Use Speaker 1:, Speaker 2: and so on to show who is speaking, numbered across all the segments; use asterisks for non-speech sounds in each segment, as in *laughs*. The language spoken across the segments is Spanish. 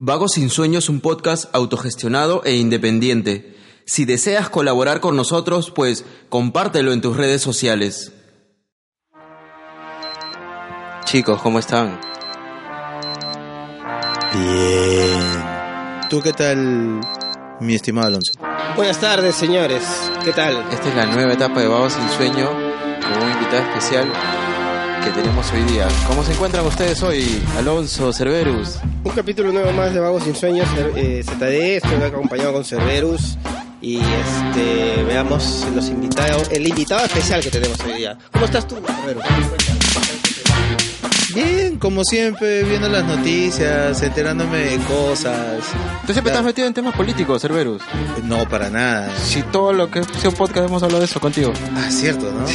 Speaker 1: Vago Sin Sueño es un podcast autogestionado e independiente. Si deseas colaborar con nosotros, pues compártelo en tus redes sociales. Chicos, ¿cómo están?
Speaker 2: Bien. ¿Tú qué tal, mi estimado Alonso?
Speaker 3: Buenas tardes, señores. ¿Qué tal?
Speaker 1: Esta es la nueva etapa de Vago Sin Sueño con un invitado especial que tenemos hoy día. ¿Cómo se encuentran ustedes hoy, Alonso, Cerberus?
Speaker 3: Un capítulo nuevo más de Vagos Sin Sueños, eh, ZD. Estoy acompañado con Cerberus. Y este, veamos los invitados, el invitado especial que tenemos hoy día. ¿Cómo estás tú, Cerberus?
Speaker 2: Bien, como siempre, viendo las noticias, enterándome de cosas.
Speaker 1: Tú siempre estás
Speaker 2: Claro.
Speaker 1: metido en temas políticos, Cerberus.
Speaker 2: No, para nada.
Speaker 1: Si todo lo que sea un podcast hemos hablado de eso contigo.
Speaker 2: Ah, cierto,
Speaker 3: *laughs*
Speaker 2: ¿no?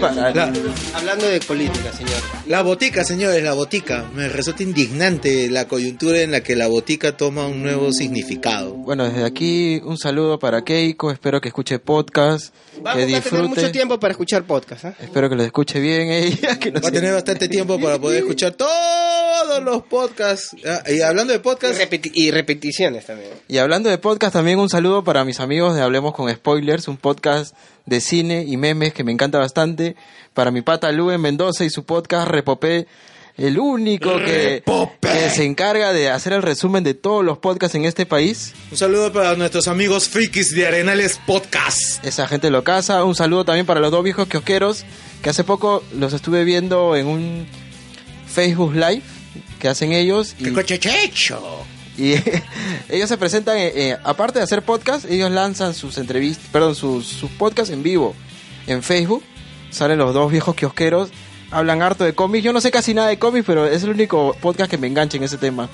Speaker 1: Para-
Speaker 2: La,
Speaker 3: Hablando de política, señor.
Speaker 2: la botica, señores, la botica. Me resulta indignante la coyuntura en la que la botica toma un nuevo significado.
Speaker 1: Bueno, desde aquí un saludo para Keiko, espero que escuche podcast,
Speaker 3: Vamos
Speaker 1: que
Speaker 3: a tener
Speaker 1: disfrute,
Speaker 3: mucho tiempo para escuchar podcast, ¿ah?
Speaker 1: espero que lo escuche bien *laughs* ella, que no
Speaker 2: Va a
Speaker 1: se-
Speaker 2: tener bastante tiempo para poder escuchar todos los podcasts. Ah, Y hablando de
Speaker 3: Y,
Speaker 2: podcasts,
Speaker 3: repeti- y repeticiones también.
Speaker 1: Y hablando de podcast, también un saludo para mis amigos de Hablemos con Spoilers, un podcast de cine y memes que me encanta bastante, para mi pata Lu en Mendoza y su podcast Repopé, el único que, que se encarga de hacer el resumen de todos los podcasts en este país.
Speaker 2: un saludo para nuestros amigos frikis de Arenales Podcast.
Speaker 1: Esa gente lo casa. Un saludo también para los dos viejos kiosqueros que hace poco los estuve viendo en un Facebook Live que hacen ellos. Y,
Speaker 2: cochechecho!
Speaker 1: y *laughs* ellos se presentan, eh, eh, aparte de hacer podcast, ellos lanzan sus entrevistas, perdón, sus, sus podcasts en vivo en Facebook. Salen los dos viejos kiosqueros, hablan harto de cómics. Yo no sé casi nada de cómics, pero es el único podcast que me engancha en ese tema.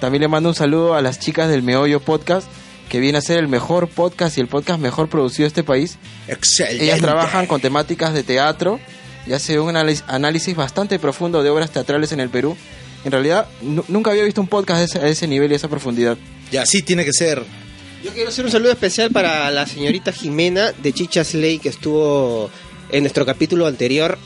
Speaker 1: También le mando un saludo a las chicas del Meollo Podcast, que viene a ser el mejor podcast y el podcast mejor producido de este país.
Speaker 2: Excelente.
Speaker 1: Ellas trabajan con temáticas de teatro y hace un anali- análisis bastante profundo de obras teatrales en el Perú. En realidad, nu- nunca había visto un podcast de ese, de ese nivel y esa profundidad.
Speaker 2: Y así tiene que ser.
Speaker 3: Yo quiero hacer un saludo especial para la señorita Jimena de Chichas Ley que estuvo en nuestro capítulo anterior.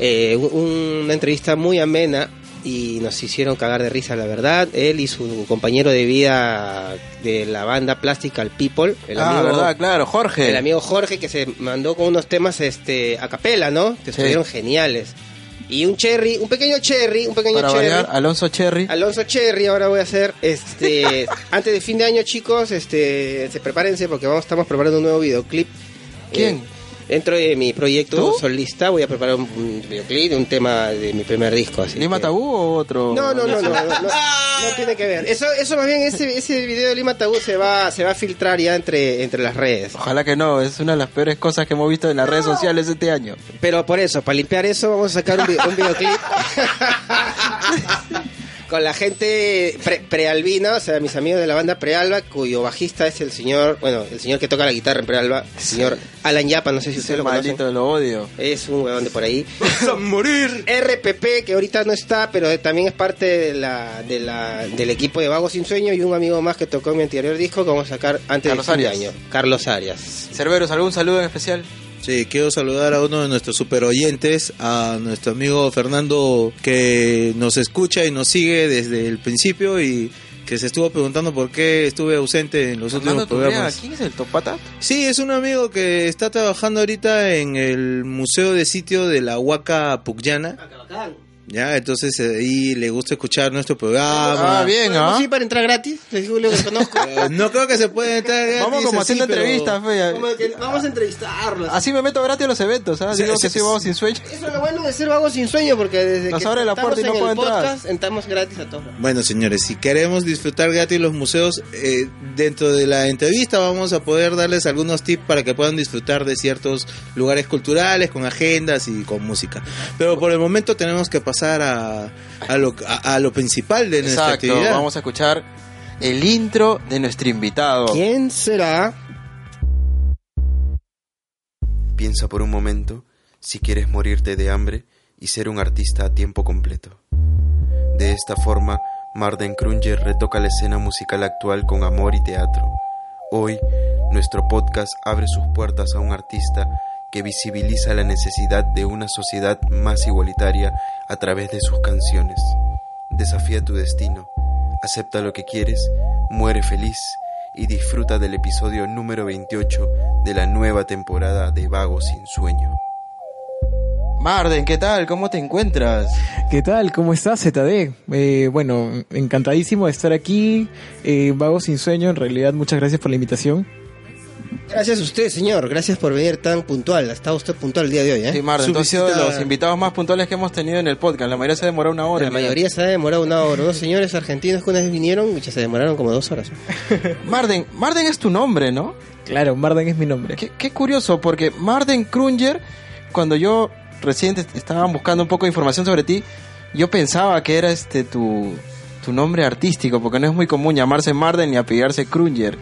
Speaker 3: eh, un- una entrevista muy amena y nos hicieron cagar de risa, la verdad. Él y su compañero de vida de la banda Plastical People, el
Speaker 1: ah,
Speaker 3: amigo.
Speaker 1: verdad, claro, Jorge.
Speaker 3: El amigo Jorge que se mandó con unos temas este a capela, ¿no? Que
Speaker 1: Sí.
Speaker 3: estuvieron geniales. Y un cherry, un pequeño cherry, un pequeño
Speaker 1: Para
Speaker 3: cherry.
Speaker 1: variar, Alonso Cherry.
Speaker 3: Alonso Cherry, ahora voy a hacer
Speaker 1: *laughs*
Speaker 3: este antes de fin de año, chicos, este se prepárense porque vamos estamos preparando un nuevo videoclip.
Speaker 1: ¿Quién?
Speaker 3: Eh, dentro de mi proyecto
Speaker 1: ¿Tú?
Speaker 3: solista voy a preparar un, un videoclip de un tema de mi primer disco, así.
Speaker 1: ¿Lima
Speaker 3: que-
Speaker 1: Tabú o otro?
Speaker 3: No, no, no, no, no, no,
Speaker 1: *laughs*
Speaker 3: no tiene que ver. Eso eso más bien ese, ese video de Lima Tabú se va se va a filtrar ya entre entre las redes.
Speaker 1: Ojalá que no, es una de las peores cosas que hemos visto en las redes sociales este año.
Speaker 3: Pero por eso, para limpiar eso, vamos a sacar un, vi-
Speaker 1: *laughs*
Speaker 3: un videoclip. Con la gente pre- prealbina, o sea, mis amigos de la banda Prealba, cuyo bajista es el señor, bueno, el señor que toca la guitarra en Prealba, el señor Alan Yapa, no sé si
Speaker 1: Ese
Speaker 3: ustedes lo conocen.
Speaker 1: maldito lo odio.
Speaker 3: Es un huevón de por ahí.
Speaker 2: ¡A morir!
Speaker 3: RPP, que ahorita no está, pero también es parte de la, de la- del equipo de Vagos Sin Sueño y un amigo más que tocó en mi anterior disco que vamos a sacar antes
Speaker 1: Carlos
Speaker 3: de fin de
Speaker 1: Arias.
Speaker 3: año. Carlos Arias.
Speaker 1: Cerberus, ¿algún saludo en especial?
Speaker 2: Sí, quiero saludar a uno de nuestros super oyentes, a nuestro amigo Fernando, que nos escucha y nos sigue desde el principio y que se estuvo preguntando por qué estuve ausente en los
Speaker 1: Fernando
Speaker 2: últimos
Speaker 1: Turriaga,
Speaker 2: programas.
Speaker 1: ¿quién es el Topata?
Speaker 2: Sí, es un amigo que está trabajando ahorita en el Museo de Sitio de la Huaca Pucllana.
Speaker 1: Ah,
Speaker 2: Ya, entonces eh, ahí le gusta escuchar nuestro programa.
Speaker 1: Ah, bien, ¿ah?
Speaker 3: Sí, para entrar gratis, te digo lo que conozco. *laughs*
Speaker 2: Eh, No creo que se pueda entrar.
Speaker 1: *laughs*
Speaker 2: gratis,
Speaker 1: Vamos como
Speaker 2: así,
Speaker 1: haciendo
Speaker 2: pero-
Speaker 1: entrevistas, fea.
Speaker 3: Como que vamos a entrevistarlo. así.
Speaker 1: Así me meto gratis a los eventos, ¿ah?
Speaker 2: Sí,
Speaker 1: Digo
Speaker 2: sí,
Speaker 1: que soy
Speaker 2: sí.
Speaker 1: vago sin sueño.
Speaker 3: Eso es lo bueno de ser vagos sin sueño, porque desde
Speaker 1: Nos
Speaker 3: que
Speaker 1: abre la
Speaker 3: estamos
Speaker 1: puerta y no
Speaker 3: en
Speaker 1: puedo
Speaker 3: el
Speaker 1: entrar.
Speaker 3: podcast, entramos gratis a todos.
Speaker 2: Bueno, señores, si queremos disfrutar gratis los museos, eh, dentro de la entrevista vamos a poder darles algunos tips para que puedan disfrutar de ciertos lugares culturales, con agendas y con música. Pero por el momento tenemos que pasar a, a lo, a, a lo principal de nuestra
Speaker 1: Exacto,
Speaker 2: actividad.
Speaker 1: vamos a escuchar el intro de nuestro invitado.
Speaker 3: ¿Quién será?
Speaker 4: Piensa por un momento si quieres morirte de hambre y ser un artista a tiempo completo. De esta forma, Marden Krunger retoca la escena musical actual con amor y teatro. Hoy, nuestro podcast abre sus puertas a un artista que visibiliza la necesidad de una sociedad más igualitaria a través de sus canciones. Desafía tu destino, acepta lo que quieres, muere feliz y disfruta del episodio número 28 de la nueva temporada de Vago sin Sueño.
Speaker 1: Marden, ¿qué tal? ¿Cómo te
Speaker 2: *laughs*
Speaker 1: encuentras?
Speaker 5: ¿Qué tal? ¿Cómo estás, ZD? Eh, bueno, encantadísimo de estar aquí. Eh, Vago sin sueño, en realidad, muchas gracias por la invitación.
Speaker 3: Gracias a usted, señor. Gracias por venir tan puntual. Ha estado usted puntual el día de hoy, ¿eh?
Speaker 1: Sí, Marden,
Speaker 2: Su
Speaker 1: tú has sido de
Speaker 2: visita-
Speaker 1: los invitados más puntuales que hemos tenido en el podcast. La mayoría se demoró una hora.
Speaker 3: la
Speaker 1: mira.
Speaker 3: mayoría se ha demorado una hora. Dos señores argentinos que una vez vinieron y se demoraron como dos horas.
Speaker 1: Marden, Marden es tu nombre, ¿no?
Speaker 5: Claro, Marden es mi nombre.
Speaker 1: Qué, qué curioso, porque Marden Krunger, cuando yo recién te- estaba buscando un poco de información sobre ti, yo pensaba que era este tu, tu nombre artístico, porque no es muy común llamarse Marden ni apellidarse Krunger.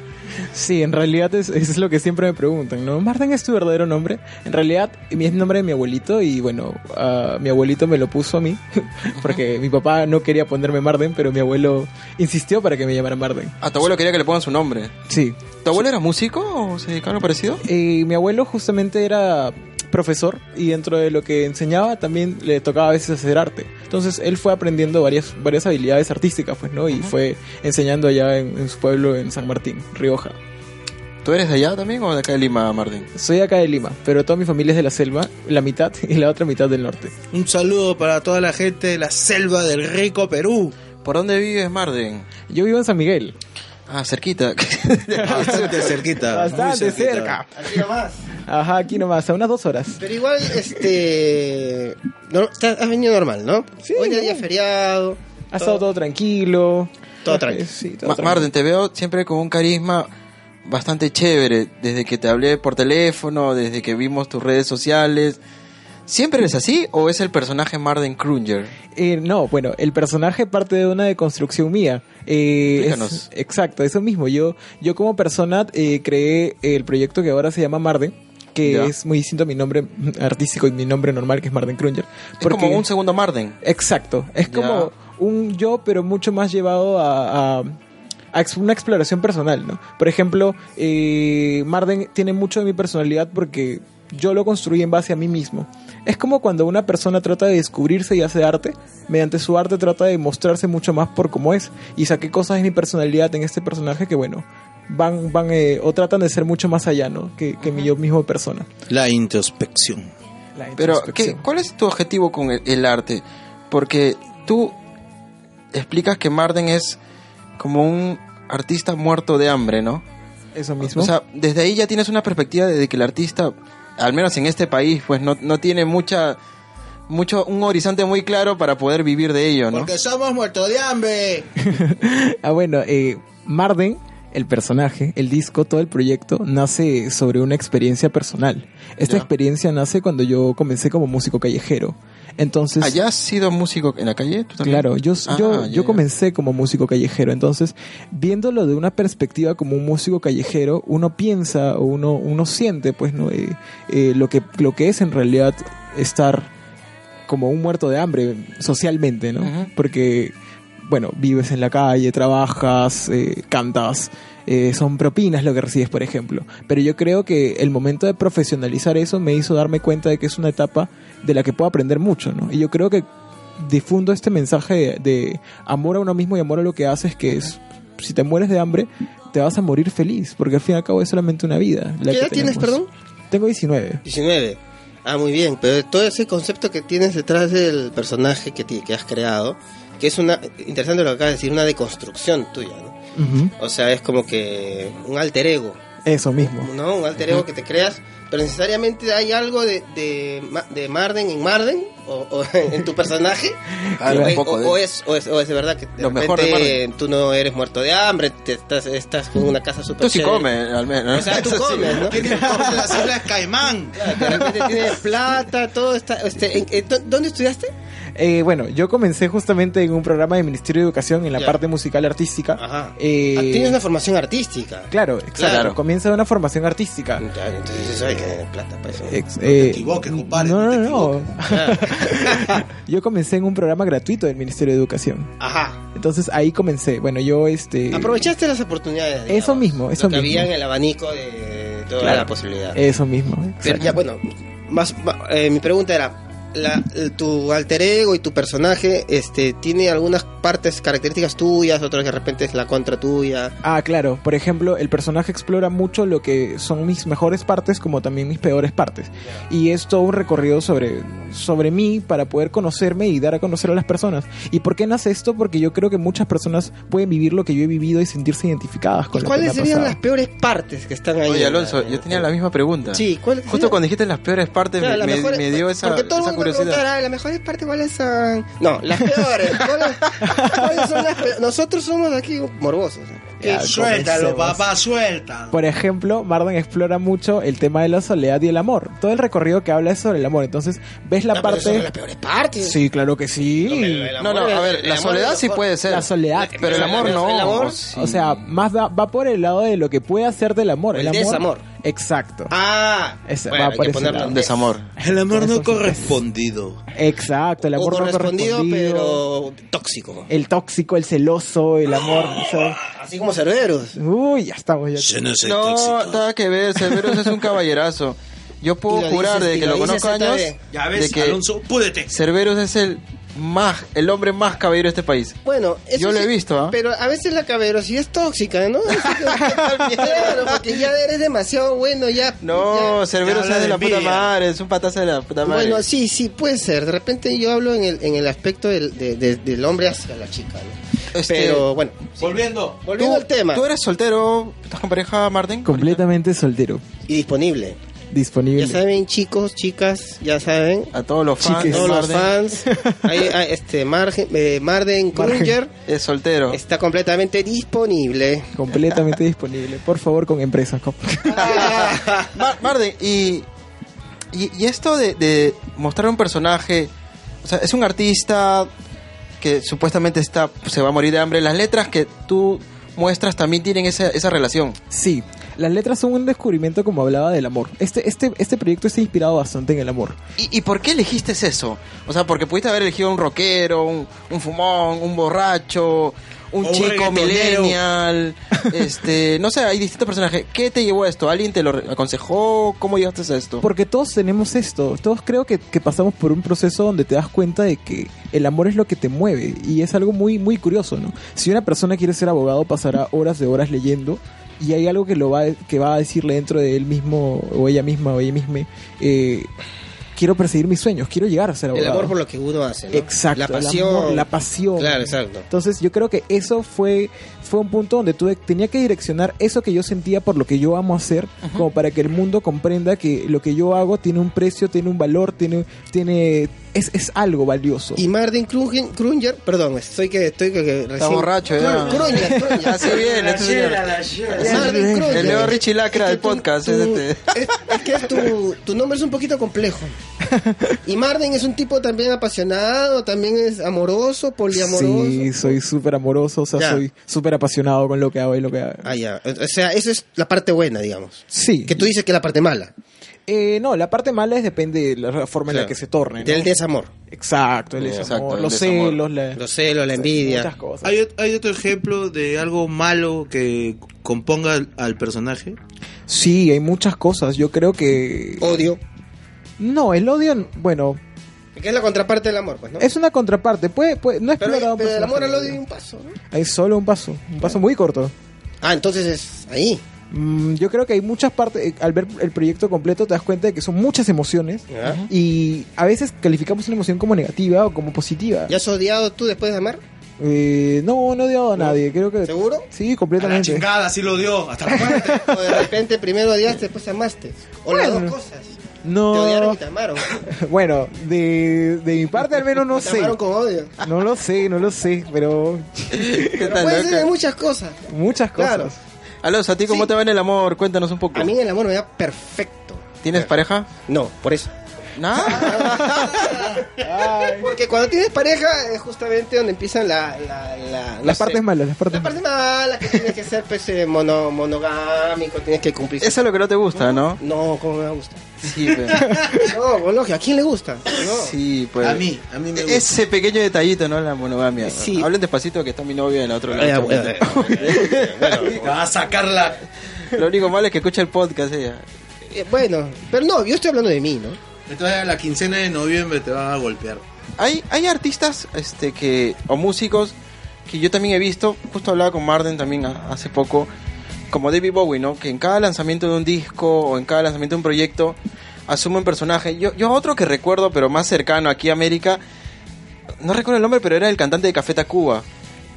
Speaker 5: Sí, en realidad es, es lo que siempre me preguntan, ¿no? Marden es tu verdadero nombre. En realidad es el nombre de mi abuelito y bueno, ah, mi abuelito me lo puso a mí *laughs* porque mi papá no quería ponerme Marden, pero mi abuelo insistió para que me llamara Marden.
Speaker 1: A tu abuelo quería que le pongan su nombre.
Speaker 5: Sí.
Speaker 1: ¿Tu abuelo era músico o se dedicaba a algo parecido?
Speaker 5: Eh, mi abuelo justamente era profesor y dentro de lo que enseñaba también le tocaba a veces hacer arte. Entonces él fue aprendiendo varias, varias habilidades artísticas, pues, ¿no? Y fue enseñando allá en, en su pueblo en San Martín, Rioja.
Speaker 1: ¿Tú eres de allá también o de acá de Lima, Marden?
Speaker 5: Soy de acá de Lima, pero toda mi familia es de la selva, la mitad *laughs* y la otra mitad del norte.
Speaker 2: Un saludo para toda la gente de la selva del rico Perú.
Speaker 1: ¿Por dónde vives, Marden?
Speaker 5: Yo vivo en San Miguel.
Speaker 1: Ah, *laughs* cerquita.
Speaker 2: Bastante cerquita. muy
Speaker 5: Bastante
Speaker 2: cerquita.
Speaker 5: cerca.
Speaker 3: Así nomás.
Speaker 5: Ajá, aquí nomás, a unas dos horas.
Speaker 3: Pero igual, este. no- te- has venido normal, ¿no?
Speaker 5: Sí,
Speaker 3: Hoy día
Speaker 5: normal.
Speaker 3: día feriado.
Speaker 5: Ha estado todo tranquilo.
Speaker 3: Todo tranquilo.
Speaker 5: Eh, sí, todo
Speaker 1: Ma-
Speaker 5: tranquilo.
Speaker 1: Marden, te veo siempre con un carisma bastante chévere, desde que te hablé por teléfono, desde que vimos tus redes sociales. ¿Siempre eres así o es el personaje Marden Krunger?
Speaker 5: Eh, no, bueno, el personaje parte de una deconstrucción mía. Eh, es-
Speaker 1: Explícanos.
Speaker 5: exacto, eso mismo. Yo, yo como persona eh, creé el proyecto que ahora se llama Marden, que
Speaker 1: Ya.
Speaker 5: es muy distinto a mi nombre artístico y mi nombre normal, que es Marden Krunger.
Speaker 1: Es como un segundo Marden.
Speaker 5: Exacto, es
Speaker 1: Ya.
Speaker 5: como un yo, pero mucho más llevado a... a- a ex- una exploración personal, ¿no? Por ejemplo, eh, Marden tiene mucho de mi personalidad porque yo lo construí en base a mí mismo. Es como cuando una persona trata de descubrirse y hace arte, mediante su arte trata de mostrarse mucho más por cómo es. Y saqué cosas de mi personalidad en este personaje que, bueno, van, van, eh, o tratan de ser mucho más allá, ¿no? Que, que mi yo mismo persona.
Speaker 2: La introspección.
Speaker 5: La
Speaker 1: Pero, ¿qué,
Speaker 5: introspección.
Speaker 1: ¿cuál es tu objetivo con el, el arte? Porque tú explicas que Marden es como un artista muerto de hambre, ¿no?
Speaker 5: Eso mismo.
Speaker 1: O sea, desde ahí ya tienes una perspectiva de que el artista, al menos en este país, pues no, no tiene mucha, mucho, un horizonte muy claro para poder vivir de ello, ¿no?
Speaker 2: Porque somos muertos de hambre.
Speaker 5: Ah, bueno, eh, Marden, el personaje, el disco, todo el proyecto, nace sobre una experiencia personal. Esta
Speaker 1: Ya.
Speaker 5: experiencia nace cuando yo comencé como músico callejero. Entonces,
Speaker 1: ¿Allá has sido músico en la calle? ¿Tú también?
Speaker 5: claro, yo,
Speaker 1: Ah,
Speaker 5: yo,
Speaker 1: ya,
Speaker 5: yo
Speaker 1: ya.
Speaker 5: comencé como músico callejero. Entonces, viéndolo de una perspectiva como un músico callejero, uno piensa o uno, uno siente, pues, ¿no? Eh, eh, lo, que, lo que es en realidad estar como un muerto de hambre socialmente, ¿no?
Speaker 1: Ujú.
Speaker 5: Porque, bueno, vives en la calle, trabajas, eh, cantas, eh, son propinas lo que recibes, por ejemplo. Pero yo creo que el momento de profesionalizar eso me hizo darme cuenta de que es una etapa de la que puedo aprender mucho, ¿no? Y yo creo que difundo este mensaje de, de amor a uno mismo y amor a lo que haces, que es, si te mueres de hambre, te vas a morir feliz, porque al fin y al cabo es solamente una vida. la
Speaker 3: ¿Qué
Speaker 5: que
Speaker 3: edad tienes,
Speaker 5: tenemos.
Speaker 3: perdón?
Speaker 5: Tengo 19.
Speaker 3: 19. Ah, muy bien. Pero todo ese concepto que tienes detrás del personaje que, ti- que has creado, que es una. Interesante lo que acabas de decir, una deconstrucción tuya, ¿no?
Speaker 5: Ujú.
Speaker 3: O sea, es como que un alter ego,
Speaker 5: Eso mismo.
Speaker 3: ¿no? Un alter ego que te creas, pero necesariamente hay algo de, de, Ma- de Marden en Marden o, *laughs* o en
Speaker 1: *laughs*
Speaker 3: tu personaje.
Speaker 1: Claro,
Speaker 3: o,
Speaker 1: un
Speaker 3: o-
Speaker 1: poco de-
Speaker 3: o es, o, es, o es de verdad que de
Speaker 1: Lo mejor de
Speaker 3: repente, tú no eres muerto de hambre, te estás, estás con una casa súper
Speaker 1: Tú sí
Speaker 3: chévere.
Speaker 1: comes, al menos.
Speaker 3: O sea,
Speaker 1: *laughs*
Speaker 2: *laughs*
Speaker 3: tú comes, ¿no?
Speaker 2: Tiene las islas Caimán.
Speaker 5: Eh,
Speaker 3: De repente tienes plata, todo está... Este, en- en- ¿dó- ¿Dónde estudiaste?
Speaker 5: Eh, bueno, yo comencé justamente en un programa del Ministerio de Educación en la
Speaker 3: Ya.
Speaker 5: parte musical artística.
Speaker 3: Ajá.
Speaker 5: Eh,
Speaker 3: Ah, Tienes una formación artística.
Speaker 5: Claro, exacto.
Speaker 3: Claro.
Speaker 5: Comienza de una formación artística.
Speaker 3: Ya, Entonces eso hay que tener plata pues, para eso.
Speaker 5: Ex-
Speaker 2: te
Speaker 5: eh,
Speaker 2: equivoques, compadre,
Speaker 5: No,
Speaker 2: no te
Speaker 5: no, no. *laughs* yo comencé en un programa gratuito del Ministerio de Educación.
Speaker 3: Ajá.
Speaker 5: Entonces ahí comencé. Bueno, yo este.
Speaker 3: Aprovechaste las oportunidades.
Speaker 5: Eso mismo, eso
Speaker 3: lo que
Speaker 5: mismo.
Speaker 3: había en el abanico de toda
Speaker 5: Claro.
Speaker 3: la posibilidad.
Speaker 5: Eso mismo.
Speaker 3: Pero
Speaker 5: exacto.
Speaker 3: ya, bueno, más, ma- eh, mi pregunta era, la- tu alter ego y tu personaje este, tiene algunas partes características tuyas, otras de repente es la contra tuya.
Speaker 5: Ah, claro. Por ejemplo, el personaje explora mucho lo que son mis mejores partes como también mis peores partes. Y es todo un recorrido sobre, sobre mí para poder conocerme y dar a conocer a las personas. ¿Y por qué nace esto? Porque yo creo que muchas personas pueden vivir lo que yo he vivido y sentirse identificadas con
Speaker 3: ¿Y
Speaker 5: lo que me ha
Speaker 3: ¿Cuáles serían
Speaker 5: pasado.
Speaker 3: las peores partes que están ahí?
Speaker 1: Oye, Alonso,
Speaker 3: en la-
Speaker 1: yo tenía la misma pregunta.
Speaker 3: eh, Sí, ¿cuál
Speaker 1: Justo cuando dijiste las peores partes,
Speaker 3: Claro,
Speaker 1: me,
Speaker 3: las
Speaker 1: me-
Speaker 3: mejores-
Speaker 1: me dio esa,
Speaker 3: Porque todo el
Speaker 1: esa
Speaker 3: mundo me
Speaker 1: curiosidad.
Speaker 3: preguntaba, las mejores partes cuáles son. No, las peores.
Speaker 1: *laughs*
Speaker 3: ¿Cuáles, cuáles son las peores? Nosotros somos aquí morbosos.
Speaker 5: Ya,
Speaker 6: Suéltalo,
Speaker 5: comencemos.
Speaker 6: papá, suéltalo.
Speaker 5: Por ejemplo, Marden explora mucho el tema de la soledad y el amor. Todo el recorrido que habla es sobre el amor. Entonces, ves la
Speaker 3: No, Ah, pero esas
Speaker 5: parte...
Speaker 3: son las peores partes.
Speaker 5: Sí, claro que sí.
Speaker 3: El
Speaker 1: No, no,
Speaker 3: amor,
Speaker 1: a
Speaker 3: el-
Speaker 1: ver,
Speaker 3: el
Speaker 1: la
Speaker 3: amor
Speaker 1: soledad
Speaker 3: es
Speaker 1: sí
Speaker 3: mejor.
Speaker 1: puede ser.
Speaker 5: La soledad.
Speaker 1: Pero el amor no.
Speaker 3: El amor,
Speaker 1: sí.
Speaker 5: O sea, más da- va por el lado de lo que puede hacerte el amor. El,
Speaker 3: El
Speaker 5: amor,
Speaker 3: desamor.
Speaker 5: Exacto.
Speaker 3: Ah,
Speaker 5: Ese
Speaker 3: bueno,
Speaker 5: va
Speaker 3: hay
Speaker 5: por
Speaker 3: que
Speaker 5: ese
Speaker 3: ponerlo
Speaker 5: lado.
Speaker 1: Un
Speaker 3: en
Speaker 1: desamor.
Speaker 2: El amor no
Speaker 5: Eso sí.
Speaker 2: correspondido.
Speaker 5: Exacto, el
Speaker 3: O
Speaker 5: amor no
Speaker 3: correspondido,
Speaker 5: correspondido,
Speaker 3: pero tóxico.
Speaker 5: El tóxico, el celoso, el amor.
Speaker 3: Ah.
Speaker 5: o sea,
Speaker 3: Así como cerberos.
Speaker 5: Uy, ya estamos. Ya
Speaker 2: Yo no soy
Speaker 1: no,
Speaker 2: tóxico.
Speaker 1: nada que ver, Severus es un caballerazo. Yo
Speaker 3: Y
Speaker 1: puedo
Speaker 3: lo
Speaker 1: jurar
Speaker 3: dices-
Speaker 1: de
Speaker 3: y
Speaker 1: que
Speaker 3: lo
Speaker 1: lo
Speaker 3: dices
Speaker 1: conozco años
Speaker 3: ZD.
Speaker 6: Ya
Speaker 1: de
Speaker 6: ves,
Speaker 1: que
Speaker 6: Alonso, púdete.
Speaker 1: Cerberus es el más el hombre más caballero de este país.
Speaker 3: Bueno, eso
Speaker 1: Yo lo he
Speaker 3: sí,
Speaker 1: visto, ¿ah?
Speaker 3: Pero a veces la caballerosidad es tóxica, ¿no?
Speaker 1: *laughs*
Speaker 3: Así que- claro, porque ya eres demasiado bueno, ya.
Speaker 1: No,
Speaker 3: ya-
Speaker 1: Cerberus
Speaker 6: habla
Speaker 1: es de
Speaker 6: de
Speaker 1: la puta
Speaker 6: envidia.
Speaker 1: madre, es un patazo de la puta madre.
Speaker 3: Bueno, sí, sí, puede ser. De repente yo hablo en el, en el aspecto del, de- de- del hombre hacia la chica, ¿no?
Speaker 1: Este,
Speaker 3: Pero bueno,
Speaker 6: Volviendo.
Speaker 3: volviendo al tema.
Speaker 1: ¿Tú eres soltero? ¿Estás con pareja, Martín?
Speaker 5: Completamente soltero.
Speaker 3: Y disponible. Ya
Speaker 5: Disponible.
Speaker 3: saben, chicos, chicas, ya saben.
Speaker 1: A todos los fans,
Speaker 5: Chiques.
Speaker 3: Todos los
Speaker 1: Marden
Speaker 5: *laughs*
Speaker 3: fans. Ahí, ahí, este, Margen- eh, Marden
Speaker 5: Margen.
Speaker 3: Kruger
Speaker 1: es soltero.
Speaker 3: está completamente disponible.
Speaker 5: Completamente disponible. Por favor, con empresas. con-
Speaker 1: Mar- Marden, y, y, y esto de, de mostrar un personaje, o sea, es un artista que supuestamente está se va a morir de hambre. Las letras que tú muestras también tienen esa, esa relación.
Speaker 5: Sí, las letras son un descubrimiento como hablaba del amor. Este, este, este proyecto está inspirado bastante en el amor.
Speaker 1: ¿Y, y por qué elegiste eso? O sea, porque pudiste haber elegido un rockero, un, un fumón, un borracho, un
Speaker 6: O un
Speaker 1: chico
Speaker 6: reggaetonero. *laughs*
Speaker 1: millennial, este, no sé, hay distintos personajes. ¿Qué te llevó a esto? ¿Alguien te lo re- aconsejó? ¿Cómo llegaste a esto?
Speaker 5: Porque todos tenemos esto, todos creo que, que pasamos por un proceso donde te das cuenta de que el amor es lo que te mueve y es algo muy, muy curioso, ¿no? Si una persona quiere ser abogado pasará horas de horas leyendo y hay algo que, lo va, que va a decirle dentro de él mismo o ella misma o ella misma, eh, quiero perseguir mis sueños, quiero llegar a ser
Speaker 3: El
Speaker 5: abogado.
Speaker 3: amor por lo que uno hace. ¿no?
Speaker 5: Exacto,
Speaker 3: La
Speaker 5: el
Speaker 3: pasión.
Speaker 5: amor, la pasión.
Speaker 3: Claro, exacto.
Speaker 5: Entonces yo creo que eso fue, fue un punto donde tuve, tenía que direccionar eso que yo sentía por lo que yo amo hacer, como para que el mundo comprenda que lo que yo hago tiene un precio, tiene un valor, tiene, tiene, es, es algo valioso.
Speaker 3: Y Marden Kruger, Kruger- perdón, estoy que estoy que, que
Speaker 1: Está
Speaker 3: recién-
Speaker 1: borracho, ya.
Speaker 3: Kruger, Kruger.
Speaker 5: *laughs*
Speaker 1: Así bien, este señor.
Speaker 3: Marvin Kruger.
Speaker 1: El Leo Richie Lacra
Speaker 3: Es que
Speaker 1: del
Speaker 3: tú-
Speaker 1: podcast,
Speaker 3: tú-
Speaker 1: es este.
Speaker 3: es, es que es tu, tu nombre es un poquito complejo. Y Marden es un tipo también apasionado, también es amoroso, poliamoroso.
Speaker 5: Sí, soy súper amoroso, o sea,
Speaker 3: Ya.
Speaker 5: soy súper apasionado con lo que hago y lo que hago.
Speaker 3: Ah, ya. O sea, esa es la parte buena, digamos.
Speaker 5: Sí.
Speaker 3: Que tú dices que es la parte mala.
Speaker 5: Eh, no, la parte mala es depende de la forma en la
Speaker 3: Claro.
Speaker 5: que se torne. ¿no?
Speaker 3: Del desamor.
Speaker 5: Exacto, el
Speaker 1: Exacto,
Speaker 5: desamor,
Speaker 1: el
Speaker 5: los
Speaker 1: desamor.
Speaker 5: celos, la-
Speaker 3: Los celos, la envidia.
Speaker 5: muchas cosas.
Speaker 2: ¿Hay, ot- hay otro ejemplo de algo malo que componga al, al personaje?
Speaker 5: Sí, hay muchas cosas. Yo creo que...
Speaker 3: Odio.
Speaker 5: No, el odio, bueno,
Speaker 3: Que es la contraparte del amor, pues, ¿no?
Speaker 5: Es una contraparte, puede, puede- no es
Speaker 3: pero,
Speaker 5: explorado un
Speaker 3: pero del
Speaker 5: personaje
Speaker 3: amor al
Speaker 5: de
Speaker 3: odio hay
Speaker 5: ella.
Speaker 3: un paso. ¿no?
Speaker 5: Hay solo un paso, un paso muy corto.
Speaker 3: Ah, entonces es ahí.
Speaker 5: Mm, yo creo que hay muchas partes, eh, al ver el proyecto completo te das cuenta de que son muchas emociones
Speaker 3: Ya.
Speaker 5: y a veces calificamos una emoción como negativa o como positiva.
Speaker 3: ¿Ya has odiado tú después de amar?
Speaker 5: Eh, no, no he odiado a nadie, creo que... *laughs*
Speaker 3: ¿Seguro?
Speaker 5: Sí,
Speaker 6: A la
Speaker 5: completamente.
Speaker 6: chingada, sí lo dio. Hasta la muerte.
Speaker 3: O de repente primero odiaste, después amaste. O las
Speaker 5: Bueno.
Speaker 3: dos cosas. Te odiaron
Speaker 5: No,
Speaker 3: y te amaron.
Speaker 5: *laughs* bueno, de, de mi parte al menos
Speaker 3: *laughs*
Speaker 5: no
Speaker 3: te
Speaker 5: sé.
Speaker 3: amaron con odio.
Speaker 5: No lo sé, no lo sé, pero
Speaker 1: ¿Qué
Speaker 3: Pero
Speaker 1: tal,
Speaker 3: puede ser
Speaker 1: loca?
Speaker 3: de muchas cosas.
Speaker 5: muchas
Speaker 3: Claro.
Speaker 5: cosas.
Speaker 1: Alonso, ¿a ti cómo
Speaker 3: Sí.
Speaker 1: te va en el amor? Cuéntanos un poco.
Speaker 3: A mí el amor me da perfecto.
Speaker 1: ¿Tienes
Speaker 3: *laughs*
Speaker 1: pareja?
Speaker 3: No, por eso.
Speaker 1: Nada.
Speaker 3: Porque cuando tienes pareja es justamente donde empiezan la, la, la- no
Speaker 5: Las
Speaker 3: sé.
Speaker 5: partes malas, las
Speaker 3: Las
Speaker 5: partes malas.
Speaker 3: partes malas que tienes que ser pues, eh, mono, monogámico, tienes que cumplir.
Speaker 1: Eso es lo que no te gusta, ¿no?
Speaker 3: No, como me gusta.
Speaker 1: Sí, pues.
Speaker 3: No, Bologna, ¿a quién le gusta? No.
Speaker 1: Sí, pues.
Speaker 6: A mí, a mí me gusta.
Speaker 1: Ese pequeño detallito, ¿no? La monogamia.
Speaker 3: Sí.
Speaker 1: Hablen despacito que está mi novia en la otra
Speaker 3: Ah, ya, bueno,
Speaker 1: lado.
Speaker 6: Te va a sacarla.
Speaker 1: Lo único malo es que escucha el podcast ella.
Speaker 3: Eh, Bueno, pero no, yo estoy hablando de mí, ¿no?
Speaker 2: Entonces a la quincena de noviembre te van a golpear.
Speaker 1: Hay, hay artistas este, que, o músicos que yo también he visto, justo hablaba con Marden también a- hace poco, como David Bowie, ¿no? Que en cada lanzamiento de un disco o en cada lanzamiento de un proyecto asume un personaje. Yo, yo otro que recuerdo, pero más cercano aquí a América, no recuerdo el nombre, pero era el cantante de Café Tacuba.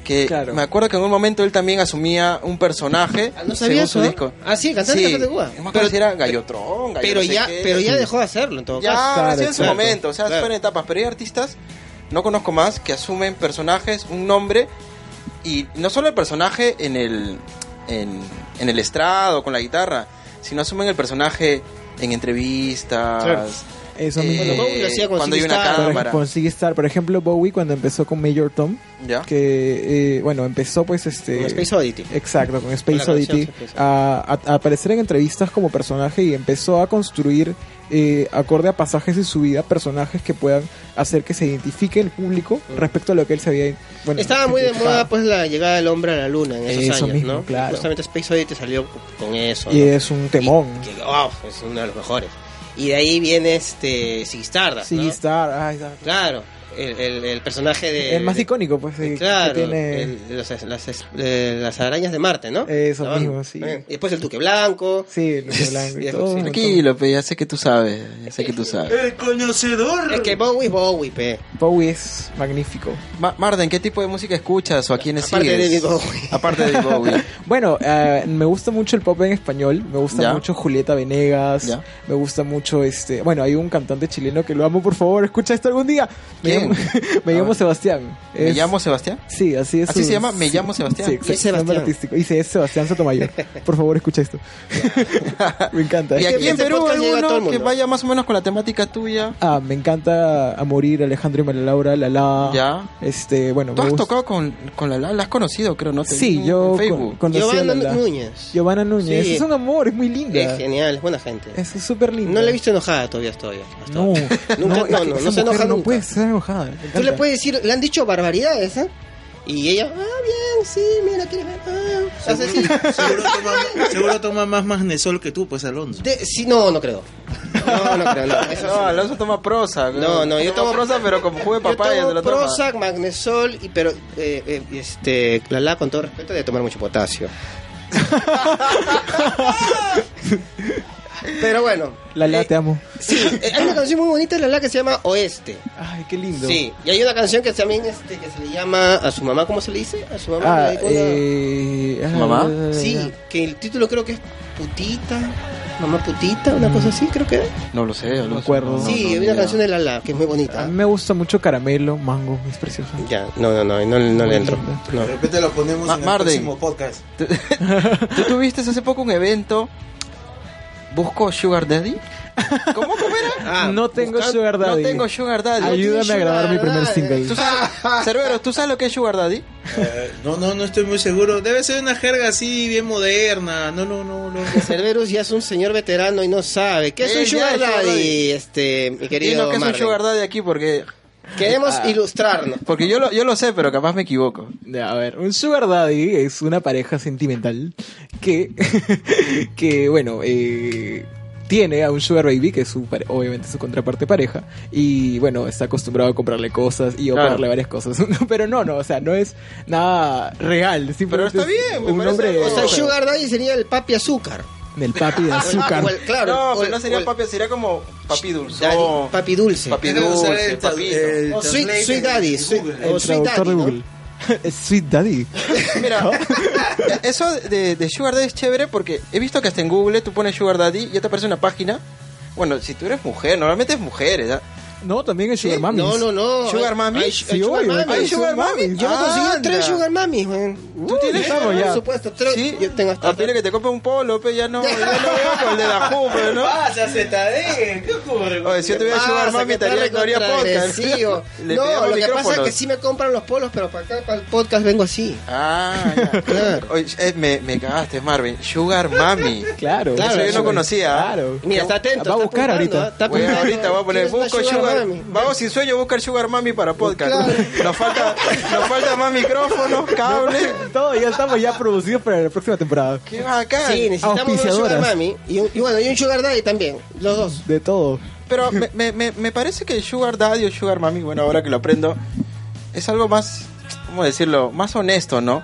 Speaker 1: Que
Speaker 5: Claro.
Speaker 1: me acuerdo que en un momento él también asumía un personaje
Speaker 3: Ah, no
Speaker 1: según
Speaker 3: sabía
Speaker 1: su
Speaker 3: eso, ¿eh?
Speaker 1: disco.
Speaker 3: Ah, sí, cantante de Café Tacuba.
Speaker 1: No me acuerdo si era Gallotrón, Gallo
Speaker 3: Pero
Speaker 1: no sé
Speaker 3: ya,
Speaker 1: qué.
Speaker 3: pero ya dejó de hacerlo en todo
Speaker 1: Ya,
Speaker 3: caso.
Speaker 5: Claro,
Speaker 1: recién en su
Speaker 5: exacto.
Speaker 1: momento, o sea,
Speaker 2: Claro.
Speaker 1: fueron etapas, pero hay artistas, no conozco más, que asumen personajes, un nombre, y no solo el personaje en el, en, en el estrado, con la guitarra, sino asumen el personaje en entrevistas, eh,
Speaker 3: Claro.
Speaker 5: Eso mismo.
Speaker 3: Bueno, Bowie lo hacía con
Speaker 1: cuando hay una
Speaker 3: Sigistar.
Speaker 5: Por ejemplo,
Speaker 1: cámara,
Speaker 5: con Sigistar, por ejemplo, Bowie cuando empezó con Major Tom,
Speaker 1: ¿ya?
Speaker 5: que eh, bueno, empezó pues este
Speaker 3: Ah. Con Space Oddity.
Speaker 5: Exacto, con Space
Speaker 3: Con la canción
Speaker 5: Oddity
Speaker 3: Space Oddity.
Speaker 5: a, a- a aparecer en entrevistas como personaje y empezó a construir eh, acorde a pasajes de su vida personajes que puedan hacer que se identifique el público respecto a lo que él sabía. Bueno,
Speaker 3: Mm. Estaba muy de
Speaker 5: identificado.
Speaker 3: moda pues la llegada del hombre a la luna en esos
Speaker 5: Eso
Speaker 3: años,
Speaker 5: mismo,
Speaker 3: ¿no?
Speaker 5: claro.
Speaker 3: Justamente Space Oddity salió c- con eso.
Speaker 5: Y
Speaker 3: pues, ¿no?
Speaker 5: es un temón.
Speaker 3: Y que, wow, es uno de los mejores. Y de ahí viene este Sigistarda, ¿no?
Speaker 5: Sigistar, ay, da-
Speaker 3: Claro, el, el- el personaje de...
Speaker 5: el más
Speaker 3: de-
Speaker 5: icónico, pues. eh, que
Speaker 3: Claro,
Speaker 5: tiene-
Speaker 3: el- los- las, es- eh, las arañas de Marte, ¿no?
Speaker 5: Eso
Speaker 3: ¿No?
Speaker 5: mismo, sí.
Speaker 3: Eh, Y después el Duque Blanco.
Speaker 5: Sí,
Speaker 3: *laughs*
Speaker 5: el ojo blanco y
Speaker 3: Viejo,
Speaker 5: todo,
Speaker 3: sí.
Speaker 5: un montón.
Speaker 1: Tranquilo, pe, ya sé que tú sabes, ya sé que tú sabes.
Speaker 6: El conocedor.
Speaker 3: Es que Bowie es Bowie, pe.
Speaker 5: Bowie es magnífico.
Speaker 1: Ma- Marden, ¿qué tipo de música escuchas o a quiénes
Speaker 3: Aparte de
Speaker 1: sigues?
Speaker 3: David Bowie.
Speaker 1: Aparte de David
Speaker 3: *laughs*
Speaker 1: Bowie.
Speaker 5: Bueno, eh, me gusta mucho el pop en español, me gusta
Speaker 1: Ya.
Speaker 5: mucho Julieta Venegas,
Speaker 1: Ya.
Speaker 5: me gusta mucho este, bueno, hay un cantante chileno que lo amo, por favor, escucha esto algún día. Me
Speaker 1: ¿Quién?
Speaker 5: llamo, *laughs* me
Speaker 1: A
Speaker 5: llamo
Speaker 1: ver.
Speaker 5: Sebastián.
Speaker 1: ¿Me
Speaker 5: Es-
Speaker 1: llamo Sebastián?
Speaker 5: Sí, así es.
Speaker 1: ¿Así
Speaker 5: su-
Speaker 1: se llama? ¿Me
Speaker 5: sí.
Speaker 1: llamo Sebastián?
Speaker 5: Sí,
Speaker 1: Y
Speaker 5: exacto,
Speaker 3: es
Speaker 5: su nombre
Speaker 3: Sebastián.
Speaker 5: artístico. Y sí, es Sebastián
Speaker 3: *laughs*
Speaker 5: Sotomayor. Por favor, escucha esto. me
Speaker 1: *laughs*
Speaker 5: encanta.
Speaker 1: Y
Speaker 5: Es que-
Speaker 1: aquí en
Speaker 3: este
Speaker 1: Perú
Speaker 3: podcast llega a todo el
Speaker 1: alguno que
Speaker 3: mundo.
Speaker 1: vaya más o menos con la temática tuya.
Speaker 5: Ah, me encanta a morir Alejandro y María Laura, la la.
Speaker 1: Ya.
Speaker 5: Este, bueno,
Speaker 1: Tú
Speaker 5: me
Speaker 1: has
Speaker 5: gusta-
Speaker 1: tocado con, con la la la has conocido, creo, ¿no? Te vi
Speaker 5: Sí,
Speaker 1: en-
Speaker 5: yo
Speaker 1: en
Speaker 5: con,
Speaker 1: Facebook.
Speaker 5: conocí a
Speaker 3: Giovanna
Speaker 5: Lala.
Speaker 3: Núñez.
Speaker 5: Giovanna Núñez.
Speaker 3: Sí.
Speaker 5: Es un amor, es muy linda.
Speaker 3: Es genial, es buena gente.
Speaker 5: Es súper linda.
Speaker 3: No la he visto enojada todavía, todavía. hasta
Speaker 5: No,
Speaker 3: ahora.
Speaker 5: *laughs*
Speaker 3: Nunca,
Speaker 5: no, es
Speaker 3: no,
Speaker 5: que
Speaker 3: no,
Speaker 5: esa
Speaker 3: no se
Speaker 5: mujer
Speaker 3: enoja
Speaker 5: no
Speaker 3: nunca.
Speaker 5: puede estar enojada. me
Speaker 3: Tú le
Speaker 5: encanta.
Speaker 3: puedes decir, le han dicho barbaridades, ¿eh? Y ella, ah, bien, sí, mira, quieres ver. Ah, hace así.
Speaker 2: Seguro toma, seguro toma más magnesol que tú, pues Alonso.
Speaker 3: De- sí, no, no creo. No, no creo, *laughs* no.
Speaker 1: *laughs* *laughs*
Speaker 3: Eso
Speaker 1: No,
Speaker 3: sí.
Speaker 1: Alonso toma prosa.
Speaker 3: No, no, yo
Speaker 1: tomo
Speaker 3: tomo-
Speaker 1: prosa, pero como jugo de papaya te
Speaker 3: Yo tomo
Speaker 1: lo toma.
Speaker 3: Prozac, magnesol, y, pero eh, eh, este, la la, con todo respeto, de tomar mucho potasio. pero bueno,
Speaker 5: Lala,
Speaker 3: eh,
Speaker 5: te amo.
Speaker 3: sí, eh, hay una canción muy bonita de la la que se llama Oeste.
Speaker 5: Ay, qué lindo.
Speaker 3: Sí, y hay una canción que también este, que se le llama a su mamá, ¿cómo se le dice? A su mamá.
Speaker 5: Ah,
Speaker 3: le dedicó una-
Speaker 5: eh, ah,
Speaker 1: ¿Mamá?
Speaker 3: Sí, que el título creo que es Putita, Mamá Putita, una cosa así, creo que era.
Speaker 1: No lo sé, Alonso.
Speaker 5: No me acuerdo. No,
Speaker 3: sí,
Speaker 1: no,
Speaker 3: hay
Speaker 1: ni
Speaker 3: una
Speaker 1: idea.
Speaker 3: canción de Lala que es muy
Speaker 5: A
Speaker 3: bonita.
Speaker 5: mí me gusta mucho caramelo, mango, es precioso.
Speaker 3: Ya, no, no, no, no, no le entro. No.
Speaker 6: De repente lo ponemos
Speaker 1: Ma-
Speaker 6: en el
Speaker 1: Marden.
Speaker 6: próximo podcast.
Speaker 1: *laughs* Tú tuviste hace poco un evento. ¿Busco Sugar Daddy? ¿Cómo, cómo era?
Speaker 3: *laughs* Ah,
Speaker 5: no tengo Sugar Daddy.
Speaker 1: No tengo Sugar Daddy.
Speaker 5: Ayúdame a grabar mi primer single.
Speaker 1: ¿Tú sabes,
Speaker 3: ah.
Speaker 1: Cerberos, ¿tú sabes lo que es Sugar Daddy?
Speaker 2: Eh, no, no, no estoy muy seguro. Debe ser una jerga así, bien moderna. No, no, no, no.
Speaker 3: Cerberus ya es un señor veterano y no sabe. ¿Qué es
Speaker 1: Él
Speaker 3: un
Speaker 1: ya
Speaker 3: sugar
Speaker 1: es sugar daddy.
Speaker 3: daddy, este, mi
Speaker 1: Y
Speaker 3: querido
Speaker 1: lo que es un
Speaker 3: Marvin?
Speaker 1: Sugar Daddy Ah. aquí porque.
Speaker 3: Queremos ilustrarnos.
Speaker 1: Porque yo lo, yo lo sé, pero capaz me equivoco.
Speaker 5: Ya, a ver, un sugar daddy es una pareja sentimental que, *laughs* que bueno, eh, tiene a un sugar baby, que es su, pare- obviamente su contraparte pareja, y bueno, está acostumbrado a comprarle cosas y a
Speaker 1: Claro.
Speaker 5: operarle varias cosas. *laughs* No, Pero no, no, o sea, no es nada real. simplemente
Speaker 1: Pero está
Speaker 5: es
Speaker 1: bien, me
Speaker 5: un
Speaker 1: parece
Speaker 5: hombre
Speaker 1: algo-
Speaker 3: O sea,
Speaker 1: No, pero-
Speaker 3: sugar daddy sería el papi azúcar.
Speaker 5: *laughs* del papi de azúcar.
Speaker 3: O el- claro.
Speaker 1: no,
Speaker 3: o
Speaker 1: pero
Speaker 3: el-
Speaker 1: no sería
Speaker 3: o el
Speaker 1: papi, sería como papi dulce.
Speaker 3: daddy, *laughs* papi dulce.
Speaker 1: Papi
Speaker 2: Debe usar
Speaker 1: dulce,
Speaker 2: el tra-
Speaker 1: papito.
Speaker 2: el
Speaker 3: o sweet,
Speaker 2: translate
Speaker 3: sweet
Speaker 2: de
Speaker 3: daddy. sweet-
Speaker 2: Google.
Speaker 5: El
Speaker 3: o sweet
Speaker 5: traductor
Speaker 3: daddy,
Speaker 5: de
Speaker 3: ¿no?
Speaker 5: Google. *laughs* Es Sweet Daddy.
Speaker 1: Mira, *laughs* eso de, de Sugar Daddy es chévere porque he visto que hasta en Google tú pones Sugar Daddy y ya te aparece una página. Bueno, si tú eres mujer, normalmente es mujeres. ¿ah?
Speaker 5: No, también es Sugar Mami.
Speaker 3: No, no, no.
Speaker 1: ¿Sugar
Speaker 3: Hay-
Speaker 1: mami?
Speaker 3: hay-
Speaker 5: Sí,
Speaker 3: hay sugar
Speaker 5: obvio,
Speaker 3: mami.
Speaker 5: hay
Speaker 1: Sugar mami. Ah,
Speaker 3: Yo me
Speaker 1: Anda.
Speaker 3: conseguí tres sugar mami, güey.
Speaker 1: Tú tienes
Speaker 5: estamos ya.
Speaker 3: Por supuesto, tres.
Speaker 1: Sí,
Speaker 3: Yo tengo hasta
Speaker 1: Ah, pide que te compre un polo, pe, ya no, ya no
Speaker 3: *laughs*
Speaker 1: veo con el de la Juve, ¿no?
Speaker 6: Pasa, ZD. ¿Qué ocurre?
Speaker 1: Oye, si yo te voy a Sugar
Speaker 3: pasa,
Speaker 1: Mami,
Speaker 3: que
Speaker 1: te haría
Speaker 3: está
Speaker 1: que no haría podcast.
Speaker 3: recontraagradecido.
Speaker 1: *laughs* Le
Speaker 3: no,
Speaker 1: pegamos
Speaker 3: lo que pasa
Speaker 1: micrófonos.
Speaker 3: es que sí me compran los polos, pero para acá, para el podcast, vengo así.
Speaker 1: Ah, ya.
Speaker 3: *laughs* Claro.
Speaker 1: Oye, eh, me, me cagaste, Marvin. Sugar
Speaker 3: *laughs*
Speaker 1: Mami.
Speaker 5: Claro.
Speaker 1: Eso yo no
Speaker 5: claro.
Speaker 1: conocía.
Speaker 5: Claro.
Speaker 3: Mira, está atento.
Speaker 5: Va a
Speaker 3: está
Speaker 5: buscar
Speaker 3: apuntando,
Speaker 5: ahorita.
Speaker 3: ¿ah? Está
Speaker 1: Bueno,
Speaker 3: apuntando.
Speaker 1: ahorita voy a poner
Speaker 3: ¿Quieres una
Speaker 1: busco Sugar,
Speaker 3: Mami?
Speaker 1: Vamos sin sueño a buscar Sugar Mami para podcast.
Speaker 3: Claro.
Speaker 1: Nos falta nos falta más micrófonos,
Speaker 3: *laughs*
Speaker 1: cable.
Speaker 5: Todo, ya estamos ya producidos para la próxima temporada.
Speaker 1: Qué bacán.
Speaker 3: Sí, necesitamos un Sugar
Speaker 5: Auspiciadoras.
Speaker 3: Mami y, un- y bueno, y un Sugar Daddy también, los dos.
Speaker 5: De todo.
Speaker 1: Pero me, me- me- me parece que el Sugar Daddy o Sugar Mami, bueno, ahora que lo aprendo, es algo más, ¿cómo decirlo? Más honesto, ¿no?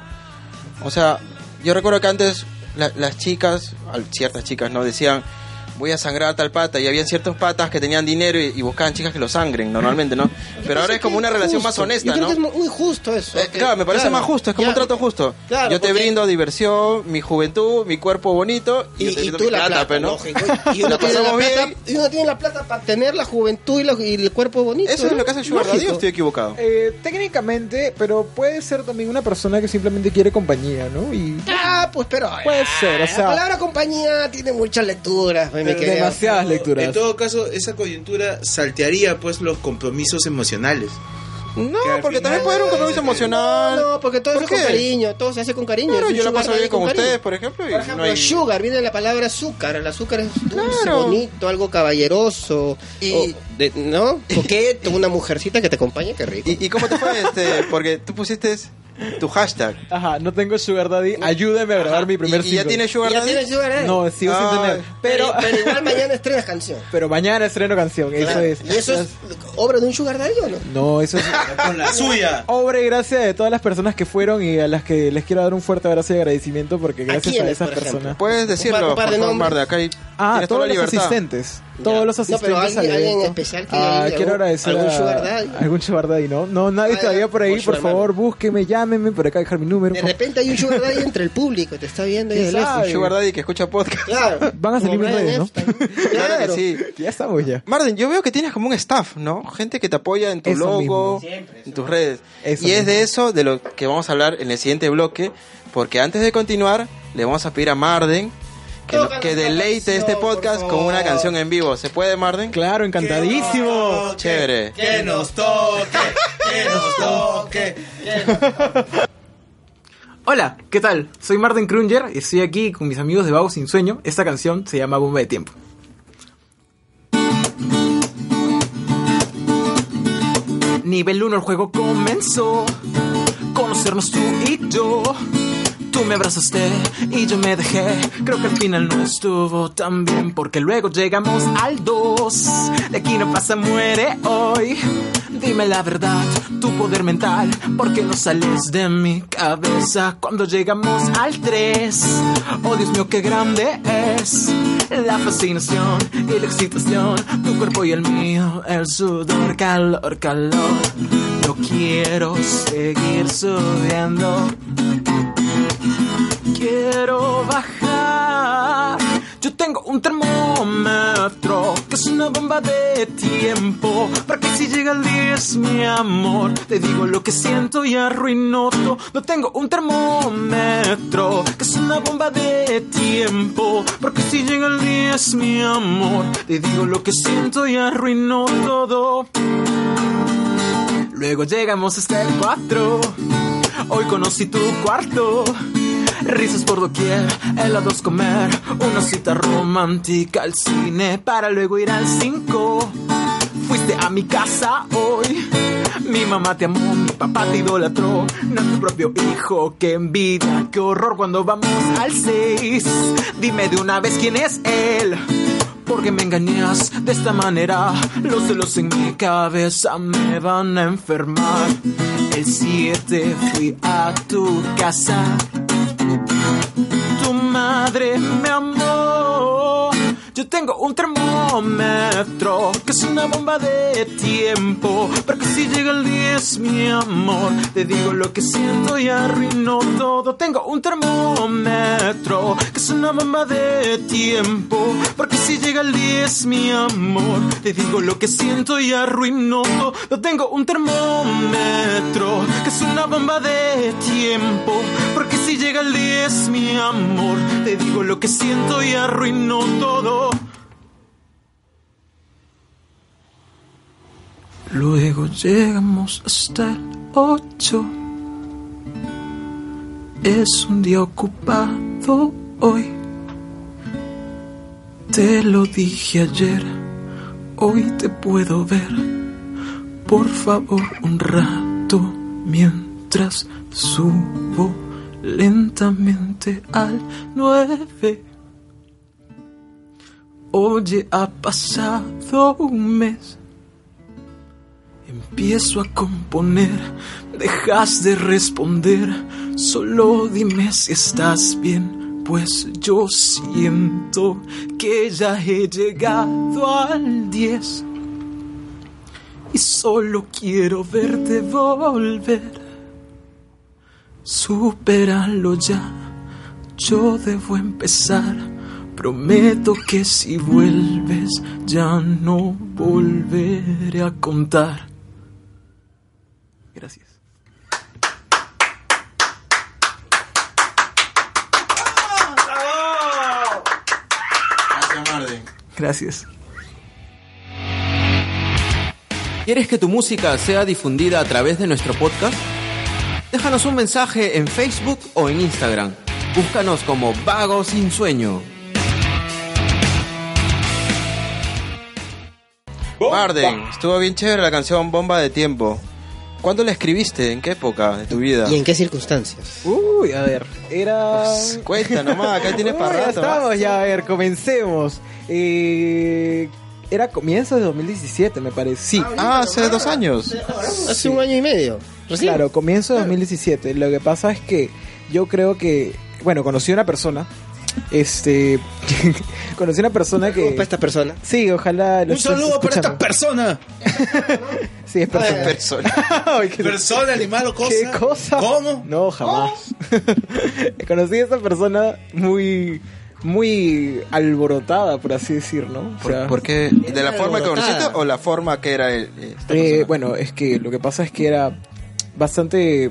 Speaker 1: O sea, yo recuerdo que antes la- las chicas, al- ciertas chicas, ¿no? Decían, voy a sangrar a tal pata. Y habían ciertos patas que tenían dinero y, y buscaban chicas que lo sangren normalmente, ¿no? Pero ahora es como una relación más honesta,
Speaker 3: Yo creo
Speaker 1: ¿no?
Speaker 3: que es muy justo eso.
Speaker 1: Eh, claro, me parece más justo, es como
Speaker 3: Ya.
Speaker 1: un trato justo.
Speaker 3: Claro,
Speaker 1: yo te
Speaker 3: porque-
Speaker 1: brindo diversión, mi juventud, mi cuerpo bonito y,
Speaker 3: Y,
Speaker 1: yo te
Speaker 3: y
Speaker 1: brindo
Speaker 3: tú
Speaker 1: mi
Speaker 3: la plata,
Speaker 1: pues, ¿no?
Speaker 3: lógico.
Speaker 1: *laughs*
Speaker 3: Y uno,
Speaker 1: La
Speaker 3: tiene la
Speaker 1: pasamos
Speaker 3: plata,
Speaker 1: bien.
Speaker 3: y uno tiene la plata para tener la juventud y, la- y el cuerpo bonito.
Speaker 1: Eso es
Speaker 3: ¿no?
Speaker 1: lo que hace el Sugar Daddy, ¿o
Speaker 3: Lógico.
Speaker 1: estoy equivocado.
Speaker 5: Eh, técnicamente, pero puede ser también una persona que simplemente quiere compañía, ¿no? Y
Speaker 3: Ah, pues pero.
Speaker 5: Puede ser, o sea- eh,
Speaker 3: La palabra compañía tiene muchas lecturas, mi querido.
Speaker 5: demasiadas
Speaker 2: En
Speaker 5: lecturas.
Speaker 2: todo caso, esa coyuntura saltearía pues los compromisos emocionales.
Speaker 1: No,
Speaker 2: Que al
Speaker 1: porque también
Speaker 2: final-
Speaker 1: puede haber un compromiso emocional.
Speaker 3: No, porque todo
Speaker 1: ¿Por
Speaker 3: eso es con
Speaker 1: qué?
Speaker 3: cariño, todo se hace con cariño.
Speaker 1: Claro,
Speaker 3: es un
Speaker 1: yo la
Speaker 3: sugar
Speaker 1: paso bien
Speaker 3: daddy
Speaker 1: con
Speaker 3: cariño.
Speaker 1: ustedes, por ejemplo, y
Speaker 3: Por ejemplo,
Speaker 1: no hay...
Speaker 3: sugar viene de la palabra azúcar. El azúcar es dulce,
Speaker 1: Claro.
Speaker 3: bonito, algo caballeroso.
Speaker 1: Y-
Speaker 3: o de- ¿No? Coqueto, una mujercita que te acompañe, qué rico.
Speaker 1: ¿Y, y cómo te fue? Este, porque tú pusiste tu hashtag.
Speaker 5: Ajá, no tengo Sugar Daddy, ayúdame a grabar mi
Speaker 1: Y,
Speaker 5: primer
Speaker 1: y ya
Speaker 5: single.
Speaker 1: tienes Sugar
Speaker 3: Ya
Speaker 1: Daddy.
Speaker 3: tienes sugar daddy.
Speaker 5: No, sigo
Speaker 1: Ah,
Speaker 5: sin tener.
Speaker 3: pero,
Speaker 5: Pero,
Speaker 3: pero igual mañana estrenas canción.
Speaker 5: *laughs* pero mañana estreno canción, eso
Speaker 3: Claro.
Speaker 5: es.
Speaker 3: ¿Y eso es obra de un sugar daddy o no?
Speaker 5: No, eso es *laughs*
Speaker 2: Con la
Speaker 3: Oh.
Speaker 2: suya.
Speaker 5: obra y gracia de todas las personas que fueron y a las que les quiero dar un fuerte abrazo y agradecimiento porque gracias a,
Speaker 3: quiénes,
Speaker 5: esas
Speaker 3: por ejemplo?
Speaker 5: personas.
Speaker 1: Puedes
Speaker 3: par-
Speaker 1: decirlo,
Speaker 3: un par
Speaker 1: por
Speaker 3: de
Speaker 1: favor,
Speaker 3: nombres.
Speaker 1: Marta, acá hay-
Speaker 5: Ah,
Speaker 1: tienes toda
Speaker 5: todos
Speaker 1: la
Speaker 5: los
Speaker 1: libertad.
Speaker 5: asistentes. Todos los
Speaker 3: No, pero
Speaker 5: asistentes.
Speaker 3: alguien-
Speaker 5: al
Speaker 3: alguien
Speaker 5: evento.
Speaker 3: especial que
Speaker 5: Ah,
Speaker 3: haya ido,
Speaker 5: quiero
Speaker 3: algún-
Speaker 5: agradecer
Speaker 3: algún
Speaker 5: a-
Speaker 3: sugar daddy.
Speaker 5: Algún sugar daddy, ¿no? No, nadie
Speaker 3: Ah,
Speaker 5: todavía por
Speaker 3: o
Speaker 5: ahí. Por
Speaker 3: sugar
Speaker 5: favor, búsqueme, llámeme, por acá dejar mi número.
Speaker 3: De repente hay un sugar daddy entre el público, te está viendo y
Speaker 5: ¿Quién
Speaker 3: de lejos.
Speaker 5: sabe?
Speaker 1: Un Sugar Daddy que escucha podcast.
Speaker 3: Claro.
Speaker 5: Van a salir
Speaker 3: Como
Speaker 5: mis
Speaker 3: Brian
Speaker 5: redes, ¿no?
Speaker 3: Epstein.
Speaker 5: *laughs*
Speaker 1: Claro que sí.
Speaker 5: Ya estamos ya.
Speaker 1: Marden, yo veo que tienes como un staff, ¿no? Gente que te apoya en tu
Speaker 5: Eso
Speaker 1: logo,
Speaker 5: mismo.
Speaker 1: en tus redes.
Speaker 5: Eso
Speaker 1: y es de
Speaker 5: mismo.
Speaker 1: eso de lo que vamos a hablar en el siguiente bloque, porque antes de continuar, le vamos a pedir a Marden que,
Speaker 3: Tócanos
Speaker 1: lo- que
Speaker 3: una
Speaker 1: deleite
Speaker 3: canción,
Speaker 1: este
Speaker 3: por
Speaker 1: podcast con
Speaker 3: favor.
Speaker 1: una canción en vivo. ¿Se puede, Marden?
Speaker 5: Claro, encantadísimo.
Speaker 1: Chévere.
Speaker 2: Que nos toque, que nos toque.
Speaker 5: Hola, ¿qué tal? Soy Martin Krunger y estoy aquí con mis amigos de Vago Sin Sueño. Esta canción se llama Bomba de Tiempo. Nivel 1 el juego comenzó, conocernos tú y yo. Tú me abrazaste y yo me dejé. Creo que al final no estuvo tan bien porque luego llegamos al 2. De aquí no pasa, muere hoy. Dime la verdad, tu poder mental, porque no sales de mi cabeza cuando llegamos al 3. Oh Dios mío, qué grande es la fascinación y la excitación. Tu cuerpo y el mío, el sudor, calor, calor. No quiero seguir subiendo quiero bajar. Yo tengo un termómetro que es una bomba de tiempo. Para que si llega el 10, mi amor, te digo lo que siento y arruino todo. No tengo un termómetro que es una bomba de tiempo. Porque si llega el 10, mi amor, te digo lo que siento y arruino todo. Luego llegamos hasta el 4. Hoy conocí tu cuarto. Risas por doquier, helados comer, una cita romántica al cine para luego ir al 5. Fuiste a mi casa hoy. Mi mamá te amó, mi papá te idolatró, no tu propio hijo, qué envidia, qué horror cuando vamos al 6. Dime de una vez quién es él. Porque me engañas de esta manera. Los celos en mi cabeza me van a enfermar. El 7 fui a tu casa. Tu madre me amó. Yo tengo un termómetro que es una bomba de tiempo. Porque si llega el 10, mi amor, te digo lo que siento y arruino todo. Tengo un termómetro que es una bomba de tiempo. Porque si llega el 10, mi amor, te digo lo que siento y arruino todo. No tengo un termómetro que es una bomba de tiempo. Porque si llega el 10, mi amor, te digo lo que siento y arruino todo. Luego llegamos hasta el 8. Es un día ocupado hoy. Te lo dije ayer, hoy te puedo ver. Por favor, un rato mientras subo lentamente al 9.
Speaker 7: Oye, ha pasado un mes. Empiezo a componer, dejas de responder, solo dime si estás bien, pues yo siento que ya he llegado al 10 y solo quiero verte volver. Superalo ya, yo debo empezar. Prometo que si vuelves ya no volveré a contar. Gracias.
Speaker 1: Gracias, Marden.
Speaker 7: Gracias.
Speaker 8: ¿Quieres que tu música sea difundida a través de nuestro podcast? Déjanos un mensaje en Facebook o en Instagram. Búscanos como Vago Sin Sueño.
Speaker 1: Marden, estuvo bien chévere la canción Bomba de Tiempo. ¿Cuándo la escribiste? ¿En qué época de tu vida?
Speaker 3: ¿Y en qué circunstancias?
Speaker 5: Uy, a ver, era...
Speaker 1: Cuenta nomás, acá tienes
Speaker 5: Uy, ya
Speaker 1: para rato. ¿ah?
Speaker 5: estamos, ya, a ver, comencemos. Eh, era comienzo de 2017, me parece. Sí.
Speaker 1: Ah, hace dos años.
Speaker 3: Hace un año y medio. Recién.
Speaker 5: Claro, comienzo de 2017. Lo que pasa es que yo creo que, bueno, conocí a una persona, este, *laughs* conocí a una persona
Speaker 3: Saludos para
Speaker 5: que...
Speaker 3: esta persona.
Speaker 5: Sí, ojalá... lo
Speaker 2: Un
Speaker 5: estés
Speaker 2: saludo para esta
Speaker 5: escuchando.
Speaker 2: persona.
Speaker 5: Sí, es persona.
Speaker 1: Persona.
Speaker 5: Ay, qué-
Speaker 2: Persona, animal o cosa.
Speaker 5: ¿Qué cosa?
Speaker 2: ¿Cómo?
Speaker 5: No, jamás. *laughs* Conocí a esa persona muy, muy alborotada, por así decir, ¿no? O sea,
Speaker 1: ¿Por, por qué? ¿De la
Speaker 3: Era
Speaker 1: forma que
Speaker 3: alborotada.
Speaker 1: conociste o la forma que era él? eh, esta
Speaker 5: eh,
Speaker 1: persona?
Speaker 5: bueno, es que lo que pasa es que era bastante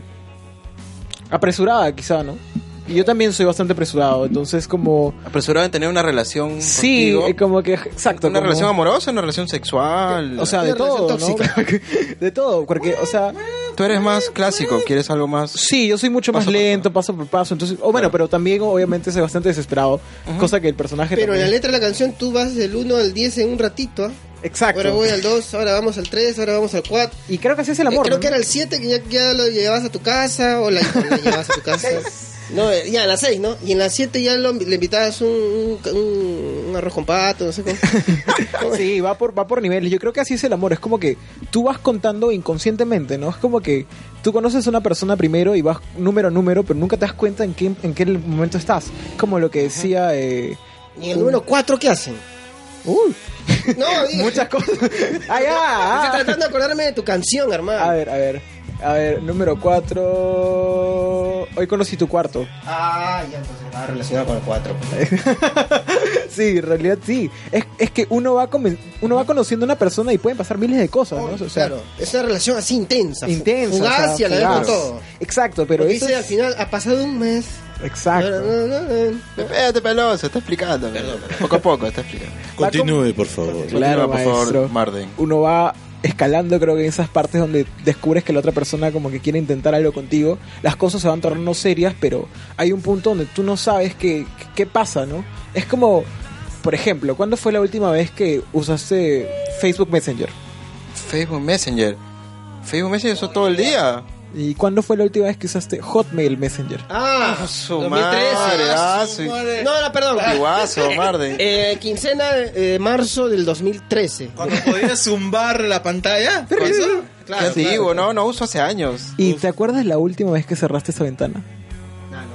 Speaker 5: apresurada, quizá, ¿no? Y yo también soy bastante apresurado, entonces como...
Speaker 1: Apresurado en tener una relación.
Speaker 5: Sí,
Speaker 1: contigo.
Speaker 5: eh, como que... Exacto.
Speaker 1: ¿Una
Speaker 5: como-
Speaker 1: relación amorosa, una relación sexual?
Speaker 5: O sea, de
Speaker 3: Una
Speaker 5: todo, ¿no?
Speaker 3: relación
Speaker 5: *laughs* de todo, porque, o sea...
Speaker 1: tú eres más clásico, quieres algo más.
Speaker 5: Sí, yo soy mucho más
Speaker 1: Paso por
Speaker 5: lento, paso por paso, entonces... O bueno, pero también obviamente soy bastante desesperado, cosa que el personaje...
Speaker 3: Pero en la
Speaker 5: también-
Speaker 3: letra de la canción tú vas del 1 al 10 en un ratito. ¿ah?
Speaker 5: Exacto.
Speaker 3: Ahora voy al 2, ahora vamos al 3, ahora vamos al 4.
Speaker 5: Y creo que así es el amor.
Speaker 3: creo
Speaker 5: ¿no?
Speaker 3: que era el 7 que ya, ya lo llevabas a tu casa o la, o la llevabas a tu
Speaker 5: *laughs*
Speaker 3: casa. No, eh, ya en la 6, ¿no? Y en la 7 ya lo- le invitabas un, un- un- un arroz con pato, no sé cómo.
Speaker 5: Pues Sí, va por, va por niveles. Yo creo que así es el amor. Es como que tú vas contando inconscientemente, ¿no? Es como que tú conoces a una persona primero y vas número a número, pero nunca te das cuenta en qué, en qué momento estás. Como lo que decía... Eh,
Speaker 3: Y en el número 4, ¿qué hacen?
Speaker 5: uy, *laughs*
Speaker 3: No, digo,
Speaker 5: muchas cosas. ¡Ah,
Speaker 3: *laughs*
Speaker 5: ya!
Speaker 3: Estoy
Speaker 5: ah.
Speaker 3: tratando de acordarme de tu canción, hermano.
Speaker 5: A ver, a ver. A ver, número 4. Hoy conocí tu cuarto.
Speaker 3: Ah, ya entonces va relacionado con el 4.
Speaker 5: sí, en realidad sí. Es, es que uno va, comen- uno va conociendo a una persona y pueden pasar miles de cosas, ¿no? O sea,
Speaker 3: claro, es una relación así intensa. fu-
Speaker 5: intensa.
Speaker 3: Fugaz
Speaker 5: o sea,
Speaker 3: y a la vez con
Speaker 5: fugaz.
Speaker 3: todo.
Speaker 5: Exacto, pero
Speaker 3: Pero
Speaker 5: eso
Speaker 3: dice
Speaker 5: es-
Speaker 3: al final, ha pasado un mes.
Speaker 5: Exacto.
Speaker 3: No, no, no, no.
Speaker 1: Espérate, peloso, está explicando. Poco a poco, está explicando.
Speaker 2: Continúe, por favor.
Speaker 1: Continúa,
Speaker 5: Claro,
Speaker 1: por favor,
Speaker 5: maestro.
Speaker 1: Marden.
Speaker 5: Uno va escalando, creo que en esas partes donde descubres que la otra persona como que quiere intentar algo contigo, las cosas se van tornando serias, pero hay un punto donde tú no sabes qué, qué pasa, ¿no? Es como, por ejemplo, ¿cuándo fue la última vez que usaste Facebook Messenger?
Speaker 1: Facebook Messenger. Facebook Messenger eso todo el día.
Speaker 5: ¿Y cuándo fue la última vez que usaste Hotmail Messenger?
Speaker 3: Ah,
Speaker 1: su
Speaker 3: 2013.
Speaker 1: madre, ah,
Speaker 3: Ah,
Speaker 1: su-
Speaker 3: No, no, perdón.
Speaker 5: Ah.
Speaker 1: Guaso, Marden.
Speaker 3: Ah. Eh, quincena de marzo del 2013.
Speaker 2: Cuando podías zumbar la pantalla. ¿Con eso?
Speaker 1: Qué antiguo, no, no uso hace años.
Speaker 5: ¿Y te acuerdas la última vez que cerraste esa ventana?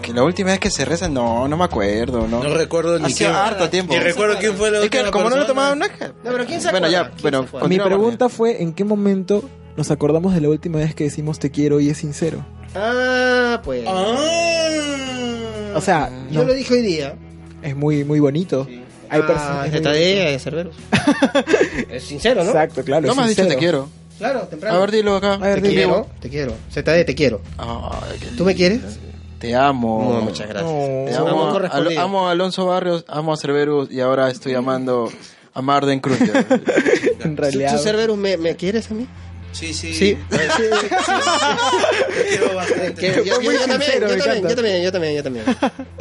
Speaker 1: Que la última vez que se reza, no, no me acuerdo, no.
Speaker 2: No recuerdo ni
Speaker 1: Hacía
Speaker 2: quién.
Speaker 1: harto tiempo.
Speaker 2: Ni recuerdo quién fue la
Speaker 1: Es que
Speaker 2: última
Speaker 1: como no lo tomaba
Speaker 2: persona.
Speaker 1: una.
Speaker 3: pero ¿quién se
Speaker 1: Bueno,
Speaker 3: acuerda?
Speaker 1: ya,
Speaker 3: ¿Quién
Speaker 1: bueno,
Speaker 3: se acuerda?
Speaker 5: Mi
Speaker 1: continúa,
Speaker 5: pregunta fue, ¿en qué momento nos acordamos de la última vez que decimos te quiero y es sincero?
Speaker 3: Ah, pues.
Speaker 2: Ah.
Speaker 5: O sea,
Speaker 3: Yo
Speaker 5: no-
Speaker 3: lo dije hoy día.
Speaker 5: es muy muy bonito. Hay
Speaker 3: ah,
Speaker 5: personas
Speaker 3: ZD, Cerberus. *laughs* es sincero, ¿no?
Speaker 5: Exacto, claro.
Speaker 1: Marden. No me has dicho
Speaker 5: sincero.
Speaker 1: te quiero.
Speaker 3: Claro,
Speaker 1: A
Speaker 3: temprano.
Speaker 1: ver, dilo acá.
Speaker 5: ver,
Speaker 3: te
Speaker 5: dime.
Speaker 3: quiero, te quiero. ZD, te quiero.
Speaker 1: Ay, qué
Speaker 3: ¿Tú me quieres?
Speaker 1: Te amo.
Speaker 3: No, muchas gracias.
Speaker 1: Te
Speaker 3: Es un amor
Speaker 1: amo, a-
Speaker 3: correspondido.
Speaker 1: Al- amo a Alonso Barrios, amo a Cerberus y ahora estoy amando a Marden *laughs* Cruz.
Speaker 5: *laughs* En
Speaker 3: ¿Tú, tú,
Speaker 5: realidad.
Speaker 3: Cerberus, me, me quieres a mí?
Speaker 2: Sí, sí.
Speaker 3: Sí.
Speaker 2: Te quiero bastante.
Speaker 3: Que- yo, yo-
Speaker 5: muy
Speaker 3: yo también,
Speaker 5: sincero,
Speaker 3: yo,
Speaker 5: me
Speaker 3: también,
Speaker 5: encanta.
Speaker 3: yo también, yo también, yo
Speaker 5: *laughs*
Speaker 3: también.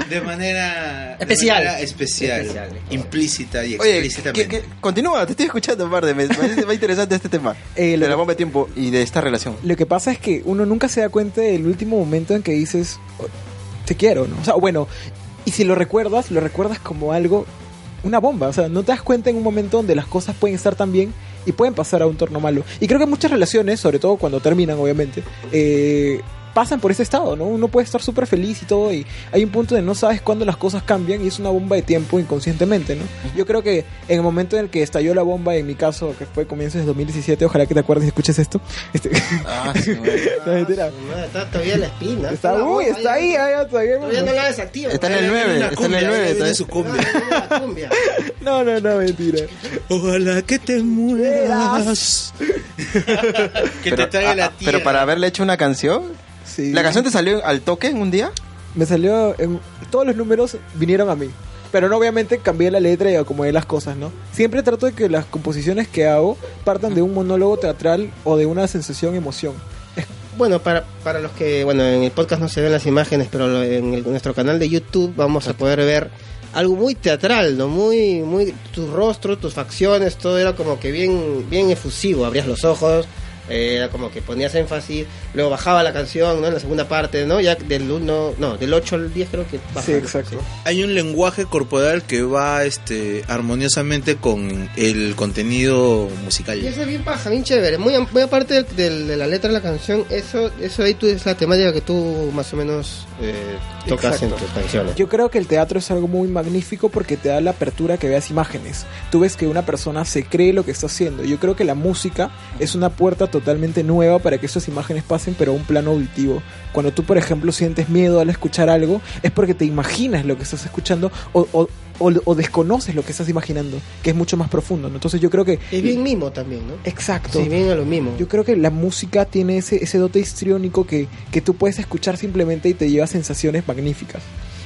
Speaker 2: De manera de
Speaker 3: Especial.
Speaker 2: manera especial,
Speaker 3: Especial, claro.
Speaker 2: implícita
Speaker 1: Oye,
Speaker 2: y
Speaker 1: ¿qué-
Speaker 2: explícitamente.
Speaker 1: qué- continúa, te estoy escuchando, Marden. Me parece más interesante este *laughs* tema.
Speaker 5: Eh,
Speaker 1: de
Speaker 5: lo
Speaker 1: la
Speaker 5: que-
Speaker 1: bomba de tiempo y de esta relación.
Speaker 5: Lo que pasa es que uno nunca se da cuenta del último momento en que dices "Oh, te quiero, ¿no? O sea, bueno, y si lo recuerdas, lo recuerdas como algo una bomba. O sea, no te das cuenta en un momento donde las cosas pueden estar tan bien y pueden pasar a un torno malo. Y creo que muchas relaciones, sobre todo cuando terminan, obviamente, eh, pasan por ese estado, ¿no? Uno puede estar súper feliz y todo, y hay un punto de no sabes cuándo las cosas cambian y es una bomba de tiempo inconscientemente, ¿no? Yo creo que en el momento en el que estalló la bomba, en mi caso, que fue comienzos de 2017, ojalá que te acuerdes y escuches esto. Este,
Speaker 1: *laughs*
Speaker 5: *laughs*
Speaker 1: Ah, sí, güey.
Speaker 5: no, mentira.
Speaker 3: Está todavía en la espina.
Speaker 5: Está,
Speaker 3: Ah, Una
Speaker 5: uy,
Speaker 3: bomba
Speaker 5: está ahí, ahí, todavía-
Speaker 3: Todavía no la desactiva.
Speaker 1: Está en el 9, está en el 9. está-
Speaker 3: cumbia.
Speaker 5: No, no, no, mentira.
Speaker 2: Ojalá que te mueras.
Speaker 1: Pero, ah, ah, pero para haberle hecho una canción.
Speaker 5: Sí.
Speaker 1: ¿La canción te salió al toque en un día?
Speaker 5: me salió en- todos los números vinieron a mí pero no obviamente cambié la letra y acomodé las cosas no siempre trato de que las composiciones que hago partan de un monólogo teatral o de una sensación emoción
Speaker 3: Bueno, para, para los que, bueno, en el podcast no se ven las imágenes, pero lo- en el- nuestro canal de YouTube vamos a poder ver algo muy teatral, ¿no? Muy, muy, tu rostro, tus facciones, todo era como que bien, bien efusivo, abrías los ojos, eh, era como que ponías énfasis, luego bajaba la canción, ¿no? En la segunda parte, ¿no? Ya del 1, no, del 8 al 10 creo que baja.
Speaker 2: Hay un lenguaje corporal que va este armoniosamente con el contenido musical.
Speaker 3: Y eso es bien paja, bien chévere. Muy, am- muy aparte del- del- de la letra de la canción, eso, eso ahí tú es la temática que tú más o menos eh, tocas
Speaker 5: Exacto.
Speaker 3: en tus canciones.
Speaker 5: Yo creo que el teatro es algo muy magnífico porque te da la apertura que veas imágenes. Tú ves que una persona se cree lo que está haciendo. Yo creo que la música es una puerta totalmente nueva para que esas imágenes pasen, pero a un plano auditivo. Cuando tú, por ejemplo, sientes miedo al escuchar algo, es porque te imaginas lo que estás escuchando o, o- o- o desconoces lo que estás imaginando, que es mucho más profundo. ¿no? Entonces yo creo que...
Speaker 3: Es bien mimo también, ¿no?
Speaker 5: Exacto.
Speaker 3: Sí, bien a lo mismo.
Speaker 5: Yo creo que la música tiene ese, ese dote histriónico que, que tú puedes escuchar simplemente y te lleva sensaciones magníficas.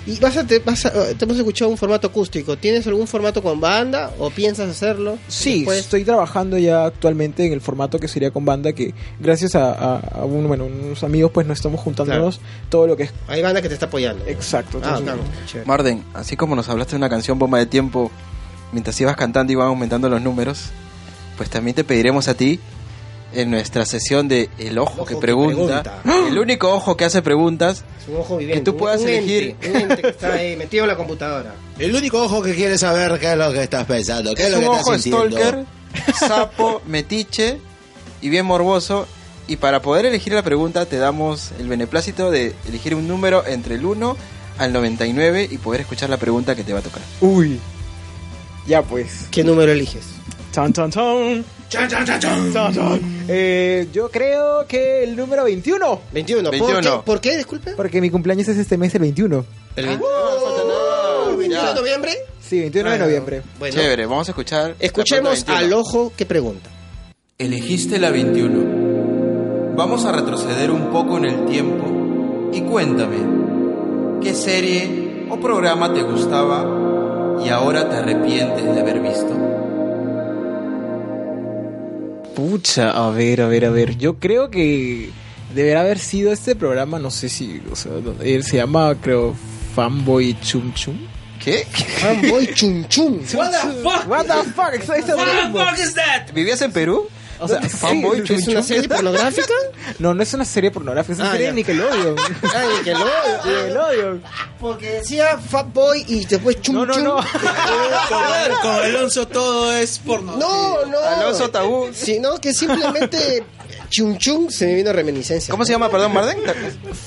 Speaker 3: Y vas a, te, vas a- te hemos escuchado un formato acústico. ¿Tienes algún formato con banda o piensas hacerlo?
Speaker 5: Sí,
Speaker 3: Después-
Speaker 5: estoy trabajando ya actualmente en el formato que sería con banda, que gracias a, a- a un- bueno, unos amigos pues nos estamos juntándonos todo lo que es...
Speaker 3: Hay banda que te está apoyando.
Speaker 5: Exacto.
Speaker 3: Ah,
Speaker 5: entonces-
Speaker 3: claro. Chévere.
Speaker 1: Marden, así como nos hablaste de una canción bomba de tiempo, mientras ibas cantando y iban aumentando los números, pues también te pediremos a ti en nuestra sesión de El Ojo,
Speaker 3: Ojo
Speaker 1: que,
Speaker 3: que
Speaker 1: pregunta, ¡Ah!
Speaker 3: pregunta.
Speaker 1: el único ojo que hace preguntas,
Speaker 3: Es un ojo viviente.
Speaker 1: Que tú
Speaker 3: un-
Speaker 1: puedas
Speaker 3: un ente,
Speaker 1: elegir.
Speaker 3: un ente que está ahí metido en la computadora.
Speaker 2: El único ojo que quiere saber qué es lo que estás pensando, qué es,
Speaker 1: es
Speaker 2: lo
Speaker 1: un
Speaker 2: que
Speaker 1: ojo
Speaker 2: estás sintiendo. *laughs*
Speaker 1: stalker, sapo, metiche y bien morboso. Y para poder elegir la pregunta te damos el beneplácito de elegir un número entre el 1 al 99 y poder escuchar la pregunta que te va a tocar.
Speaker 5: Uy. Ya pues.
Speaker 3: ¿Qué número eliges?
Speaker 5: Chan, chan, chan. Chan, chan. Eh, yo creo que el número 21.
Speaker 3: 21. ¿Por
Speaker 1: 21.
Speaker 3: qué? ¿Por qué? Disculpe.
Speaker 5: Porque mi cumpleaños es este mes el 21.
Speaker 2: El
Speaker 3: Ah,
Speaker 2: veinte-
Speaker 3: ¡Oh! ¿21
Speaker 1: Ya.
Speaker 3: de noviembre?
Speaker 5: Sí, 21 de
Speaker 3: Ah,
Speaker 5: noviembre.
Speaker 3: Bueno,
Speaker 1: Chévere, vamos a escuchar. la
Speaker 3: escuchemos
Speaker 1: pregunta 21.
Speaker 3: al ojo que pregunta.
Speaker 4: Elegiste la 21. Vamos a retroceder un poco en el tiempo y cuéntame, ¿qué serie o programa te gustaba y ahora te arrepientes de haber visto?
Speaker 5: Pucha, a ver, a ver, a ver. Yo creo que deberá haber sido este programa, no sé si, o sea, no- él se llama, creo, Fanboy Chum Chum.
Speaker 1: ¿Qué?
Speaker 3: Fanboy chum chum.
Speaker 5: What the fuck? What the fuck? Eso- eso mismo.
Speaker 1: ¿Vivías en Perú?
Speaker 5: O
Speaker 3: *laughs*
Speaker 5: sea, sí,
Speaker 1: fanboy
Speaker 5: es
Speaker 1: chum
Speaker 3: ¿Es
Speaker 5: una
Speaker 3: una
Speaker 5: serie-
Speaker 3: serie pornográfica?
Speaker 5: No, no es una serie pornográfica, es una
Speaker 3: Ah,
Speaker 5: serie de
Speaker 3: ya. *laughs*
Speaker 5: Nickelodeon.
Speaker 3: Ay, que lo *laughs*
Speaker 5: Nickelodeon.
Speaker 3: Porque decía Fatboy y después chum
Speaker 5: No, no,
Speaker 3: chum.
Speaker 5: no.
Speaker 2: Con- Con Alonso todo es porno.
Speaker 3: No, Ah, no. este
Speaker 1: Alonso Tabú.
Speaker 3: Sino que simplemente chum chum se me vino reminiscencia.
Speaker 1: ¿Cómo se llama, perdón, Marden?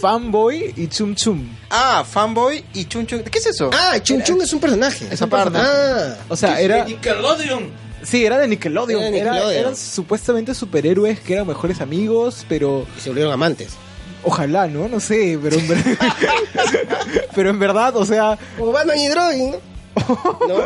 Speaker 5: Fanboy y Chum Chum.
Speaker 1: Ah, fanboy y chun chun. ¿Qué es eso?
Speaker 3: Ah, chum chum es un personaje.
Speaker 1: Esa parte.
Speaker 3: Ah.
Speaker 5: O sea, era.
Speaker 6: Nickelodeon.
Speaker 5: Sí, era de Nickelodeon.
Speaker 3: Era de
Speaker 5: Era-
Speaker 3: Nickelodeon.
Speaker 5: eran supuestamente superhéroes que eran mejores amigos, pero.
Speaker 3: Y se volvieron amantes.
Speaker 5: Ojalá, ¿no? No sé, pero en verdad. *laughs* pero en verdad, o sea,
Speaker 3: Como Batman y Droid, ¿no? ¿No?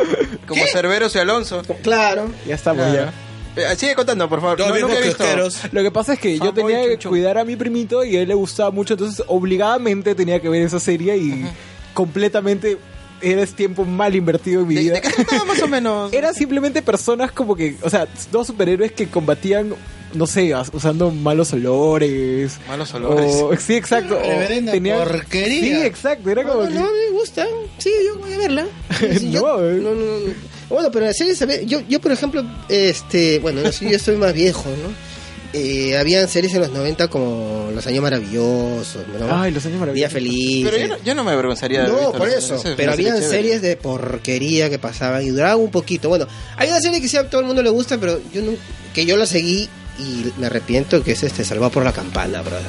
Speaker 1: Como Cerberos y Alonso.
Speaker 3: Claro.
Speaker 5: ya estamos ya.
Speaker 1: Eh, sigue contando, por favor.
Speaker 2: Dos
Speaker 1: No, nunca he
Speaker 2: viejos
Speaker 1: visto.
Speaker 2: kiosqueros.
Speaker 5: Lo que pasa es que yo
Speaker 1: Fanboy
Speaker 5: tenía que
Speaker 1: chuchu.
Speaker 5: cuidar a mi primito y a él le gustaba mucho, entonces obligadamente tenía que ver esa serie y completamente era ese tiempo mal invertido en mi
Speaker 1: ¿De,
Speaker 5: vida.
Speaker 1: de qué
Speaker 2: *laughs*
Speaker 1: trataba más o menos?
Speaker 5: Eran simplemente personas como que, o sea, dos superhéroes que combatían, no sé, as- usando malos olores.
Speaker 1: Malos olores.
Speaker 5: O- sí, exacto. o
Speaker 2: Reverenda porquería.
Speaker 5: Sí, exacto. Era
Speaker 3: No,
Speaker 5: como
Speaker 3: no,
Speaker 5: que-
Speaker 3: no, me gusta. Sí, yo voy a verla. Sí,
Speaker 5: *laughs*
Speaker 3: sí, yo-
Speaker 5: No, eh.
Speaker 3: no, no, no. Bueno, pero la serie, ¿sabes? Yo, yo, por ejemplo, este, bueno, no sé, yo soy más viejo, ¿no? eh, habían series en los 90 como Los Años Maravillosos, ¿no?
Speaker 5: Ay, los años
Speaker 3: Día
Speaker 5: maravillosos.
Speaker 3: Feliz.
Speaker 1: Pero yo no, yo no me avergonzaría de haber
Speaker 3: No,
Speaker 1: visto
Speaker 3: por
Speaker 1: la-
Speaker 3: eso.
Speaker 1: esa es
Speaker 3: pero
Speaker 1: una serie
Speaker 3: habían
Speaker 1: chévere.
Speaker 3: series de porquería que pasaban y duraban un poquito. Bueno, hay una serie que sí a todo el mundo le gusta, pero yo no, que yo la seguí y me arrepiento que es este Salvado por la Campana, brother.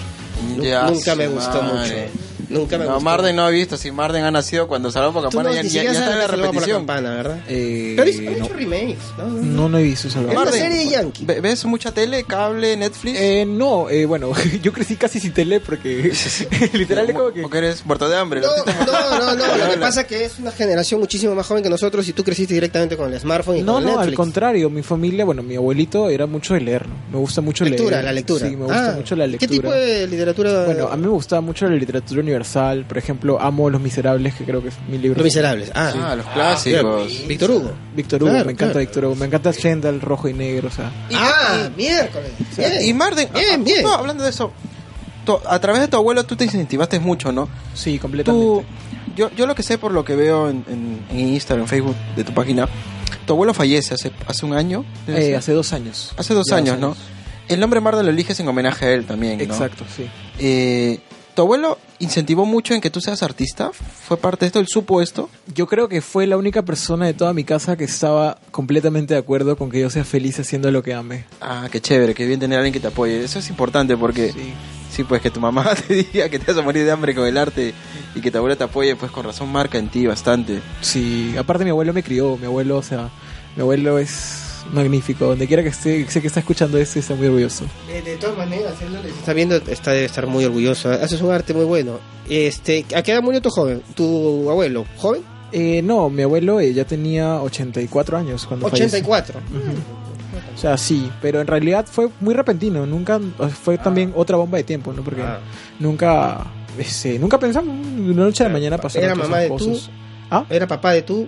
Speaker 3: Nu-
Speaker 1: Ya,
Speaker 3: nunca me
Speaker 1: su
Speaker 3: gustó
Speaker 1: madre.
Speaker 3: mucho. Nunca me
Speaker 1: No,
Speaker 3: gustó.
Speaker 1: Marden no ha visto. Si Marden ha nacido cuando salió por
Speaker 3: Tú no,
Speaker 1: campana, ya,
Speaker 3: ni
Speaker 1: ya,
Speaker 3: siquiera
Speaker 1: ya está en
Speaker 3: sabes
Speaker 1: la
Speaker 3: Salvado por la
Speaker 1: repetición.
Speaker 3: Campana, ¿verdad? Mm.
Speaker 5: Eh,
Speaker 3: pero hizo- han
Speaker 5: no.
Speaker 3: hecho remakes, ¿no? no, no.
Speaker 5: No, no he visto esa
Speaker 3: Es una
Speaker 1: Marden,
Speaker 3: serie yankee.
Speaker 1: ¿ve- ¿Ves mucha tele, cable, Netflix?
Speaker 5: Eh, no, eh, bueno, *laughs* yo crecí casi sin
Speaker 1: *laughs*
Speaker 5: tele porque literal es como que...
Speaker 1: ¿O que eres muerto de hambre?
Speaker 3: No, no, no, no, Lo que
Speaker 1: Habla.
Speaker 3: pasa que es una generación muchísimo más joven que nosotros y tú creciste directamente con el smartphone y
Speaker 5: No,
Speaker 3: con
Speaker 5: no, al
Speaker 3: Netflix.
Speaker 5: contrario, mi familia, bueno, mi abuelito era mucho de leer, ¿no? Me gusta mucho
Speaker 3: lectura,
Speaker 5: leer.
Speaker 3: la lectura.
Speaker 5: Sí, me gusta
Speaker 3: Ah,
Speaker 5: mucho la lectura.
Speaker 3: ¿Qué tipo de literatura?
Speaker 5: Bueno, a mí me gustaba mucho la literatura universal, por ejemplo, amo Los Miserables, que creo que es mi libro.
Speaker 3: Los Miserables. Ah,
Speaker 1: Ah, los clásicos.
Speaker 3: bien. Víctor Hugo.
Speaker 5: Víctor Hugo,
Speaker 3: Claro,
Speaker 5: me encanta
Speaker 3: claro.
Speaker 5: Víctor Hugo, me encanta Stendhal, rojo y negro, o sea.
Speaker 3: Ah, miércoles. Bien.
Speaker 1: Y Marden, ah,
Speaker 3: Bien,
Speaker 1: ah,
Speaker 3: bien.
Speaker 1: no, hablando de eso, to- a través de tu abuelo tú te incentivaste mucho, ¿no?
Speaker 5: Sí, completamente.
Speaker 1: Tú, yo, yo lo que sé por lo que veo en, en- en Instagram, en Facebook, de tu página, tu abuelo fallece hace, hace un año. debe
Speaker 5: Eh,
Speaker 1: ser.
Speaker 5: hace dos años.
Speaker 1: Hace dos
Speaker 5: Ya
Speaker 1: años, ¿no? El nombre Marden lo eliges en homenaje a él también, ¿no?
Speaker 5: Exacto, sí.
Speaker 1: Eh, ¿Tu abuelo incentivó mucho en que tú seas artista? ¿Fue parte de esto? ¿Él supo esto?
Speaker 5: Yo creo que fue la única persona de toda mi casa que estaba completamente de acuerdo con que yo sea feliz haciendo lo que ame.
Speaker 1: Ah, qué chévere, qué bien tener a alguien que te apoye. Eso es importante porque...
Speaker 5: Sí.
Speaker 1: Sí, pues que tu mamá *laughs* te diga que te vas a morir de hambre con el arte y que tu abuela te apoye, pues con razón marca en ti bastante.
Speaker 5: Sí, aparte mi abuelo me crió, mi abuelo, o sea, mi abuelo es magnífico. Donde quiera que esté, sé que está escuchando esto y está muy orgulloso.
Speaker 3: Eh, de todas maneras, él lo- está viendo, está debe estar muy orgulloso. Haces un arte muy bueno. Este, ¿a qué edad murió tu joven? ¿Tu abuelo? ¿Joven?
Speaker 5: Eh, no, mi abuelo eh, ya tenía 84 años cuando falleció.
Speaker 3: 84.
Speaker 5: O sea, sí, pero en realidad fue muy repentino. Nunca o sea, fue también otra bomba de tiempo, ¿no? Porque
Speaker 3: Ah.
Speaker 5: nunca, este, nunca pensamos de una noche a la mañana pasaron
Speaker 3: ¿Era
Speaker 5: todas
Speaker 3: mamá de
Speaker 5: esas
Speaker 3: tú?
Speaker 5: cosas. Ah,
Speaker 3: Era papá de tú,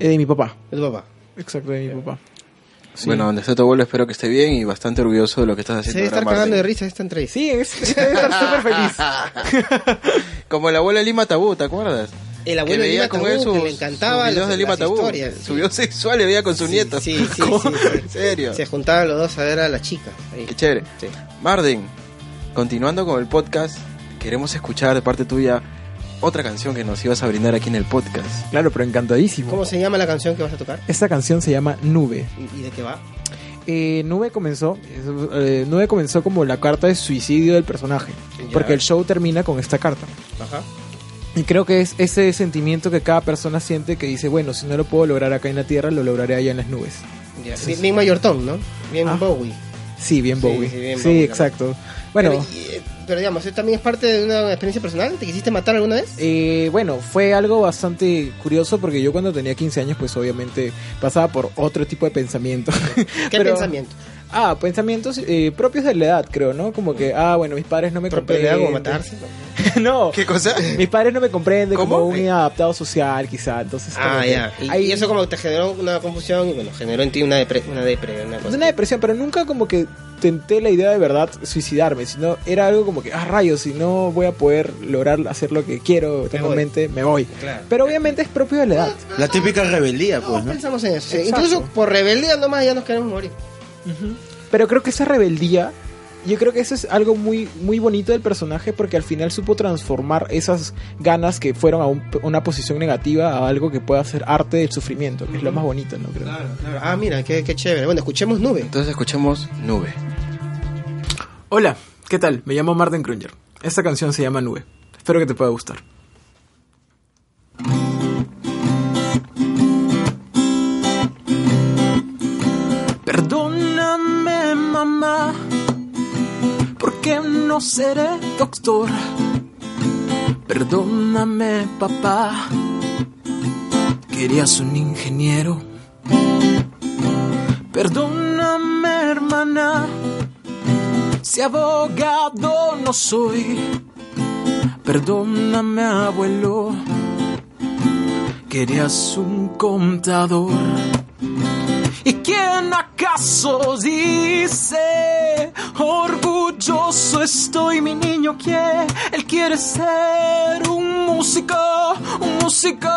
Speaker 5: eh, de mi papá.
Speaker 3: de tu papá.
Speaker 5: Exacto, de mi papá. Sí.
Speaker 1: Bueno, donde esté tu abuelo, espero que esté bien y bastante orgulloso de lo que estás
Speaker 3: Se
Speaker 1: haciendo.
Speaker 3: debe estar
Speaker 1: ahora,
Speaker 3: cagando de
Speaker 1: Martín.
Speaker 3: risa esta entrevista.
Speaker 5: Sí, es, debe estar súper feliz.
Speaker 1: Como el abuelo de Lima Tabú, ¿te acuerdas?
Speaker 3: El abuelo
Speaker 1: que
Speaker 3: de
Speaker 1: veía
Speaker 3: Lima
Speaker 1: con
Speaker 3: Tabú,
Speaker 1: él sus,
Speaker 3: que le encantaba
Speaker 1: sus videos
Speaker 3: las-
Speaker 1: de Lima
Speaker 3: las
Speaker 1: Tabú.
Speaker 3: historias, sí.
Speaker 1: Su video sexual le veía con su
Speaker 3: Sí,
Speaker 1: nieto.
Speaker 3: sí, sí,
Speaker 1: *laughs* ¿Cómo?
Speaker 3: sí, sí.
Speaker 1: En serio.
Speaker 3: Se juntaban los dos a ver a la chica. ahí.
Speaker 1: Qué chévere.
Speaker 3: Sí.
Speaker 1: Marden, continuando con el podcast, queremos escuchar de parte tuya otra canción que nos ibas a brindar aquí en el podcast.
Speaker 5: Claro, pero encantadísimo.
Speaker 3: ¿Cómo se llama la canción que vas a tocar?
Speaker 5: Esta canción se llama Nube.
Speaker 3: ¿Y- ¿Y de qué va?
Speaker 5: Eh, Nube comenzó, eh, Nube comenzó como la carta de suicidio del personaje,
Speaker 3: Ya.
Speaker 5: porque el show termina con esta carta.
Speaker 3: Ajá.
Speaker 5: Y creo que es ese sentimiento que cada persona siente que dice, bueno, si no lo puedo lograr acá en la tierra, lo lograré allá en las nubes.
Speaker 3: Ya. Bien, bien Mayortón, ¿no? Bien
Speaker 5: Ah.
Speaker 3: Bowie.
Speaker 5: Sí, bien
Speaker 3: Sí,
Speaker 5: Bowie.
Speaker 3: sí,
Speaker 5: Sí,
Speaker 3: bien Bowie,
Speaker 5: exacto. Bueno,
Speaker 3: Pero, y, eh, pero digamos, ¿eh, también es parte de una experiencia personal. ¿Te quisiste matar alguna vez?
Speaker 5: eh, bueno, fue algo bastante curioso porque yo cuando tenía 15 años, pues obviamente pasaba por otro tipo de pensamiento.
Speaker 3: ¿Qué
Speaker 5: *laughs* Pero-
Speaker 3: pensamiento?
Speaker 5: Ah, pensamientos eh, propios de la edad, creo, ¿no?
Speaker 3: Mm.
Speaker 5: Como que, ah, bueno, mis padres no me
Speaker 3: ¿Propiedad
Speaker 5: comprenden.
Speaker 3: como matarse?
Speaker 5: *laughs* no,
Speaker 1: ¿Qué cosa?
Speaker 5: mis padres no me comprenden
Speaker 1: ¿Cómo?
Speaker 5: como un adaptado social, quizá. Entonces, como
Speaker 3: Ah,
Speaker 5: que
Speaker 3: ya. Y,
Speaker 5: ahí-
Speaker 3: y eso como te generó una confusión y bueno, generó en ti una depre, una depre, una
Speaker 5: Es
Speaker 3: cosa.
Speaker 5: una depresión, pero nunca como que tenté la idea de verdad suicidarme, sino era algo como que, ah, rayos, si no voy a poder lograr hacer lo que quiero, tengo
Speaker 3: voy.
Speaker 5: en mente, me voy.
Speaker 3: Claro.
Speaker 5: Pero obviamente es propio de la edad.
Speaker 2: La típica rebeldía,
Speaker 3: Todos
Speaker 2: pues, ¿no?
Speaker 3: pensamos en eso. sí.
Speaker 5: Exacto.
Speaker 3: Incluso por rebeldía nomás ya nos queremos morir.
Speaker 5: Pero creo que esa rebeldía, yo creo que eso es algo muy, muy bonito del personaje porque al final supo transformar esas ganas que fueron a un- una posición negativa a algo que pueda ser arte del sufrimiento, que es lo más bonito, ¿no? Creo.
Speaker 3: Claro. Ah, mira, qué, qué chévere. Bueno, escuchemos Nube.
Speaker 1: Entonces escuchemos Nube.
Speaker 5: Hola, ¿qué tal? Me llamo Martin Krunger. Esta canción se llama Nube. Espero que te pueda gustar.
Speaker 7: Perdóname, mamá, porque no seré doctor. Perdóname, papá, querías un ingeniero. Perdóname, hermana, si abogado no soy. Perdóname, abuelo, querías un contador. ¿Y quién acaso dice? Orgulloso estoy, mi niño, que él quiere ser un músico, un músico.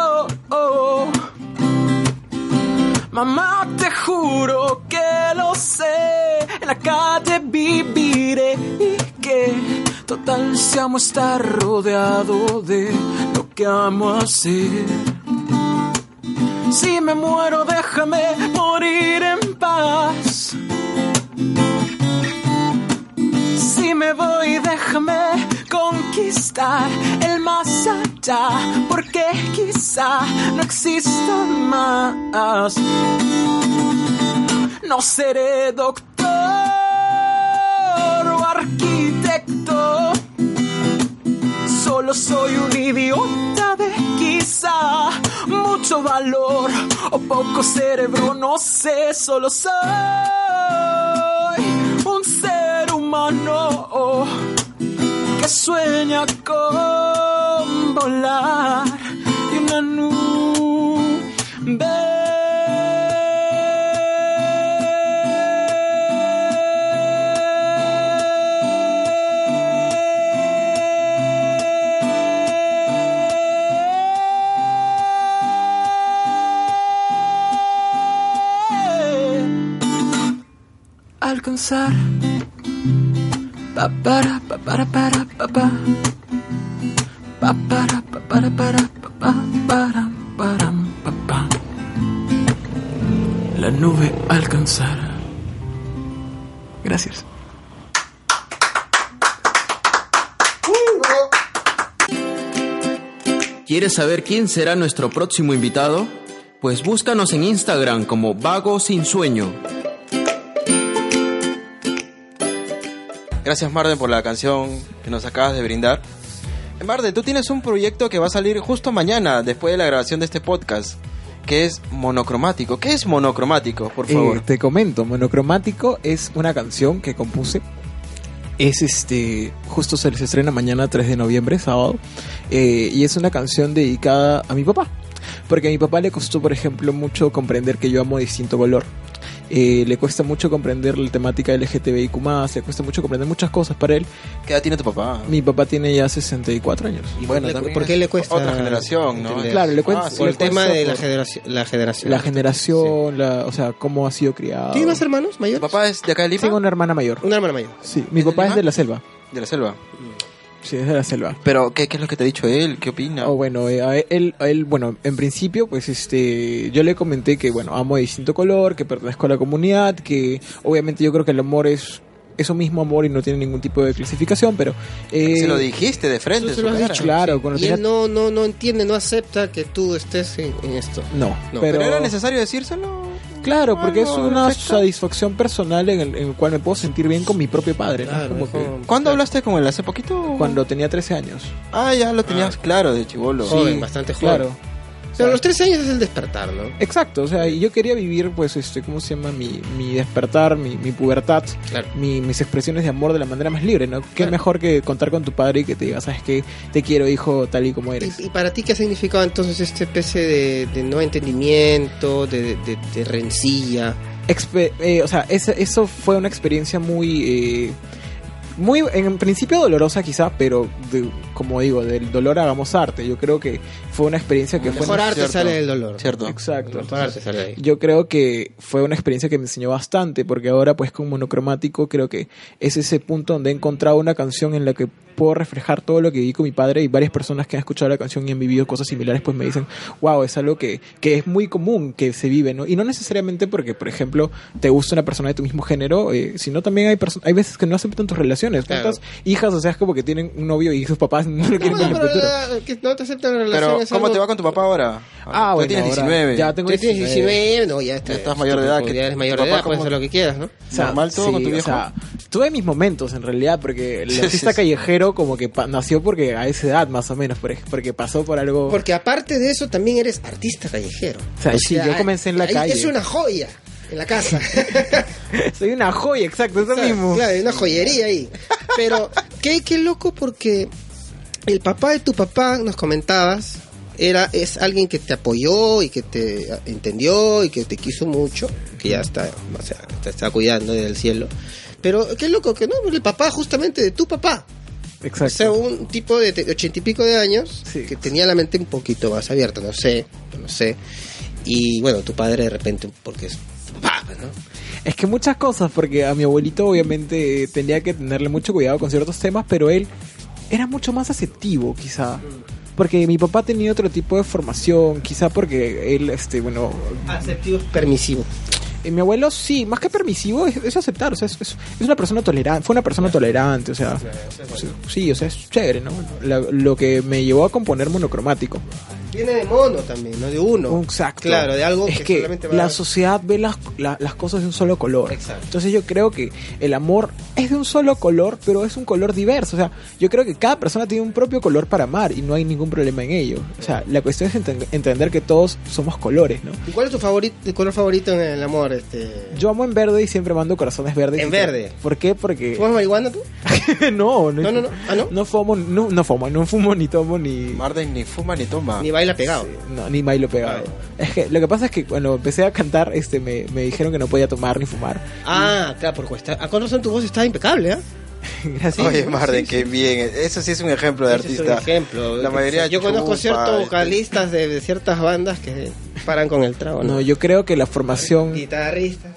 Speaker 7: Oh, Mamá, te juro que lo sé.
Speaker 5: en la calle viviré y que total si amo estar rodeado de lo que amo hacer. Si me muero déjame morir en paz. Si me voy, déjame conquistar el más allá, porque quizá no exista más. No seré doctor o arquitecto, solo soy un idiota de quizá mucho valor o poco cerebro, no sé, solo soy un ser humano que sueña con volar y una nube alcanzar. Pa para pa para para pa pa. Pa para pa para para pa pa para para pa pa. La nube alcanzar. Gracias.
Speaker 4: ¿Quieres saber quién será nuestro próximo invitado? Pues búscanos en Instagram como Vago Sin Sueño.
Speaker 1: Gracias Marden por la canción que nos acabas de brindar. Eh, Marden, tú tienes un proyecto que va a salir justo mañana, después de la grabación de este podcast, que es monocromático. ¿Qué es monocromático, por favor?
Speaker 6: Eh, te comento, Monocromático es una canción que compuse. Es este, justo se les estrena mañana 3 de noviembre, sábado. Eh, y es una canción dedicada a mi papá. Porque a mi papá le costó, por ejemplo, mucho comprender que yo amo distinto color. Eh, le cuesta mucho comprender la temática LGTBIQ, le cuesta mucho comprender muchas cosas para él.
Speaker 1: ¿Qué edad tiene tu papá?
Speaker 6: Mi papá tiene ya 64 años.
Speaker 3: ¿Y por qué le- por qué le cuesta
Speaker 1: Otra generación, ¿no?
Speaker 3: entender?
Speaker 6: Claro, le cuento-
Speaker 1: Ah,
Speaker 6: sí,
Speaker 1: por
Speaker 3: Por
Speaker 6: le
Speaker 3: el tema
Speaker 6: cuento
Speaker 3: de la
Speaker 6: por-
Speaker 3: generación. La generación.
Speaker 6: La generación, la, o sea, cómo ha sido criado.
Speaker 3: ¿Tiene más hermanos
Speaker 1: ¿Tu
Speaker 3: mayores?
Speaker 1: papá es de acá de Lima?
Speaker 6: Tengo una hermana mayor.
Speaker 3: Una hermana mayor.
Speaker 6: Sí, mi
Speaker 1: ¿Es de
Speaker 6: papá es
Speaker 1: Lima?
Speaker 6: de la selva.
Speaker 1: De la selva.
Speaker 6: Sí, es de la selva.
Speaker 1: ¿Pero qué, qué es lo que te ha dicho él? ¿Qué opina?
Speaker 6: O bueno, eh, a él, a él, bueno, en principio, pues este, yo le comenté que, bueno, amo de distinto color, que pertenezco a la comunidad, que obviamente yo creo que el amor es eso mismo amor y no tiene ningún tipo de clasificación, pero... eh,
Speaker 1: se lo dijiste de frente.
Speaker 3: Eso
Speaker 1: en
Speaker 3: se
Speaker 1: su
Speaker 3: lo has
Speaker 1: cara.
Speaker 3: dicho.
Speaker 6: Claro, cuando
Speaker 3: Y él
Speaker 6: tenía-
Speaker 3: no, no, no entiende, no acepta que tú estés en, en esto.
Speaker 6: No,
Speaker 3: No,
Speaker 6: pero...
Speaker 1: Pero era necesario decírselo.
Speaker 6: Claro, porque es
Speaker 1: Algo
Speaker 6: una
Speaker 1: afecta.
Speaker 6: satisfacción personal en el, en el cual me puedo sentir bien con mi propio padre. ¿no? Como que
Speaker 1: ¿Cuándo hablaste con él? ¿Hace poquito?
Speaker 6: cuando tenía 13 años.
Speaker 1: Ah, ya lo tenías claro de chivolo.
Speaker 3: Joven, bastante joven.
Speaker 6: Claro.
Speaker 3: Pero a los 13 años es el despertar, ¿no?
Speaker 6: Exacto, o sea, y yo quería vivir, pues, este, ¿cómo se llama? Mi, mi despertar, mi, mi pubertad,
Speaker 3: Claro.
Speaker 6: mi- mis expresiones de amor de la manera más libre, ¿no? Qué
Speaker 3: Claro.
Speaker 6: mejor que contar con tu padre y que te diga, sabes que te quiero, hijo, tal y como eres.
Speaker 3: ¿Y, y para ti qué ha significado entonces esta especie de, de no entendimiento, de, de- de rencilla?
Speaker 6: Expe- eh, o sea, esa- eso fue una experiencia muy, eh, muy, en principio dolorosa quizá, pero de- como digo, del dolor hagamos arte. Yo creo que fue una experiencia que fue...
Speaker 3: Mejor arte
Speaker 1: cierto.
Speaker 3: sale del dolor.
Speaker 1: Cierto.
Speaker 6: Exacto.
Speaker 3: Mejor arte sale de ahí.
Speaker 6: Yo creo que fue una experiencia que me enseñó bastante, porque ahora pues con monocromático creo que es ese punto donde he encontrado una canción en la que puedo reflejar todo lo que viví con mi padre y varias personas que han escuchado la canción y han vivido cosas similares pues me dicen, wow, es algo que, que es muy común que se vive, ¿no? Y no necesariamente porque, por ejemplo, te gusta una persona de tu mismo género, eh, sino también hay perso- hay veces que no aceptan tus relaciones.
Speaker 3: Claro.
Speaker 6: ¿Cuántas hijas, o sea, es como que tienen un novio y sus papás no lo quieren
Speaker 3: Bueno,
Speaker 6: con el
Speaker 3: pero
Speaker 6: futuro?
Speaker 3: la- que no te aceptan las
Speaker 1: Pero,
Speaker 3: relaciones.
Speaker 1: ¿cómo te va con tu papá ahora?
Speaker 6: Ah,
Speaker 1: Tú
Speaker 6: bueno,
Speaker 1: tienes
Speaker 6: ahora
Speaker 1: 19.
Speaker 6: Ya tengo
Speaker 3: Tú tienes 19, no, ya,
Speaker 1: Ya estás mayor de edad,
Speaker 3: Ya
Speaker 1: que
Speaker 3: eres
Speaker 1: tu
Speaker 3: mayor de
Speaker 1: papá
Speaker 3: edad, puedes
Speaker 1: como-
Speaker 3: hacer lo que quieras, ¿no?
Speaker 6: O sea,
Speaker 1: Normal todo con tu viejo.
Speaker 6: O sea, tuve mis momentos en realidad, porque
Speaker 1: *laughs*
Speaker 6: el
Speaker 1: Sí,
Speaker 6: artista
Speaker 1: sí, sí.
Speaker 6: callejero como que pa- nació porque a esa edad más o menos, por ej- porque pasó por algo...
Speaker 3: Porque aparte de eso, también eres artista callejero.
Speaker 6: O sea, sí, yo comencé en la
Speaker 3: ahí
Speaker 6: calle.
Speaker 3: Es una joya en la
Speaker 6: *laughs*
Speaker 3: casa.
Speaker 6: *laughs* Soy una joya, exacto, eso
Speaker 3: ¿Sabes?
Speaker 6: mismo.
Speaker 3: Claro, hay una joyería ahí. Pero qué, qué loco porque el papá de tu papá, nos comentabas, era es alguien que te apoyó y que te entendió y que te quiso mucho, que ya está, o sea, te está cuidando del cielo. Pero qué loco que no, el papá justamente de tu papá. O sea,
Speaker 6: Exacto.
Speaker 3: un tipo de te- ochenta y pico de años
Speaker 6: Sí.
Speaker 3: que tenía la mente un poquito más abierta, no sé, no sé. Y bueno, tu padre de repente, porque es
Speaker 2: pa, ¿no?
Speaker 6: Es que muchas cosas, porque a mi abuelito obviamente eh, tendría que tenerle mucho cuidado con ciertos temas, pero él era mucho más aceptivo,
Speaker 1: Mm.
Speaker 6: quizá. Porque mi papá tenía otro tipo de formación, quizá porque él, este, bueno,
Speaker 3: Aceptivo, permisivo.
Speaker 6: eh, mi abuelo sí, más que permisivo, es, es aceptar, o sea, es, es- es una persona tolerante, fue una persona tolerante, o sea, sí, sí, o sea, es chévere, ¿no? La- lo que me llevó a componer monocromático.
Speaker 3: Viene de mono también, no de uno.
Speaker 6: Exacto.
Speaker 3: Claro, de algo
Speaker 6: es
Speaker 3: que
Speaker 6: que,
Speaker 3: solamente va a-
Speaker 6: la sociedad ve las, la- las cosas de un solo color.
Speaker 3: Exacto.
Speaker 6: Entonces yo creo que el amor es de un solo color, pero es un color diverso. O sea, yo creo que cada persona tiene un propio color para amar y no hay ningún problema en ello. O sea, la cuestión es enten- entender que todos somos colores, ¿no?
Speaker 3: ¿Y cuál es tu favorito, tu color favorito en el amor? Este?
Speaker 6: Yo amo en verde y siempre mando corazones verdes.
Speaker 3: En
Speaker 6: Y-
Speaker 3: verde.
Speaker 6: ¿Por qué? Porque
Speaker 3: ¿Fumas marihuana tú?
Speaker 6: *laughs* no, no,
Speaker 3: No, no, no. Ah, ¿no?
Speaker 6: fumo, no, no fumo, no fumo ni tomo ni
Speaker 1: Marden ni fuma ni
Speaker 6: Ah,
Speaker 1: toma.
Speaker 3: Ni baila pegado.
Speaker 6: No, ni Milo pegado. Es que lo que pasa es que cuando empecé a cantar, este, me, me dijeron que no podía tomar ni fumar. *laughs*
Speaker 3: Ah, claro, por cuesta. A con razón tu voz está impecable, ¿ah?
Speaker 6: Gracias.
Speaker 1: *laughs* Oye, Marden, qué bien. Eso sí es un ejemplo de
Speaker 3: Ese
Speaker 1: artista.
Speaker 3: Es un ejemplo.
Speaker 1: La mayoría
Speaker 3: Yo conozco
Speaker 1: chupa,
Speaker 3: ciertos
Speaker 1: este,
Speaker 3: vocalistas de, de ciertas bandas que paran con el trago, ¿no?
Speaker 6: No, yo creo que la formación,
Speaker 3: Guitarrista.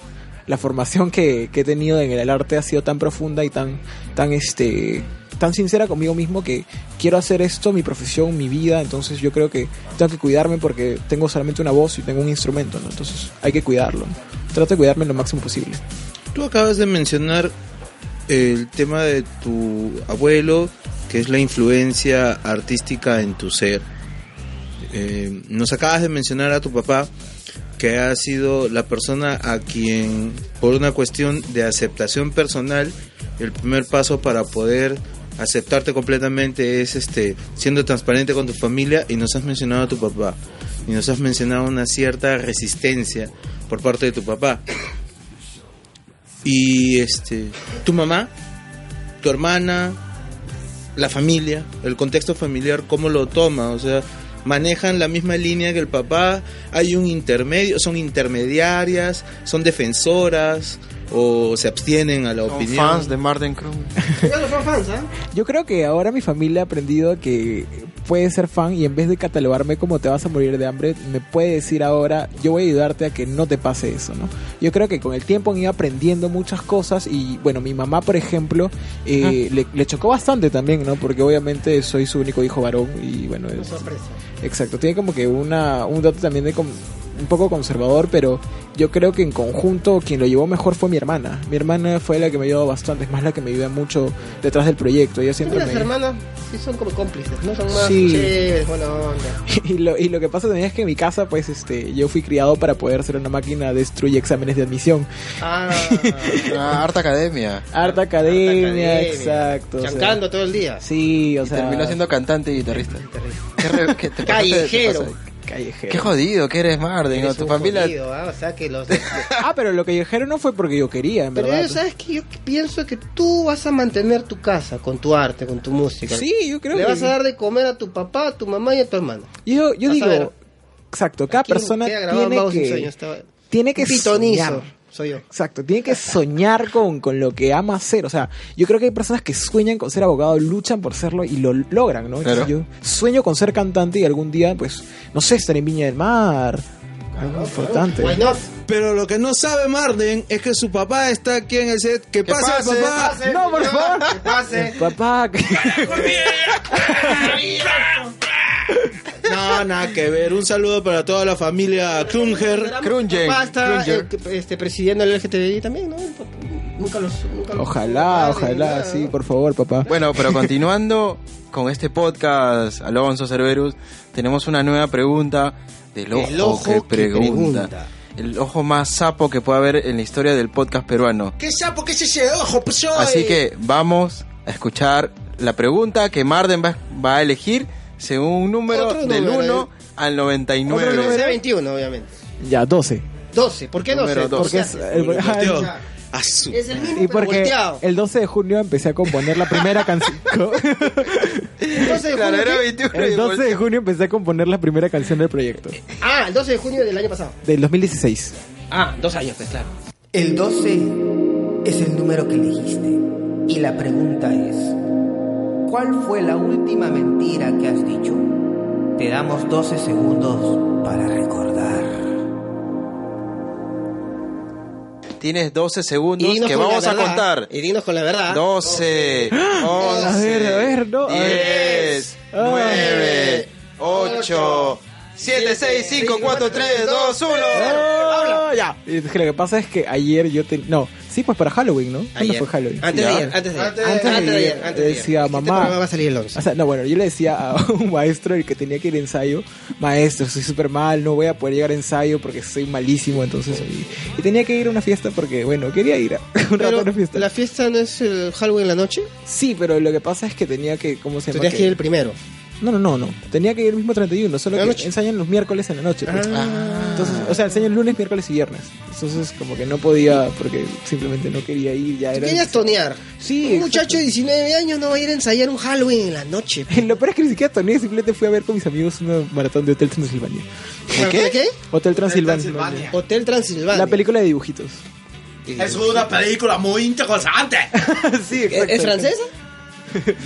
Speaker 6: la formación que, que he tenido en el arte ha sido tan profunda y tan, tan este, tan sincera conmigo mismo que quiero hacer esto mi profesión, mi vida. Entonces yo creo que tengo que cuidarme porque tengo solamente una voz y tengo un instrumento, ¿no? Entonces hay que cuidarlo. Trato de cuidarme lo máximo posible.
Speaker 2: Tú acabas de mencionar el tema de tu abuelo, que es la influencia artística en tu ser. Eh, nos acabas de mencionar a tu papá, que ha sido la persona a quien, por una cuestión de aceptación personal, el primer paso para poder aceptarte completamente es este siendo transparente con tu familia y nos has mencionado a tu papá y nos has mencionado una cierta resistencia por parte de tu papá y este, tu mamá, tu hermana, la familia, el contexto familiar, cómo lo toma, o sea, manejan la misma línea que el papá, hay un intermedio, son intermediarias, son defensoras o se abstienen a la
Speaker 1: Son
Speaker 2: opinión.
Speaker 1: fans de Marden Crew.
Speaker 3: Ya no son fans, ¿ah?
Speaker 6: Yo creo que ahora mi familia ha aprendido que puede ser fan y en vez de catalogarme como te vas a morir de hambre, me puede decir ahora, yo voy a ayudarte a que no te pase eso, ¿no? Yo creo que con el tiempo han ido aprendiendo muchas cosas y, bueno, mi mamá, por ejemplo, eh, le, le chocó bastante también, ¿no? Porque obviamente soy su único hijo varón y, bueno, es... Exacto, tiene como que una, un dato también de com- un poco conservador, pero yo creo que en conjunto quien lo llevó mejor fue mi hermana. Mi hermana fue la que me ayudó bastante, es más la que me ayuda mucho detrás del proyecto. Ella siempre
Speaker 3: Las
Speaker 6: me...
Speaker 3: hermanas sí son como cómplices, ¿no? Son más
Speaker 6: Sí.
Speaker 3: chéveres, buena onda.
Speaker 6: *laughs* Y lo, y lo que pasa también es que en mi casa, pues, este, yo fui criado para poder ser una máquina destruye exámenes de admisión. *laughs*
Speaker 3: Ah,
Speaker 1: Ah, harta academia.
Speaker 6: Harta academia,
Speaker 3: academia.
Speaker 6: exacto. o sea.
Speaker 3: Chancando todo el día.
Speaker 6: sí, o
Speaker 1: Y
Speaker 6: sea.
Speaker 1: terminó siendo cantante y guitarrista. Qué re- que te pasaste de- te
Speaker 3: Callejero.
Speaker 1: pasaste.
Speaker 6: callejero.
Speaker 1: Qué jodido que eres, Marden. ¿no?
Speaker 3: Eres
Speaker 1: Tu
Speaker 3: un
Speaker 1: familia.
Speaker 3: jodido, ¿ah? O sea que los...
Speaker 6: *laughs* Ah, pero lo callejero no fue porque yo quería, en
Speaker 3: Pero
Speaker 6: verdad.
Speaker 3: yo, ¿sabes que Yo pienso que tú vas a mantener tu casa con tu arte, con tu música.
Speaker 6: Sí, yo creo
Speaker 3: Le
Speaker 6: que.
Speaker 3: vas a dar de comer a tu papá, a tu mamá y a tu hermano.
Speaker 6: Yo, yo
Speaker 3: Vas a ver.
Speaker 6: digo, exacto, cada
Speaker 3: ¿Quién
Speaker 6: persona
Speaker 3: te ha grabado
Speaker 6: tiene
Speaker 3: Vagos sin
Speaker 6: que,
Speaker 3: Sueño? Estaba-
Speaker 6: tiene que
Speaker 3: Pitonizo,
Speaker 6: soñar.
Speaker 3: soy yo.
Speaker 6: Exacto, tiene que soñar con, con lo que ama hacer. O sea, yo creo que hay personas que sueñan con ser abogado, luchan por serlo y lo logran, ¿no? Entonces,
Speaker 1: Claro.
Speaker 6: Yo sueño con ser cantante y algún día, pues, no sé, estar en Viña del Mar. Algo importante.
Speaker 3: Why
Speaker 6: *laughs*
Speaker 3: not?
Speaker 2: Pero lo que no sabe Marden es que su papá está aquí en el set. ¿Qué pasa,
Speaker 1: pase,
Speaker 2: papá?
Speaker 6: No, por favor.
Speaker 3: Que pase.
Speaker 6: Papá,
Speaker 2: No, nada que ver. Un saludo para toda la familia Klumger.
Speaker 1: Crungen,
Speaker 3: Papá está
Speaker 1: Crungen.
Speaker 3: eh, este, presidiendo el LGTBI también, ¿no? Nunca los. Nunca los-
Speaker 6: ojalá,
Speaker 3: nunca
Speaker 6: ojalá,
Speaker 3: nada,
Speaker 6: sí,
Speaker 3: ¿no?
Speaker 6: por favor, papá.
Speaker 1: Bueno,
Speaker 3: *laughs*
Speaker 1: pero continuando con este podcast, Alonso Cerberus, tenemos una nueva pregunta del ojo,
Speaker 3: El ojo
Speaker 1: que,
Speaker 3: que
Speaker 1: pregunta.
Speaker 3: pregunta.
Speaker 1: El ojo más sapo que puede haber en la historia del podcast peruano.
Speaker 2: ¿Qué sapo? ¿Qué es ese ojo? pues, oye?
Speaker 1: Así que vamos a escuchar la pregunta que Marden va, va a elegir según un número
Speaker 3: Otro
Speaker 1: del
Speaker 3: número, eh.
Speaker 1: 1 al
Speaker 3: Pero
Speaker 1: 99.
Speaker 3: que sea 21, obviamente.
Speaker 6: Ya, 12.
Speaker 3: 12. ¿Por qué 12?
Speaker 1: Número 12.
Speaker 6: Porque es, el-
Speaker 2: Lo
Speaker 6: ay, *laughs*
Speaker 2: volteó. Ah, su-
Speaker 3: Es el mismo,
Speaker 6: y
Speaker 3: pero
Speaker 6: porque
Speaker 3: volteado.
Speaker 6: el 12 de junio empecé a componer la primera canción.
Speaker 3: El 12
Speaker 1: *laughs*
Speaker 3: de
Speaker 1: Claro,
Speaker 3: junio,
Speaker 1: era
Speaker 3: ¿qué?
Speaker 1: 21 y
Speaker 6: El 12 de
Speaker 1: volteó.
Speaker 6: junio empecé a componer la primera canción del proyecto,
Speaker 3: Ah, el 12 de junio del año pasado.
Speaker 6: del 2016.
Speaker 3: Ah, dos años, pues claro.
Speaker 9: El 12 es el número que elegiste y la pregunta es, ¿cuál fue la última mentira que has dicho? Te damos 12 segundos para recordar.
Speaker 1: Tienes 12 segundos
Speaker 3: dinos
Speaker 1: que
Speaker 3: con la
Speaker 1: vamos a
Speaker 3: verdad.
Speaker 1: contar.
Speaker 3: Y dinos con la verdad.
Speaker 1: 12, 11,
Speaker 6: Ah, A ver, a ver, no, a ver.
Speaker 1: 10,
Speaker 6: Ah.
Speaker 1: 9, 8, 7, 6, 5, 4, 3, 2, 1.
Speaker 6: Ah, ya. Y es que lo que pasa es que ayer yo te... No, sí, pues para Halloween, ¿no? ¿Cuándo
Speaker 3: Ayer.
Speaker 6: fue Halloween?
Speaker 3: Antes de
Speaker 1: Ya.
Speaker 3: ayer, antes de ayer.
Speaker 2: Antes de-
Speaker 6: antes de ayer,
Speaker 3: de
Speaker 6: decía,
Speaker 3: Este
Speaker 6: mamá.
Speaker 3: programa va a salir el 11.
Speaker 6: O sea, no, bueno, yo le decía a *laughs* un maestro el que tenía que ir a ensayo, maestro, soy súper mal, no voy a poder llegar a ensayo porque soy malísimo, entonces... Y, y tenía que ir a una fiesta porque, bueno, quería ir a *laughs* un rato a
Speaker 3: Pero,
Speaker 6: una fiesta.
Speaker 3: ¿La fiesta no es el Halloween en la noche?
Speaker 6: Sí, pero lo que pasa es que tenía que, ¿cómo se llama?
Speaker 3: Tendrías que ir el primero.
Speaker 6: No, no, no, no. Tenía que ir el mismo 31, solo
Speaker 3: ¿En
Speaker 6: que
Speaker 3: la noche?
Speaker 6: ensayan los miércoles en la noche. pues.
Speaker 1: Ah.
Speaker 6: Entonces, o sea, ensayan lunes, miércoles y viernes. Entonces, como que no podía porque simplemente no quería ir, ya
Speaker 3: Tú
Speaker 6: era...
Speaker 3: Querías tonear. Un
Speaker 6: Sí, exacto.
Speaker 3: muchacho de 19 años no va a ir a ensayar un Halloween en la noche.
Speaker 6: *laughs* Lo peor es que ni siquiera toné, simplemente fui a ver con mis amigos una maratón de Hotel Transilvania.
Speaker 3: ¿Para qué?
Speaker 6: Hotel Transilvania.
Speaker 2: Transilvania.
Speaker 3: Hotel Transilvania.
Speaker 6: La película de dibujitos.
Speaker 2: Es una película muy interesante.
Speaker 6: sí,
Speaker 3: ¿Es, es francesa?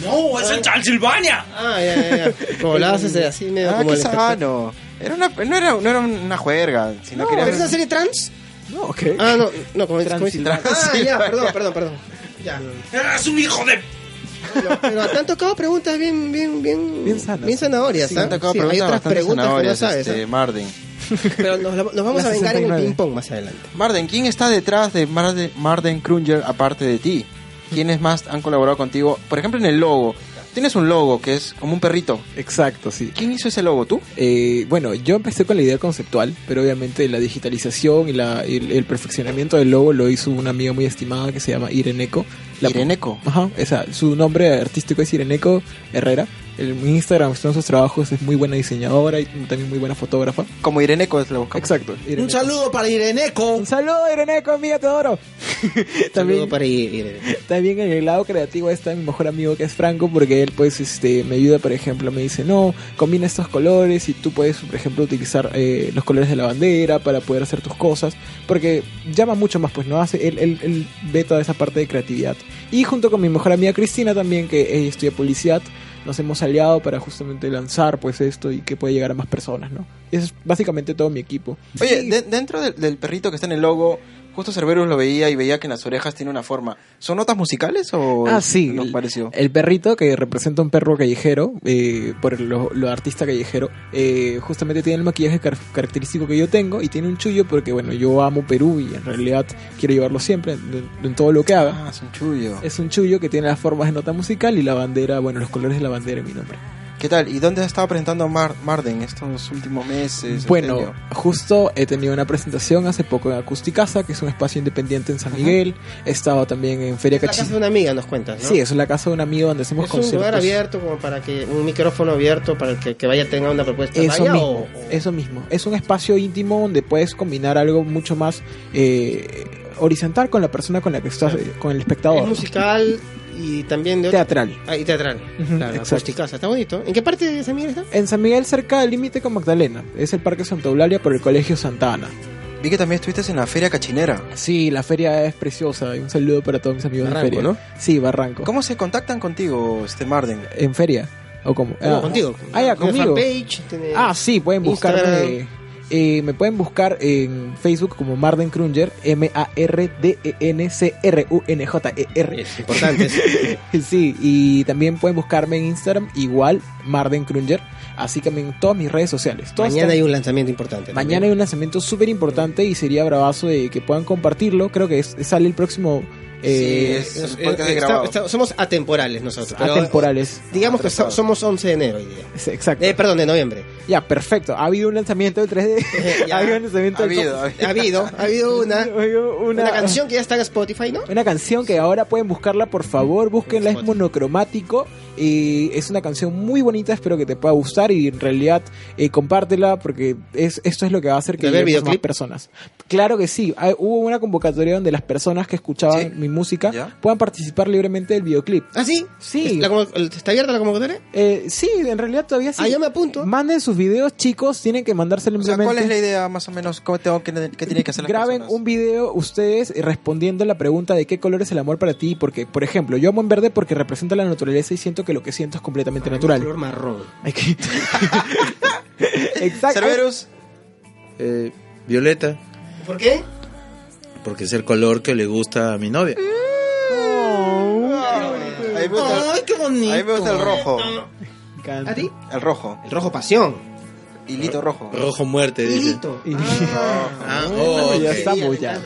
Speaker 2: No, es en Transilvania.
Speaker 3: Ah, ya, ya, ya. Como la haces de así medio
Speaker 1: Ah,
Speaker 3: como
Speaker 1: qué
Speaker 3: el extra-
Speaker 1: sano. Era una, no, era, no era una juerga, sino
Speaker 3: No,
Speaker 1: quería...
Speaker 3: ¿Es una serie trans?
Speaker 6: No, ok.
Speaker 3: Ah, no, no, como como-
Speaker 1: Transilvania.
Speaker 3: Ah,
Speaker 1: *laughs*
Speaker 3: ya, perdón, perdón, perdón. Ya.
Speaker 2: Eres un hijo de...
Speaker 3: Pero, pero te han tocado preguntas bien, bien, bien.
Speaker 6: Bien sanas.
Speaker 3: Bien zanahorias,
Speaker 1: Sí, me
Speaker 3: ¿ah?
Speaker 1: han tocado
Speaker 3: Sí, hay
Speaker 1: preguntas
Speaker 3: otras
Speaker 1: bastante
Speaker 3: preguntas que no
Speaker 1: zanahorias,
Speaker 3: sabes.
Speaker 1: este,
Speaker 6: ¿eh?
Speaker 3: ¿ah?
Speaker 1: Marden.
Speaker 3: Pero nos, la- nos vamos
Speaker 6: La
Speaker 3: a vengar en el
Speaker 6: 69.
Speaker 3: ping-pong más adelante.
Speaker 1: Marden, ¿quién está detrás de Marden, Marden Krunger aparte de ti? ¿Quiénes más han colaborado contigo? Por ejemplo, en el logo. Tienes un logo que es como un perrito.
Speaker 6: Exacto, sí.
Speaker 1: ¿Quién hizo ese logo? ¿Tú?
Speaker 6: Eh, bueno, yo empecé con la idea conceptual, pero obviamente la digitalización y, la, y el, el perfeccionamiento del logo lo hizo una amiga muy estimada que se llama Ireneco. La-
Speaker 1: Ireneco.
Speaker 6: Ajá, esa, su nombre artístico es Ireneco Herrera. El, en Instagram están sus trabajos, es muy buena diseñadora y también muy buena fotógrafa.
Speaker 1: Como Ireneco es la busca.
Speaker 6: Exacto. Ireneco.
Speaker 10: Un saludo para Ireneco.
Speaker 6: Un saludo, Ireneco, amiga, te adoro. *laughs*
Speaker 3: Saludo
Speaker 6: también,
Speaker 3: para ir, ir, ir.
Speaker 6: también en el lado creativo está mi mejor amigo que es Franco, porque él pues este me ayuda, por ejemplo, me dice, no, combina estos colores y tú puedes, por ejemplo, utilizar eh, los colores de la bandera para poder hacer tus cosas, porque llama mucho más, pues no hace, él, él, él ve toda esa parte de creatividad. Y junto con mi mejor amiga Cristina también, que ella estudia publicidad, nos hemos aliado para justamente lanzar pues esto y que pueda llegar a más personas, ¿no? Eso es básicamente todo mi equipo.
Speaker 1: Oye, de- dentro del- del perrito que está en el logo, justo Cerberus lo veía y veía que en las orejas tiene una forma. ¿Son notas musicales o
Speaker 6: Ah, sí.
Speaker 1: nos
Speaker 6: el-
Speaker 1: pareció?
Speaker 6: El perrito que representa un perro callejero, eh, por lo, lo artista callejero, eh, justamente tiene el maquillaje car- característico que yo tengo y tiene un chullo porque, bueno, yo amo Perú y en realidad quiero llevarlo siempre en, en todo lo que haga.
Speaker 1: Ah, es un chullo.
Speaker 6: Es un chullo que tiene las formas de nota musical y la bandera, bueno, los colores de la bandera en mi nombre.
Speaker 1: ¿Qué tal? ¿Y dónde has estado presentando Mar- Marden estos últimos meses?
Speaker 6: Bueno,
Speaker 1: Eugenio?
Speaker 6: justo he tenido una presentación hace poco en Acusticasa, que es un espacio independiente en San Miguel. He estado también en Feria
Speaker 3: La casa de
Speaker 6: Cachín.
Speaker 3: una amiga, nos cuentas, ¿no?
Speaker 6: Sí, eso es la casa de un amigo donde hacemos
Speaker 3: Es un
Speaker 6: conciertos.
Speaker 3: lugar abierto como para que un micrófono abierto para el que, que vaya tenga una propuesta
Speaker 6: Eso
Speaker 3: vaya
Speaker 6: mismo,
Speaker 3: o,
Speaker 6: eso mismo. Es un espacio íntimo donde puedes combinar algo mucho más eh, horizontal con la persona con la que estás, eh, con el
Speaker 3: es
Speaker 6: espectador.
Speaker 3: musical y también de otro-
Speaker 6: Teatral.
Speaker 3: ah, y teatral.
Speaker 6: Ujú,
Speaker 3: claro,
Speaker 6: exacto.
Speaker 3: acusticaza, está bonito. ¿En qué parte de San Miguel está?
Speaker 6: En San Miguel, cerca del límite con Magdalena, es el Parque Santa Eulalia por el Colegio Santa Ana.
Speaker 1: Vi que también estuviste en la Feria Cachinera.
Speaker 6: Sí, la feria es preciosa. y Un saludo para todos mis amigos
Speaker 1: Barranco,
Speaker 6: de feria.
Speaker 1: ¿no?
Speaker 6: Sí, Barranco.
Speaker 1: ¿Cómo se contactan contigo, este Marden?
Speaker 6: En feria. ¿O cómo?
Speaker 3: No,
Speaker 6: Ah.
Speaker 3: contigo.
Speaker 6: Ah, ya,
Speaker 3: Tiene
Speaker 6: conmigo.
Speaker 3: fanpage, tiene-
Speaker 6: Ah, sí, pueden buscarme.
Speaker 3: Instagram.
Speaker 6: eh, me pueden buscar en Facebook como Marden Krunger, E M-A-R-D-E-N-C-R-U-N-J-E-R.
Speaker 3: Es
Speaker 6: *laughs*
Speaker 3: importante. eso.
Speaker 6: E Sí, y también pueden buscarme en Instagram, igual Marden Krunger, así que en todas mis redes sociales. Todas
Speaker 3: Mañana
Speaker 6: están-
Speaker 3: hay un lanzamiento importante. también.
Speaker 6: mañana hay un lanzamiento súper importante y sería bravazo de que puedan compartirlo. Creo que es- sale el próximo. eh,
Speaker 1: Sí, es-
Speaker 3: Eh,
Speaker 1: podcast
Speaker 3: eh, está-
Speaker 1: grabado.
Speaker 3: está- somos atemporales nosotros. pero-
Speaker 6: atemporales.
Speaker 3: digamos que so- somos 11 de enero hoy día.
Speaker 6: Es- Exacto.
Speaker 3: Eh, perdón, de
Speaker 1: *laughs*
Speaker 3: noviembre. *laughs*
Speaker 6: ya, perfecto. Ha habido un lanzamiento del 3D.
Speaker 3: Ya.
Speaker 6: *laughs* ha habido un lanzamiento
Speaker 1: Ha
Speaker 6: del-
Speaker 1: habido, ha
Speaker 3: Ha habido, ha habido una,
Speaker 6: Ha habido *laughs* una,
Speaker 3: una canción que ya está en Spotify, ¿no?
Speaker 6: Una canción que ahora pueden buscarla, por favor, búsquenla, es monocromático. Y es una canción muy bonita, espero que te pueda gustar y en realidad eh, compártela porque es, esto es lo que va a hacer que
Speaker 3: ¿Va a haber
Speaker 6: lleguemos más
Speaker 3: videoclip?
Speaker 6: personas. Claro que sí, hay- hubo una convocatoria donde las personas que escuchaban
Speaker 1: Sí.
Speaker 6: mi música
Speaker 1: ¿Ya?
Speaker 6: puedan participar libremente del videoclip.
Speaker 3: ¿Ah, sí?
Speaker 6: Sí.
Speaker 3: ¿La convoc- ¿Está abierta la convocatoria?
Speaker 6: Eh, sí, en realidad todavía sí.
Speaker 3: Ah, yo me apunto.
Speaker 6: Manden sus videos, chicos, tienen que mandárselo
Speaker 1: O sea,
Speaker 6: simplemente.
Speaker 1: ¿cuál es la idea más o menos? ¿Cómo tengo que, qué tiene que hacer las
Speaker 6: Graben
Speaker 1: personas?
Speaker 6: un video ustedes eh, respondiendo la pregunta de qué color es el amor para ti, porque, por ejemplo, yo amo en verde porque representa la naturaleza y siento que lo que siento es completamente natural.
Speaker 3: Color marrón.
Speaker 6: Hay que-
Speaker 3: *laughs*
Speaker 6: Exacto.
Speaker 1: Cerberus,
Speaker 10: Eh, Violeta.
Speaker 3: ¿Por qué?
Speaker 2: porque es el color que le gusta a mi novia.
Speaker 1: A mí Ah, me gusta,
Speaker 2: Ay, qué bonito.
Speaker 1: a mí me gusta el rojo.
Speaker 6: Me encanta.
Speaker 3: ¿A ti?
Speaker 1: El rojo.
Speaker 3: El rojo pasión.
Speaker 1: Hilito rojo.
Speaker 2: Rojo muerte, dice.
Speaker 3: Hilito.
Speaker 6: Y-
Speaker 2: Ah, oh,
Speaker 6: ya
Speaker 2: ok.
Speaker 6: estamos ya.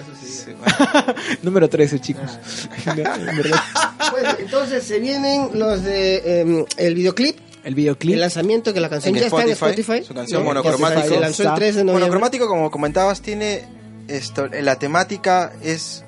Speaker 6: *laughs* Número 13, chicos.
Speaker 3: Ah.
Speaker 6: *laughs* En verdad,
Speaker 3: Bueno, entonces se vienen los de em, el videoclip,
Speaker 6: El
Speaker 3: el
Speaker 6: videoclip.
Speaker 3: lanzamiento que la canción
Speaker 1: En
Speaker 3: ya está en
Speaker 1: Spotify,
Speaker 3: Spotify.
Speaker 1: su canción
Speaker 3: Ya
Speaker 1: monocromático.
Speaker 3: Se lanzó el 3 de noviembre.
Speaker 1: Monocromático, como comentabas, tiene esto, la temática es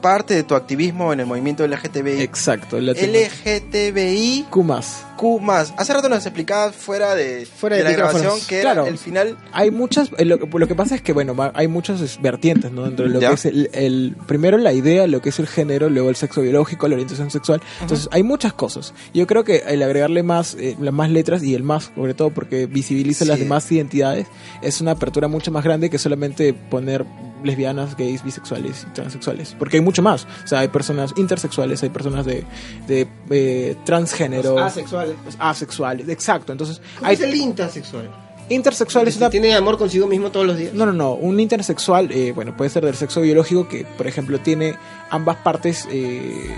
Speaker 1: parte de tu activismo en el movimiento LGTBI.
Speaker 6: Exacto, el
Speaker 1: LGTBIQ
Speaker 6: Kumas.
Speaker 1: más. Hace rato nos explicabas fuera de,
Speaker 3: Fuera
Speaker 1: de
Speaker 3: de
Speaker 1: la
Speaker 3: micrófonos.
Speaker 1: grabación que era
Speaker 6: Claro.
Speaker 1: el final
Speaker 6: Hay muchas, eh, lo, que- lo que pasa es que, bueno, va- hay muchas es- vertientes, ¿no? Dentro de lo
Speaker 1: Ya.
Speaker 6: que es el, el- primero la idea, lo que es el género, luego el sexo biológico, la orientación sexual. Entonces, hay muchas cosas. Yo creo que el agregarle más, eh, las más letras y el más, sobre todo porque visibiliza las
Speaker 1: Sí.
Speaker 6: demás identidades, es una apertura mucho más grande que solamente poner lesbianas, gays, bisexuales y transexuales. Porque hay mucho más. O sea, hay personas intersexuales, hay personas de, de, eh, transgénero.
Speaker 3: Asexual.
Speaker 6: asexuales, exacto. Entonces,
Speaker 3: ¿Cómo
Speaker 6: hay
Speaker 3: es el intersexual?
Speaker 6: intersexual es una
Speaker 3: Tiene amor consigo mismo todos los días.
Speaker 6: no, no, no. Un intersexual, eh, bueno, puede ser del sexo biológico que, por ejemplo, tiene ambas partes eh,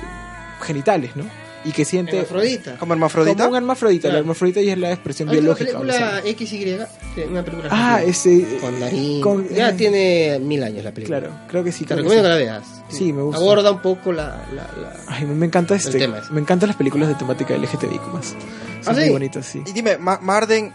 Speaker 6: genitales, ¿no? Y que siente
Speaker 3: Afrodita.
Speaker 1: como hermafrodita.
Speaker 6: como un hermafrodita.
Speaker 3: Claro.
Speaker 6: La hermafrodita ya es la expresión
Speaker 3: Hay una
Speaker 6: biológica.
Speaker 3: película
Speaker 6: o sea.
Speaker 3: XY, que- una película
Speaker 6: Ah,
Speaker 3: argentina,
Speaker 6: ese.
Speaker 3: con
Speaker 6: eh,
Speaker 3: Darín.
Speaker 6: con-
Speaker 3: ya
Speaker 6: eh,
Speaker 3: tiene mil años la película.
Speaker 6: Claro, creo que sí.
Speaker 3: Te
Speaker 6: creo que
Speaker 3: recomiendo que
Speaker 6: sí.
Speaker 3: la veas.
Speaker 6: Sí, me gusta.
Speaker 3: Aborda un poco la. la, la-
Speaker 6: Ay, me encanta este.
Speaker 3: tema ese.
Speaker 6: Me encantan las películas de temática LGTBI. Son
Speaker 3: ¿Ah,
Speaker 6: muy
Speaker 3: sí?
Speaker 6: bonitas, sí.
Speaker 1: Y dime, Ma- Marden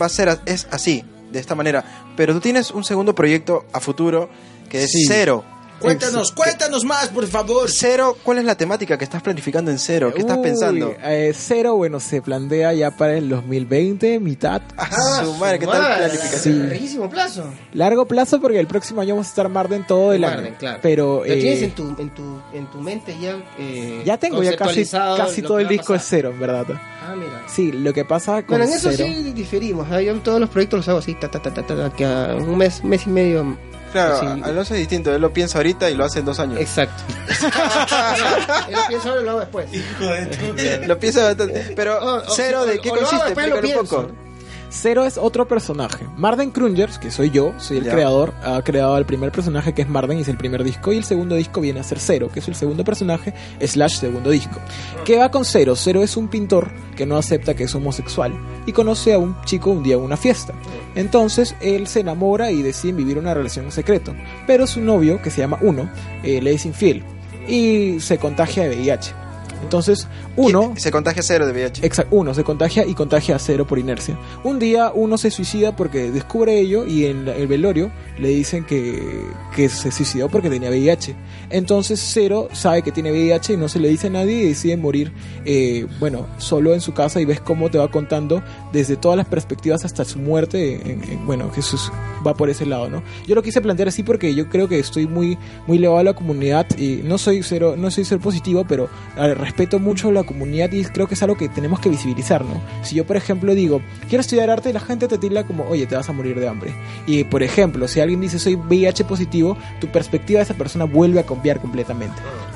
Speaker 1: va a ser a- es así, de esta manera, pero tú tienes un segundo proyecto a futuro que es
Speaker 6: Sí.
Speaker 1: cero.
Speaker 2: Cuéntanos, cuéntanos más, por favor.
Speaker 1: Cero, ¿cuál es la temática que estás planificando en cero? ¿Qué estás
Speaker 6: Uy,
Speaker 1: pensando?
Speaker 6: eh, cero, bueno, se plantea ya para el 2020, mitad.
Speaker 1: Ajá, *laughs* Ah, su madre, ¿qué tal
Speaker 3: Ah, Madre,
Speaker 1: planificación?
Speaker 6: Sí.
Speaker 3: Larguísimo plazo.
Speaker 6: Largo plazo porque el próximo año vamos a estar Marden todo el
Speaker 3: Guarden,
Speaker 6: año.
Speaker 3: claro.
Speaker 6: Pero,
Speaker 3: Lo
Speaker 6: eh,
Speaker 3: tienes en tu, en tu, en tu mente ya. eh,
Speaker 6: ya tengo ya casi,
Speaker 3: conceptualizado
Speaker 6: casi
Speaker 3: lo
Speaker 6: todo
Speaker 3: que
Speaker 6: el
Speaker 3: va a
Speaker 6: disco es
Speaker 3: pasar.
Speaker 6: cero, en verdad.
Speaker 3: Ah, mira.
Speaker 6: Sí, lo que pasa con
Speaker 3: Bueno, en eso
Speaker 6: cero.
Speaker 3: sí diferimos. ¿eh? Yo en todos los proyectos los hago así, ta, ta, ta, ta, ta, que a un mes, mes y medio.
Speaker 1: Claro,
Speaker 3: Sí.
Speaker 1: Alonso es distinto, él lo piensa ahorita y lo hace en dos años.
Speaker 3: Exacto. *laughs* Él piensa ahora y lo hago después.
Speaker 1: *laughs* lo piensa bastante. Pero,
Speaker 3: Eh, O- o-
Speaker 1: cero, ¿de
Speaker 3: o-
Speaker 1: qué
Speaker 3: o lo hago
Speaker 1: consiste?
Speaker 3: después lo
Speaker 1: Explícalo un poco.
Speaker 3: pienso.
Speaker 6: Cero es otro personaje. Marden Krungers, que soy yo, soy el
Speaker 1: Ya.
Speaker 6: creador, ha creado el primer personaje que es Marden y es el primer disco. Y el segundo disco viene a ser Cero, que es el segundo personaje, slash segundo disco. ¿Qué va con Cero? Cero es un pintor que no acepta que es homosexual y conoce a un chico un día en una fiesta. Entonces él se enamora y deciden vivir una relación en secreto. Pero su novio, que se llama Uno, eh, le es infiel y se contagia de VIH. Entonces, Uno.
Speaker 1: Se contagia cero de VIH.
Speaker 6: Exacto, uno se contagia y contagia a cero por inercia. Un día uno se suicida porque descubre ello y en la- el velorio le dicen que, que se suicidó porque tenía VIH. Entonces cero sabe que tiene VIH y no se le dice a nadie y decide morir, eh, bueno, solo en su casa y ves cómo te va contando desde todas las perspectivas hasta su muerte. en- en- bueno, Jesús va por ese lado, ¿no? Yo lo quise plantear así porque yo creo que estoy muy, muy elevado a la comunidad y no soy cero, no soy ser positivo, pero eh, respeto mucho la comunidad y creo que es algo que tenemos que visibilizar, ¿no? Si yo, por ejemplo, digo, quiero estudiar arte, la gente te tilda como, oye, te vas a morir de hambre. Y, por ejemplo, si alguien dice soy VIH positivo, tu perspectiva de esa persona vuelve a cambiar completamente.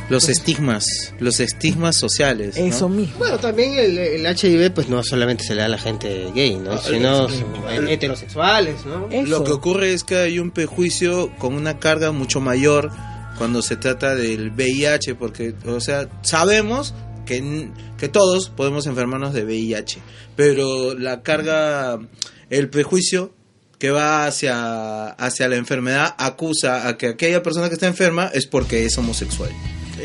Speaker 2: Los estigmas, los estigmas sociales. ¿no?
Speaker 6: Eso mismo.
Speaker 3: Bueno, también el, el HIV, pues no solamente se le da a la gente gay, ¿no? Sino eh, heterosexuales, ¿no?
Speaker 6: Eso.
Speaker 2: Lo que ocurre es que hay un prejuicio con una carga mucho mayor cuando se trata del VIH, porque, o sea, sabemos que, n- que todos podemos enfermarnos de VIH, pero la carga, el prejuicio que va hacia, hacia la enfermedad acusa a que aquella persona que está enferma es porque es homosexual.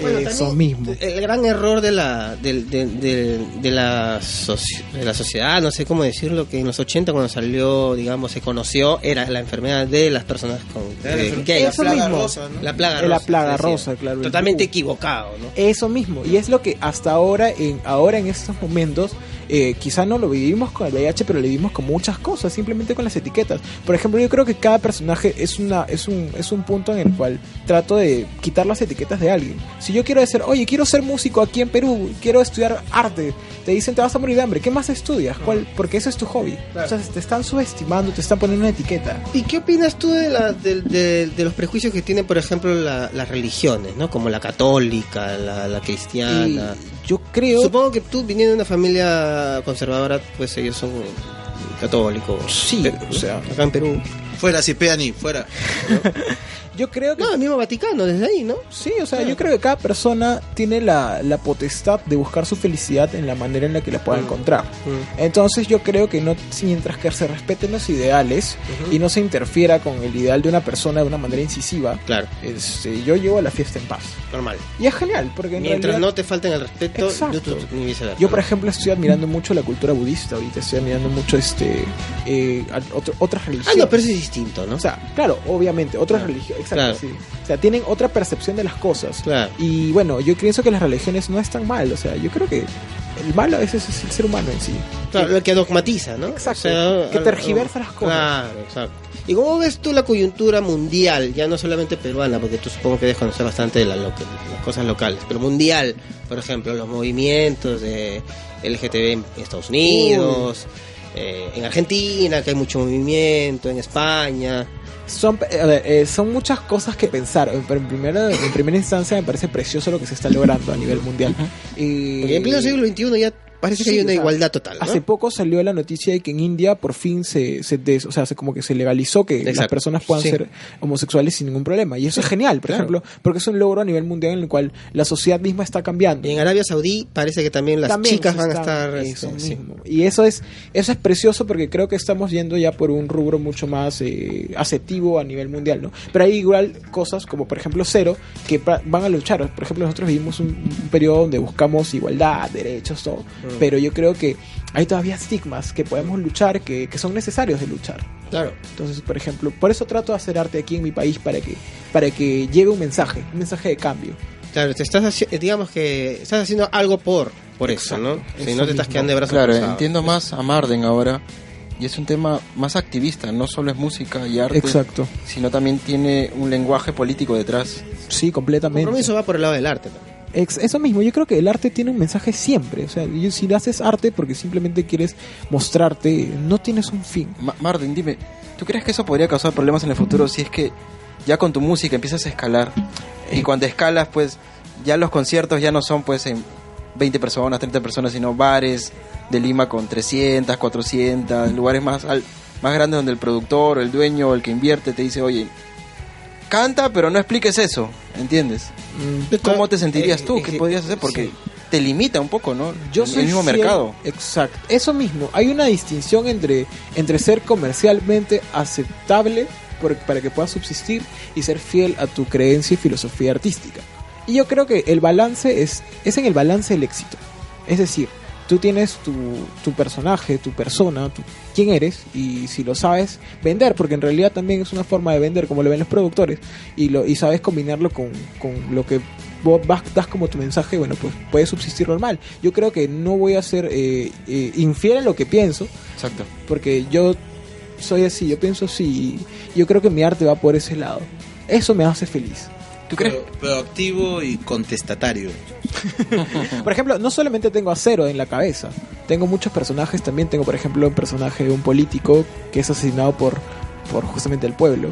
Speaker 3: Bueno,
Speaker 6: Eso
Speaker 3: también
Speaker 6: mismo.
Speaker 3: El gran error de la, del- del- del- de la soci- de la sociedad, no sé cómo decirlo, que en los 80 cuando salió, digamos, se conoció, era la enfermedad de las personas con eh, gays.
Speaker 6: Eso
Speaker 2: plaga
Speaker 6: mismo.
Speaker 2: rosa, ¿no?
Speaker 3: La plaga
Speaker 6: De
Speaker 3: rosa.
Speaker 6: la plaga
Speaker 3: se decía.
Speaker 6: rosa, claro.
Speaker 3: Totalmente
Speaker 6: Uh.
Speaker 3: equivocado, ¿no?
Speaker 6: Eso mismo, y es lo que hasta ahora, en, ahora en estos momentos, eh, quizá no lo vivimos con el VIH, pero lo vivimos con muchas cosas, simplemente con las etiquetas. Por ejemplo, yo creo que cada personaje es, una, es, un, es un punto en el cual trato de quitar las etiquetas de alguien. Si yo quiero decir, oye, quiero ser músico aquí en Perú, quiero estudiar arte, te dicen, te vas a morir de hambre, ¿qué más estudias? ¿Cuál? Porque eso es tu hobby. O sea, te están subestimando, te están poniendo una etiqueta.
Speaker 3: ¿Y qué opinas tú de, la- de- de- de los prejuicios que tienen, por ejemplo, la- las religiones, ¿no? Como la católica, la, la
Speaker 6: Y
Speaker 3: cristiana.
Speaker 6: yo creo...
Speaker 3: Supongo que tú, viniendo de una familia conservadora, pues ellos son católicos.
Speaker 6: Sí, o sea,
Speaker 3: Acá en Perú.
Speaker 2: Fuera, Cipriani, fuera.
Speaker 6: Yo creo que
Speaker 3: No, el mismo Vaticano, desde ahí, ¿no?
Speaker 6: Sí, o sea, yo creo que cada persona tiene la, la potestad de buscar su felicidad en la manera en la que la pueda encontrar.
Speaker 3: Mm,
Speaker 6: Entonces yo creo que no, mientras que se respeten los ideales y no se interfiera con el ideal de una persona de una manera incisiva,
Speaker 2: Claro,
Speaker 6: este, yo llevo a la fiesta en paz.
Speaker 3: Normal.
Speaker 6: Y es genial, porque en
Speaker 3: Mientras
Speaker 6: realidad-
Speaker 3: no te falten el respeto,
Speaker 6: Exacto.
Speaker 3: tú- tú- ni viceversa.
Speaker 6: Yo, por ejemplo, estoy admirando mucho la cultura budista ahorita, estoy admirando mucho este eh, a- otro- otras
Speaker 3: Ah,
Speaker 6: religiones.
Speaker 3: no, pero eso es distinto, ¿no?
Speaker 6: O sea, claro, obviamente, otras religiones, exacto,
Speaker 3: Claro.
Speaker 6: sí. O sea, tienen otra percepción de las cosas.
Speaker 3: Claro.
Speaker 6: Y bueno, yo pienso que las religiones no están mal, o sea, yo creo que el malo a veces es el ser humano en sí.
Speaker 3: Claro, lo que dogmatiza, ¿no?
Speaker 6: Exacto, que
Speaker 3: al-
Speaker 6: tergiversa las cosas.
Speaker 3: Claro, exacto. ¿Y cómo ves tú la coyuntura mundial? Ya no solamente peruana, porque tú supongo que debes conocer bastante de la lo- las cosas locales, pero mundial, por ejemplo, los movimientos de LGTB en Estados Unidos, eh, en Argentina, que hay mucho movimiento, en España.
Speaker 6: Son, a ver, eh, son muchas cosas que pensar, eh, pero en primera, en primera instancia me parece precioso lo que se está logrando a nivel mundial. Y-
Speaker 3: Porque en pleno siglo XXI ya parece que
Speaker 6: Sí,
Speaker 3: hay una
Speaker 6: o sea,
Speaker 3: igualdad total. ¿no?
Speaker 6: Hace poco salió la noticia de que en India por fin se, se des- o sea, se como que se legalizó que las
Speaker 3: Exacto.
Speaker 6: personas puedan
Speaker 3: Sí.
Speaker 6: ser homosexuales sin ningún problema. Y eso es genial, por ejemplo, porque es un logro a nivel mundial en el cual la sociedad misma está cambiando.
Speaker 3: Y en Arabia Saudí parece que también las
Speaker 6: También
Speaker 3: chicas
Speaker 6: se
Speaker 3: van a
Speaker 6: está-
Speaker 3: estar...
Speaker 6: eso
Speaker 3: este, sí.
Speaker 6: mismo. Y eso es, eso es precioso porque creo que estamos yendo ya por un rubro mucho más eh, aceptivo a nivel mundial, ¿no? Pero hay igual cosas como por ejemplo cero que pra- van a luchar. Por ejemplo, nosotros vivimos un, un periodo donde buscamos igualdad, derechos, todo. Pero yo creo que hay todavía estigmas que podemos luchar, que, que son necesarios de luchar.
Speaker 3: Claro.
Speaker 6: Entonces, por ejemplo, por eso trato de hacer arte aquí en mi país para que, para que lleve un mensaje, un mensaje de cambio.
Speaker 3: Claro, te estás haci- eh, digamos que estás haciendo algo por por eso, ¿no? Si no te estás quedando de brazos
Speaker 1: Claro,
Speaker 3: cruzados.
Speaker 1: entiendo más a Marden ahora. Y es un tema más activista, no solo es música y arte,
Speaker 6: Exacto.
Speaker 1: sino también tiene un lenguaje político detrás.
Speaker 6: Sí,
Speaker 3: El
Speaker 6: completamente.
Speaker 3: compromiso va por el lado del arte. ¿no?
Speaker 6: Ex- eso mismo, yo creo que el arte tiene un mensaje siempre. O sea, y si haces arte porque simplemente quieres mostrarte, no tienes un fin.
Speaker 1: Ma- Marden, dime, ¿tú crees que eso podría causar problemas en el futuro si es que ya con tu música empiezas a escalar? Y cuando escalas, pues ya los conciertos ya no son pues en 20 personas, 30 personas, sino bares de Lima con 300, 400, lugares más, al- más grandes donde el productor o el dueño o el que invierte te dice, oye, canta pero no expliques eso, ¿entiendes? ¿Cómo te
Speaker 6: Eh,
Speaker 1: sentirías tú? ¿Qué podrías hacer? Porque te limita un poco, ¿no?
Speaker 6: Yo
Speaker 1: el,
Speaker 6: soy
Speaker 1: el mismo
Speaker 6: fiel-
Speaker 1: mercado.
Speaker 6: Exacto, eso mismo. Hay una distinción entre, entre ser comercialmente aceptable por- para que puedas subsistir y ser fiel a tu creencia y filosofía artística. Y yo creo que el balance es, es en el balance el éxito. Es decir, tú tienes tu, tu personaje, tu persona, tu- quién eres y si lo sabes vender, porque en realidad también es una forma de vender como lo ven los productores y, lo, y sabes combinarlo con, con lo que vos vas- das como tu mensaje, bueno, pues puedes subsistir normal. Yo creo que no voy a ser eh, eh, infiel a lo que pienso,
Speaker 1: Exacto.
Speaker 6: porque yo soy así, yo pienso así, y yo creo que mi arte va por ese lado. Eso me hace feliz.
Speaker 1: ¿Tú crees?
Speaker 2: pero, pero activo y contestatario.
Speaker 6: Por ejemplo, no solamente tengo a Cero en la cabeza, tengo muchos personajes también. Tengo, por ejemplo, un personaje de un político que es asesinado por, por justamente el pueblo.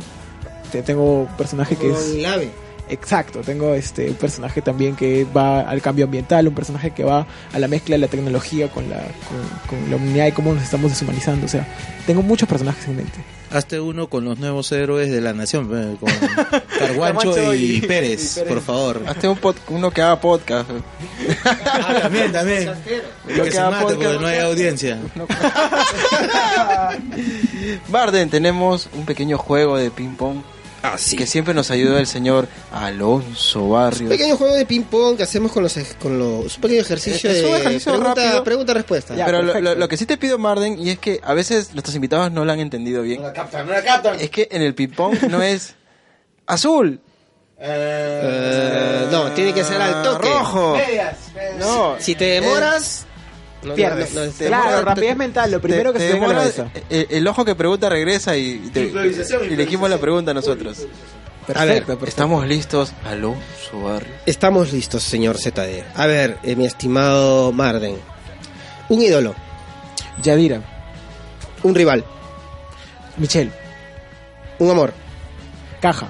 Speaker 6: Te- Tengo un personaje que
Speaker 3: Como
Speaker 6: es...
Speaker 3: el ave.
Speaker 6: Exacto, tengo este un personaje también que va al cambio ambiental, un personaje que va a la mezcla de la tecnología con la, con, con la humanidad y cómo nos estamos deshumanizando. O sea, tengo muchos personajes en mente.
Speaker 2: Hazte uno con los nuevos héroes de la nación, eh, *laughs* con Carguancho
Speaker 6: Carguancho
Speaker 2: y,
Speaker 6: y-
Speaker 2: Pérez,
Speaker 6: y Pérez.
Speaker 2: por favor.
Speaker 1: Hazte un pod- uno que haga podcast.
Speaker 2: Ah, *laughs* también, también.
Speaker 1: Lo
Speaker 2: que
Speaker 1: que
Speaker 2: se
Speaker 1: da
Speaker 2: mate
Speaker 1: podcast.
Speaker 2: porque no hay audiencia.
Speaker 1: Barden, tenemos un pequeño juego de ping-pong que siempre nos ayuda el señor Alonso
Speaker 3: Un
Speaker 1: Barrios.
Speaker 3: pequeño juego de ping pong que hacemos con los ej- con los es un pequeño ejercicio
Speaker 1: Es un
Speaker 3: de
Speaker 1: ejercicio
Speaker 3: pregunta,
Speaker 1: rápido.
Speaker 3: pregunta respuesta.
Speaker 6: Ya,
Speaker 1: Pero lo,
Speaker 6: perfecto.
Speaker 1: lo- lo que sí te pido, Marden, y es que a veces nuestros invitados no lo han entendido bien,
Speaker 2: captan, no la captan.
Speaker 1: es que en el ping-pong no es azul,
Speaker 3: Eh, no, tiene que ser al toque.
Speaker 1: Ah, rojo. No, Eh,
Speaker 3: Si te demoras Eh, no, no,
Speaker 6: pierdes.
Speaker 3: no, no, este te
Speaker 6: Claro,
Speaker 3: demoras-
Speaker 6: rapidez mental, lo primero que se te viene a la
Speaker 1: demoras- eh,
Speaker 6: cabeza.
Speaker 1: el, el ojo que pregunta regresa y, y te- y elegimos la pregunta nosotros.
Speaker 6: Perfecto,
Speaker 3: A ver,
Speaker 6: perfecto.
Speaker 1: Estamos listos, Alonso Barrios.
Speaker 3: Estamos listos, señor ZD. A ver, eh, mi estimado Marden. Un ídolo,
Speaker 6: Yadira,
Speaker 3: un rival,
Speaker 6: Michelle,
Speaker 3: un amor,
Speaker 6: caja,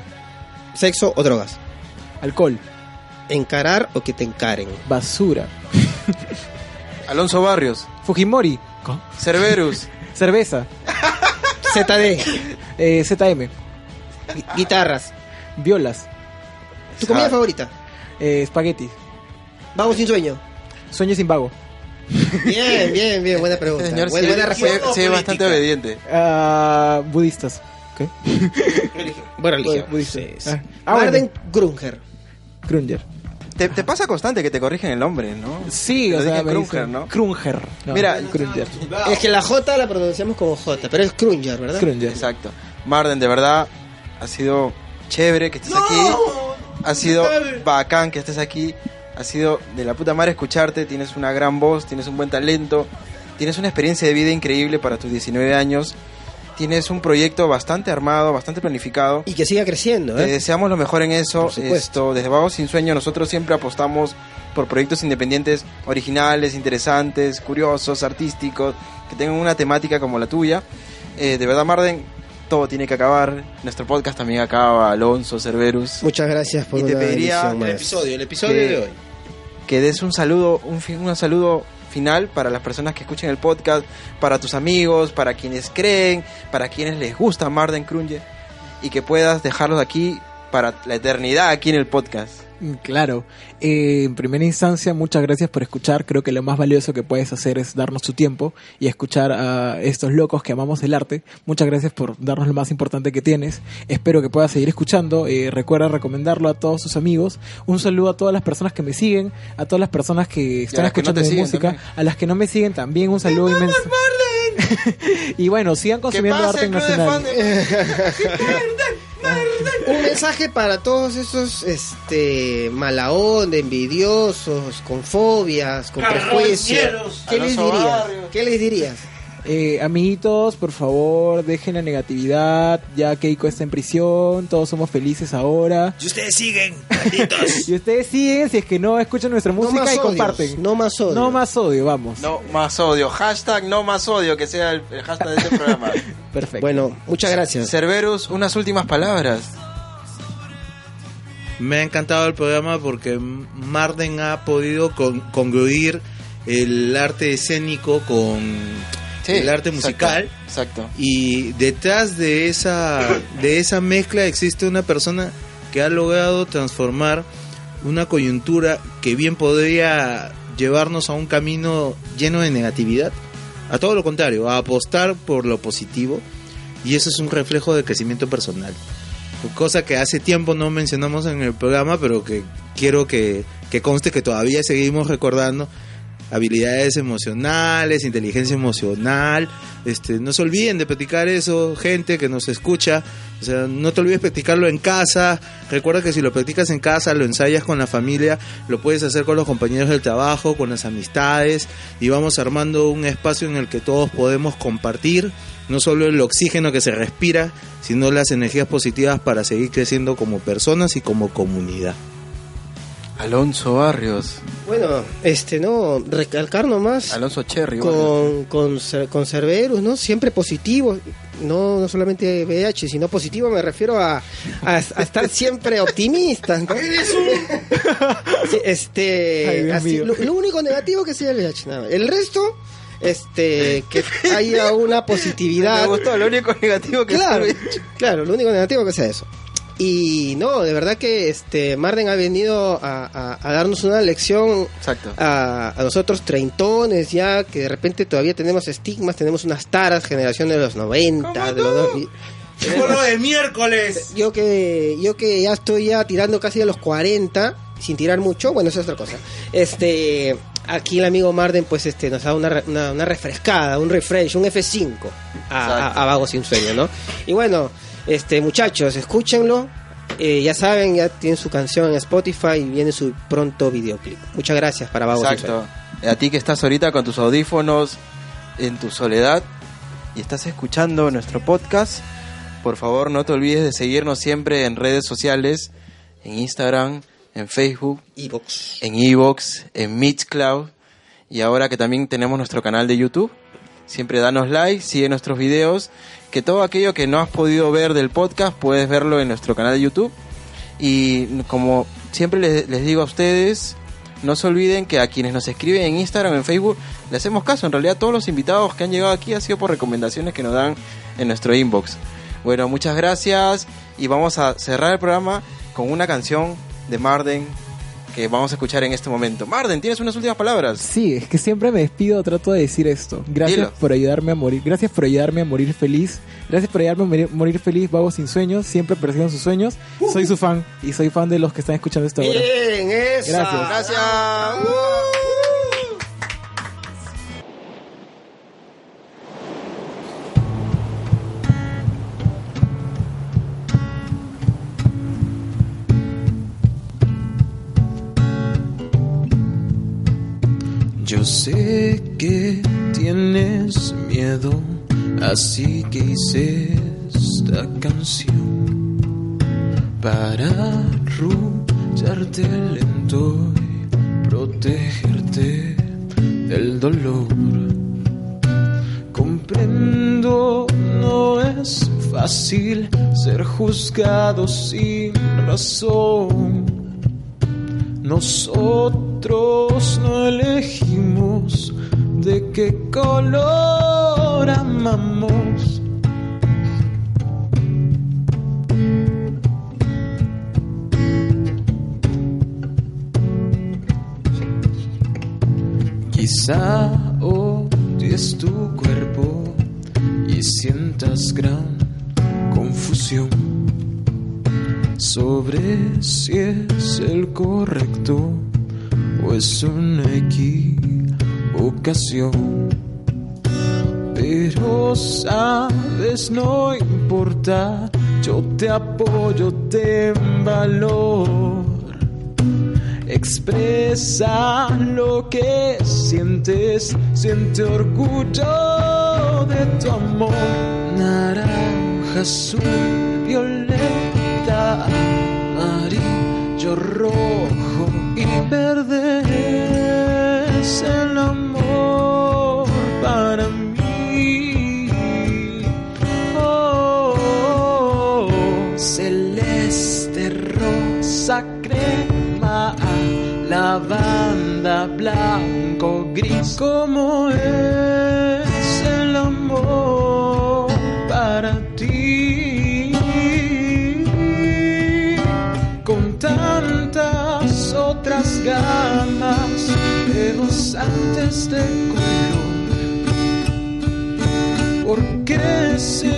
Speaker 3: sexo o drogas.
Speaker 6: alcohol,
Speaker 3: Encarar o que te encaren.
Speaker 6: basura,
Speaker 1: Alonso Barrios,
Speaker 6: Fujimori,
Speaker 1: Cerberus,
Speaker 6: cerveza,
Speaker 3: ZD.
Speaker 5: Eh, ZM,
Speaker 3: Gui- Guitarras.
Speaker 5: violas,
Speaker 3: ¿Tu comida favorita?
Speaker 5: eh, espaguetis,
Speaker 3: Vamos sin sueño.
Speaker 5: sueño sin vago.
Speaker 3: Bien, bien, bien. Buena pregunta.
Speaker 1: Este señor
Speaker 3: buena,
Speaker 1: sí-
Speaker 3: buena
Speaker 1: sí-
Speaker 3: respuesta.
Speaker 1: sí es bastante obediente.
Speaker 5: Ah, budistas. ¿Qué?
Speaker 3: Buena religión.
Speaker 5: Bueno, budista.
Speaker 3: Sí, sí.
Speaker 5: Ah, ah,
Speaker 3: Marden Grunger.
Speaker 5: Grunger.
Speaker 1: Te, te pasa constante que te corrigen el nombre, ¿no?
Speaker 5: Sí,
Speaker 1: Lo
Speaker 5: o sea,
Speaker 1: dije
Speaker 5: me
Speaker 1: Kruger,
Speaker 5: dicen-
Speaker 1: ¿no?
Speaker 5: Kruger. No,
Speaker 1: Mira,
Speaker 5: Kruger.
Speaker 3: Es que la J la pronunciamos como J, pero es Grunger, ¿verdad?
Speaker 5: Kruger.
Speaker 1: Exacto. Marden, de verdad, ha sido chévere que estés aquí. Ha sido bacán que estés aquí. Ha sido de la puta madre escucharte. Tienes una gran voz, tienes un buen talento. Tienes una experiencia de vida increíble para tus 19 años. Tienes un proyecto bastante armado, bastante planificado.
Speaker 3: Y que siga creciendo,
Speaker 1: Te
Speaker 3: ¿eh?
Speaker 1: deseamos lo mejor en eso.
Speaker 3: Por supuesto.
Speaker 1: Esto, desde Vagos Sin Sueño, nosotros siempre apostamos por proyectos independientes, originales, interesantes, curiosos, artísticos, que tengan una temática como la tuya. Eh, de verdad, Marden, todo tiene que acabar. Nuestro podcast también acaba, Alonso, Cerberus.
Speaker 3: Muchas gracias por
Speaker 1: Y te
Speaker 3: una
Speaker 1: pediría
Speaker 3: edición
Speaker 2: El
Speaker 3: más.
Speaker 2: episodio, el epidio
Speaker 1: Que-
Speaker 2: de hoy.
Speaker 1: Que des un saludo, un, fi- un saludo final para las personas que escuchen el podcast, para tus amigos, para quienes creen, para quienes les gusta Marden Krunge, y que puedas dejarlos aquí para la eternidad aquí en el podcast.
Speaker 5: Mm, Claro. Eh, en primera instancia, muchas gracias por escuchar. Creo que lo más valioso que puedes hacer es darnos tu tiempo y escuchar a estos locos que amamos el arte. Muchas gracias por darnos lo más importante que tienes. Espero que puedas seguir escuchando. Eh, recuerda recomendarlo a todos tus amigos. Un saludo a todas las personas que me siguen, a todas las personas que están
Speaker 1: las que no
Speaker 5: escuchando
Speaker 1: te
Speaker 5: mi
Speaker 1: siguen
Speaker 5: música,
Speaker 1: también.
Speaker 5: a las que no me siguen también. Un saludo inmenso. *laughs* y bueno, sigan consumiendo
Speaker 1: pase
Speaker 5: arte
Speaker 1: el club de
Speaker 5: nacional.
Speaker 1: fan de-
Speaker 3: Un mensaje para todos esos este mala onda, envidiosos, con fobias, con prejuicios.
Speaker 6: Carroñeros.
Speaker 3: ¿Qué les
Speaker 1: Alonso
Speaker 3: dirías?
Speaker 1: Barrios.
Speaker 3: ¿Qué les dirías?
Speaker 5: Eh, amiguitos, por favor, dejen la negatividad. Ya Keiko está en prisión, todos somos
Speaker 3: *laughs*
Speaker 5: felices ahora.
Speaker 6: Y ustedes siguen, malditos.
Speaker 5: Y ustedes siguen, si es que no escuchan nuestra música
Speaker 3: no más
Speaker 5: y
Speaker 3: odios,
Speaker 5: comparten.
Speaker 3: No más odio.
Speaker 5: No más odio, vamos.
Speaker 1: No más odio. Hashtag no más odio, que sea el, el hashtag de este programa.
Speaker 5: Perfecto.
Speaker 3: Bueno, muchas gracias.
Speaker 1: Cerberus, unas últimas palabras.
Speaker 2: *laughs* Me ha encantado el programa porque Marden ha podido con- congruir el arte escénico con el arte musical.
Speaker 1: Exacto.
Speaker 2: Y detrás de esa, de esa mezcla existe una persona que ha logrado transformar una coyuntura que bien podría llevarnos a un camino lleno de negatividad. A todo lo contrario, a apostar por lo positivo. Y eso es un reflejo de crecimiento personal. Cosa que hace tiempo no mencionamos en el programa, pero que quiero que, que conste que todavía seguimos recordando habilidades emocionales, inteligencia emocional. Este, no se olviden de practicar eso, gente que nos escucha. O sea, no te olvides practicarlo en casa. Recuerda que si lo practicas en casa, lo ensayas con la familia, lo puedes hacer con los compañeros del trabajo, con las amistades y vamos armando un espacio en el que todos podemos compartir no solo el oxígeno que se respira, sino las energías positivas para seguir creciendo como personas y como comunidad.
Speaker 1: Alonso Barrios.
Speaker 3: Bueno, este no, recalcar nomás.
Speaker 1: Alonso Cherry. Barrios.
Speaker 3: con, con, Cer- con Cerberus, ¿no? Siempre positivo, no, no solamente VH, sino positivo me refiero a, a- a estar siempre optimista, ¿no? *laughs* Sí,
Speaker 5: Ay,
Speaker 3: este,
Speaker 5: Dios
Speaker 3: así,
Speaker 5: mío.
Speaker 3: lo, lo único negativo que sea el VH, nada más. El resto, este, que haya una positividad.
Speaker 1: Me gustó, lo único negativo que
Speaker 3: Claro,
Speaker 1: sabe.
Speaker 3: claro, lo único negativo que sea eso. Y no, de verdad que este Marden ha venido a- a- a darnos una lección
Speaker 1: Exacto.
Speaker 3: a, a nosotros treintones ya, que de repente todavía tenemos estigmas, tenemos unas taras, generación de los 90, de los dos- y-
Speaker 6: Solo de miércoles.
Speaker 3: yo que yo que ya estoy ya tirando casi a los 40, sin tirar mucho, bueno, eso es otra cosa. Este, aquí el amigo Marden pues este nos da una, re- una, una refrescada, un refresh, un F5 a, a,
Speaker 1: Exacto.
Speaker 3: a Vago sin sueño, ¿no? Y bueno, este muchachos, escúchenlo. Eh, ya saben, ya tienen su canción en Spotify y viene su pronto videoclip. Muchas gracias para Vago Sin Sueño.
Speaker 1: Exacto. A ti que estás ahorita con tus audífonos en tu soledad y estás escuchando nuestro podcast, por favor no te olvides de seguirnos siempre en redes sociales, en Instagram, en Facebook, en Evox, en Mixcloud y ahora que también tenemos nuestro canal de YouTube. Siempre danos like, sigue nuestros videos, que todo aquello que no has podido ver del podcast puedes verlo en nuestro canal de YouTube. Y como siempre les, les digo a ustedes, no se olviden que a quienes nos escriben en Instagram, en Facebook, le hacemos caso. En realidad todos los invitados que han llegado aquí ha sido por recomendaciones que nos dan en nuestro inbox. Bueno, muchas gracias y vamos a cerrar el programa con una canción de Marden que vamos a escuchar en este momento. Marden, tienes unas últimas palabras.
Speaker 6: Sí, es que siempre me despido, trato de decir esto. Gracias
Speaker 1: Dilo.
Speaker 6: por ayudarme a morir. Gracias por ayudarme a morir feliz. Gracias por ayudarme a morir, morir feliz, vago sin sueños. Siempre persigan sus sueños.
Speaker 3: Uh.
Speaker 6: Soy su fan y soy fan de los que están escuchando esto
Speaker 1: Eh,
Speaker 6: ahora.
Speaker 3: Bien, esa.
Speaker 6: Gracias.
Speaker 1: Gracias.
Speaker 2: Yo sé que tienes miedo, así que hice esta canción para arrullarte lento y protegerte del dolor. Comprendo, no es fácil ser juzgado sin razón. Nosotros no elegimos de qué color amamos. Quizá odies tu cuerpo y sientas gran confusión sobre si es el correcto o es una equivocación. Pero sabes, no importa, yo te apoyo, te valor. Expresa lo que sientes, siente orgullo de tu amor. Naranja, azul, violeta, amarillo, rojo y verde es el amor para mí. Oh, oh, oh. celeste, rosa, crema, lavanda, blanco, gris, como es el amor para ti. Con tantas otras gamas de antes de color porque si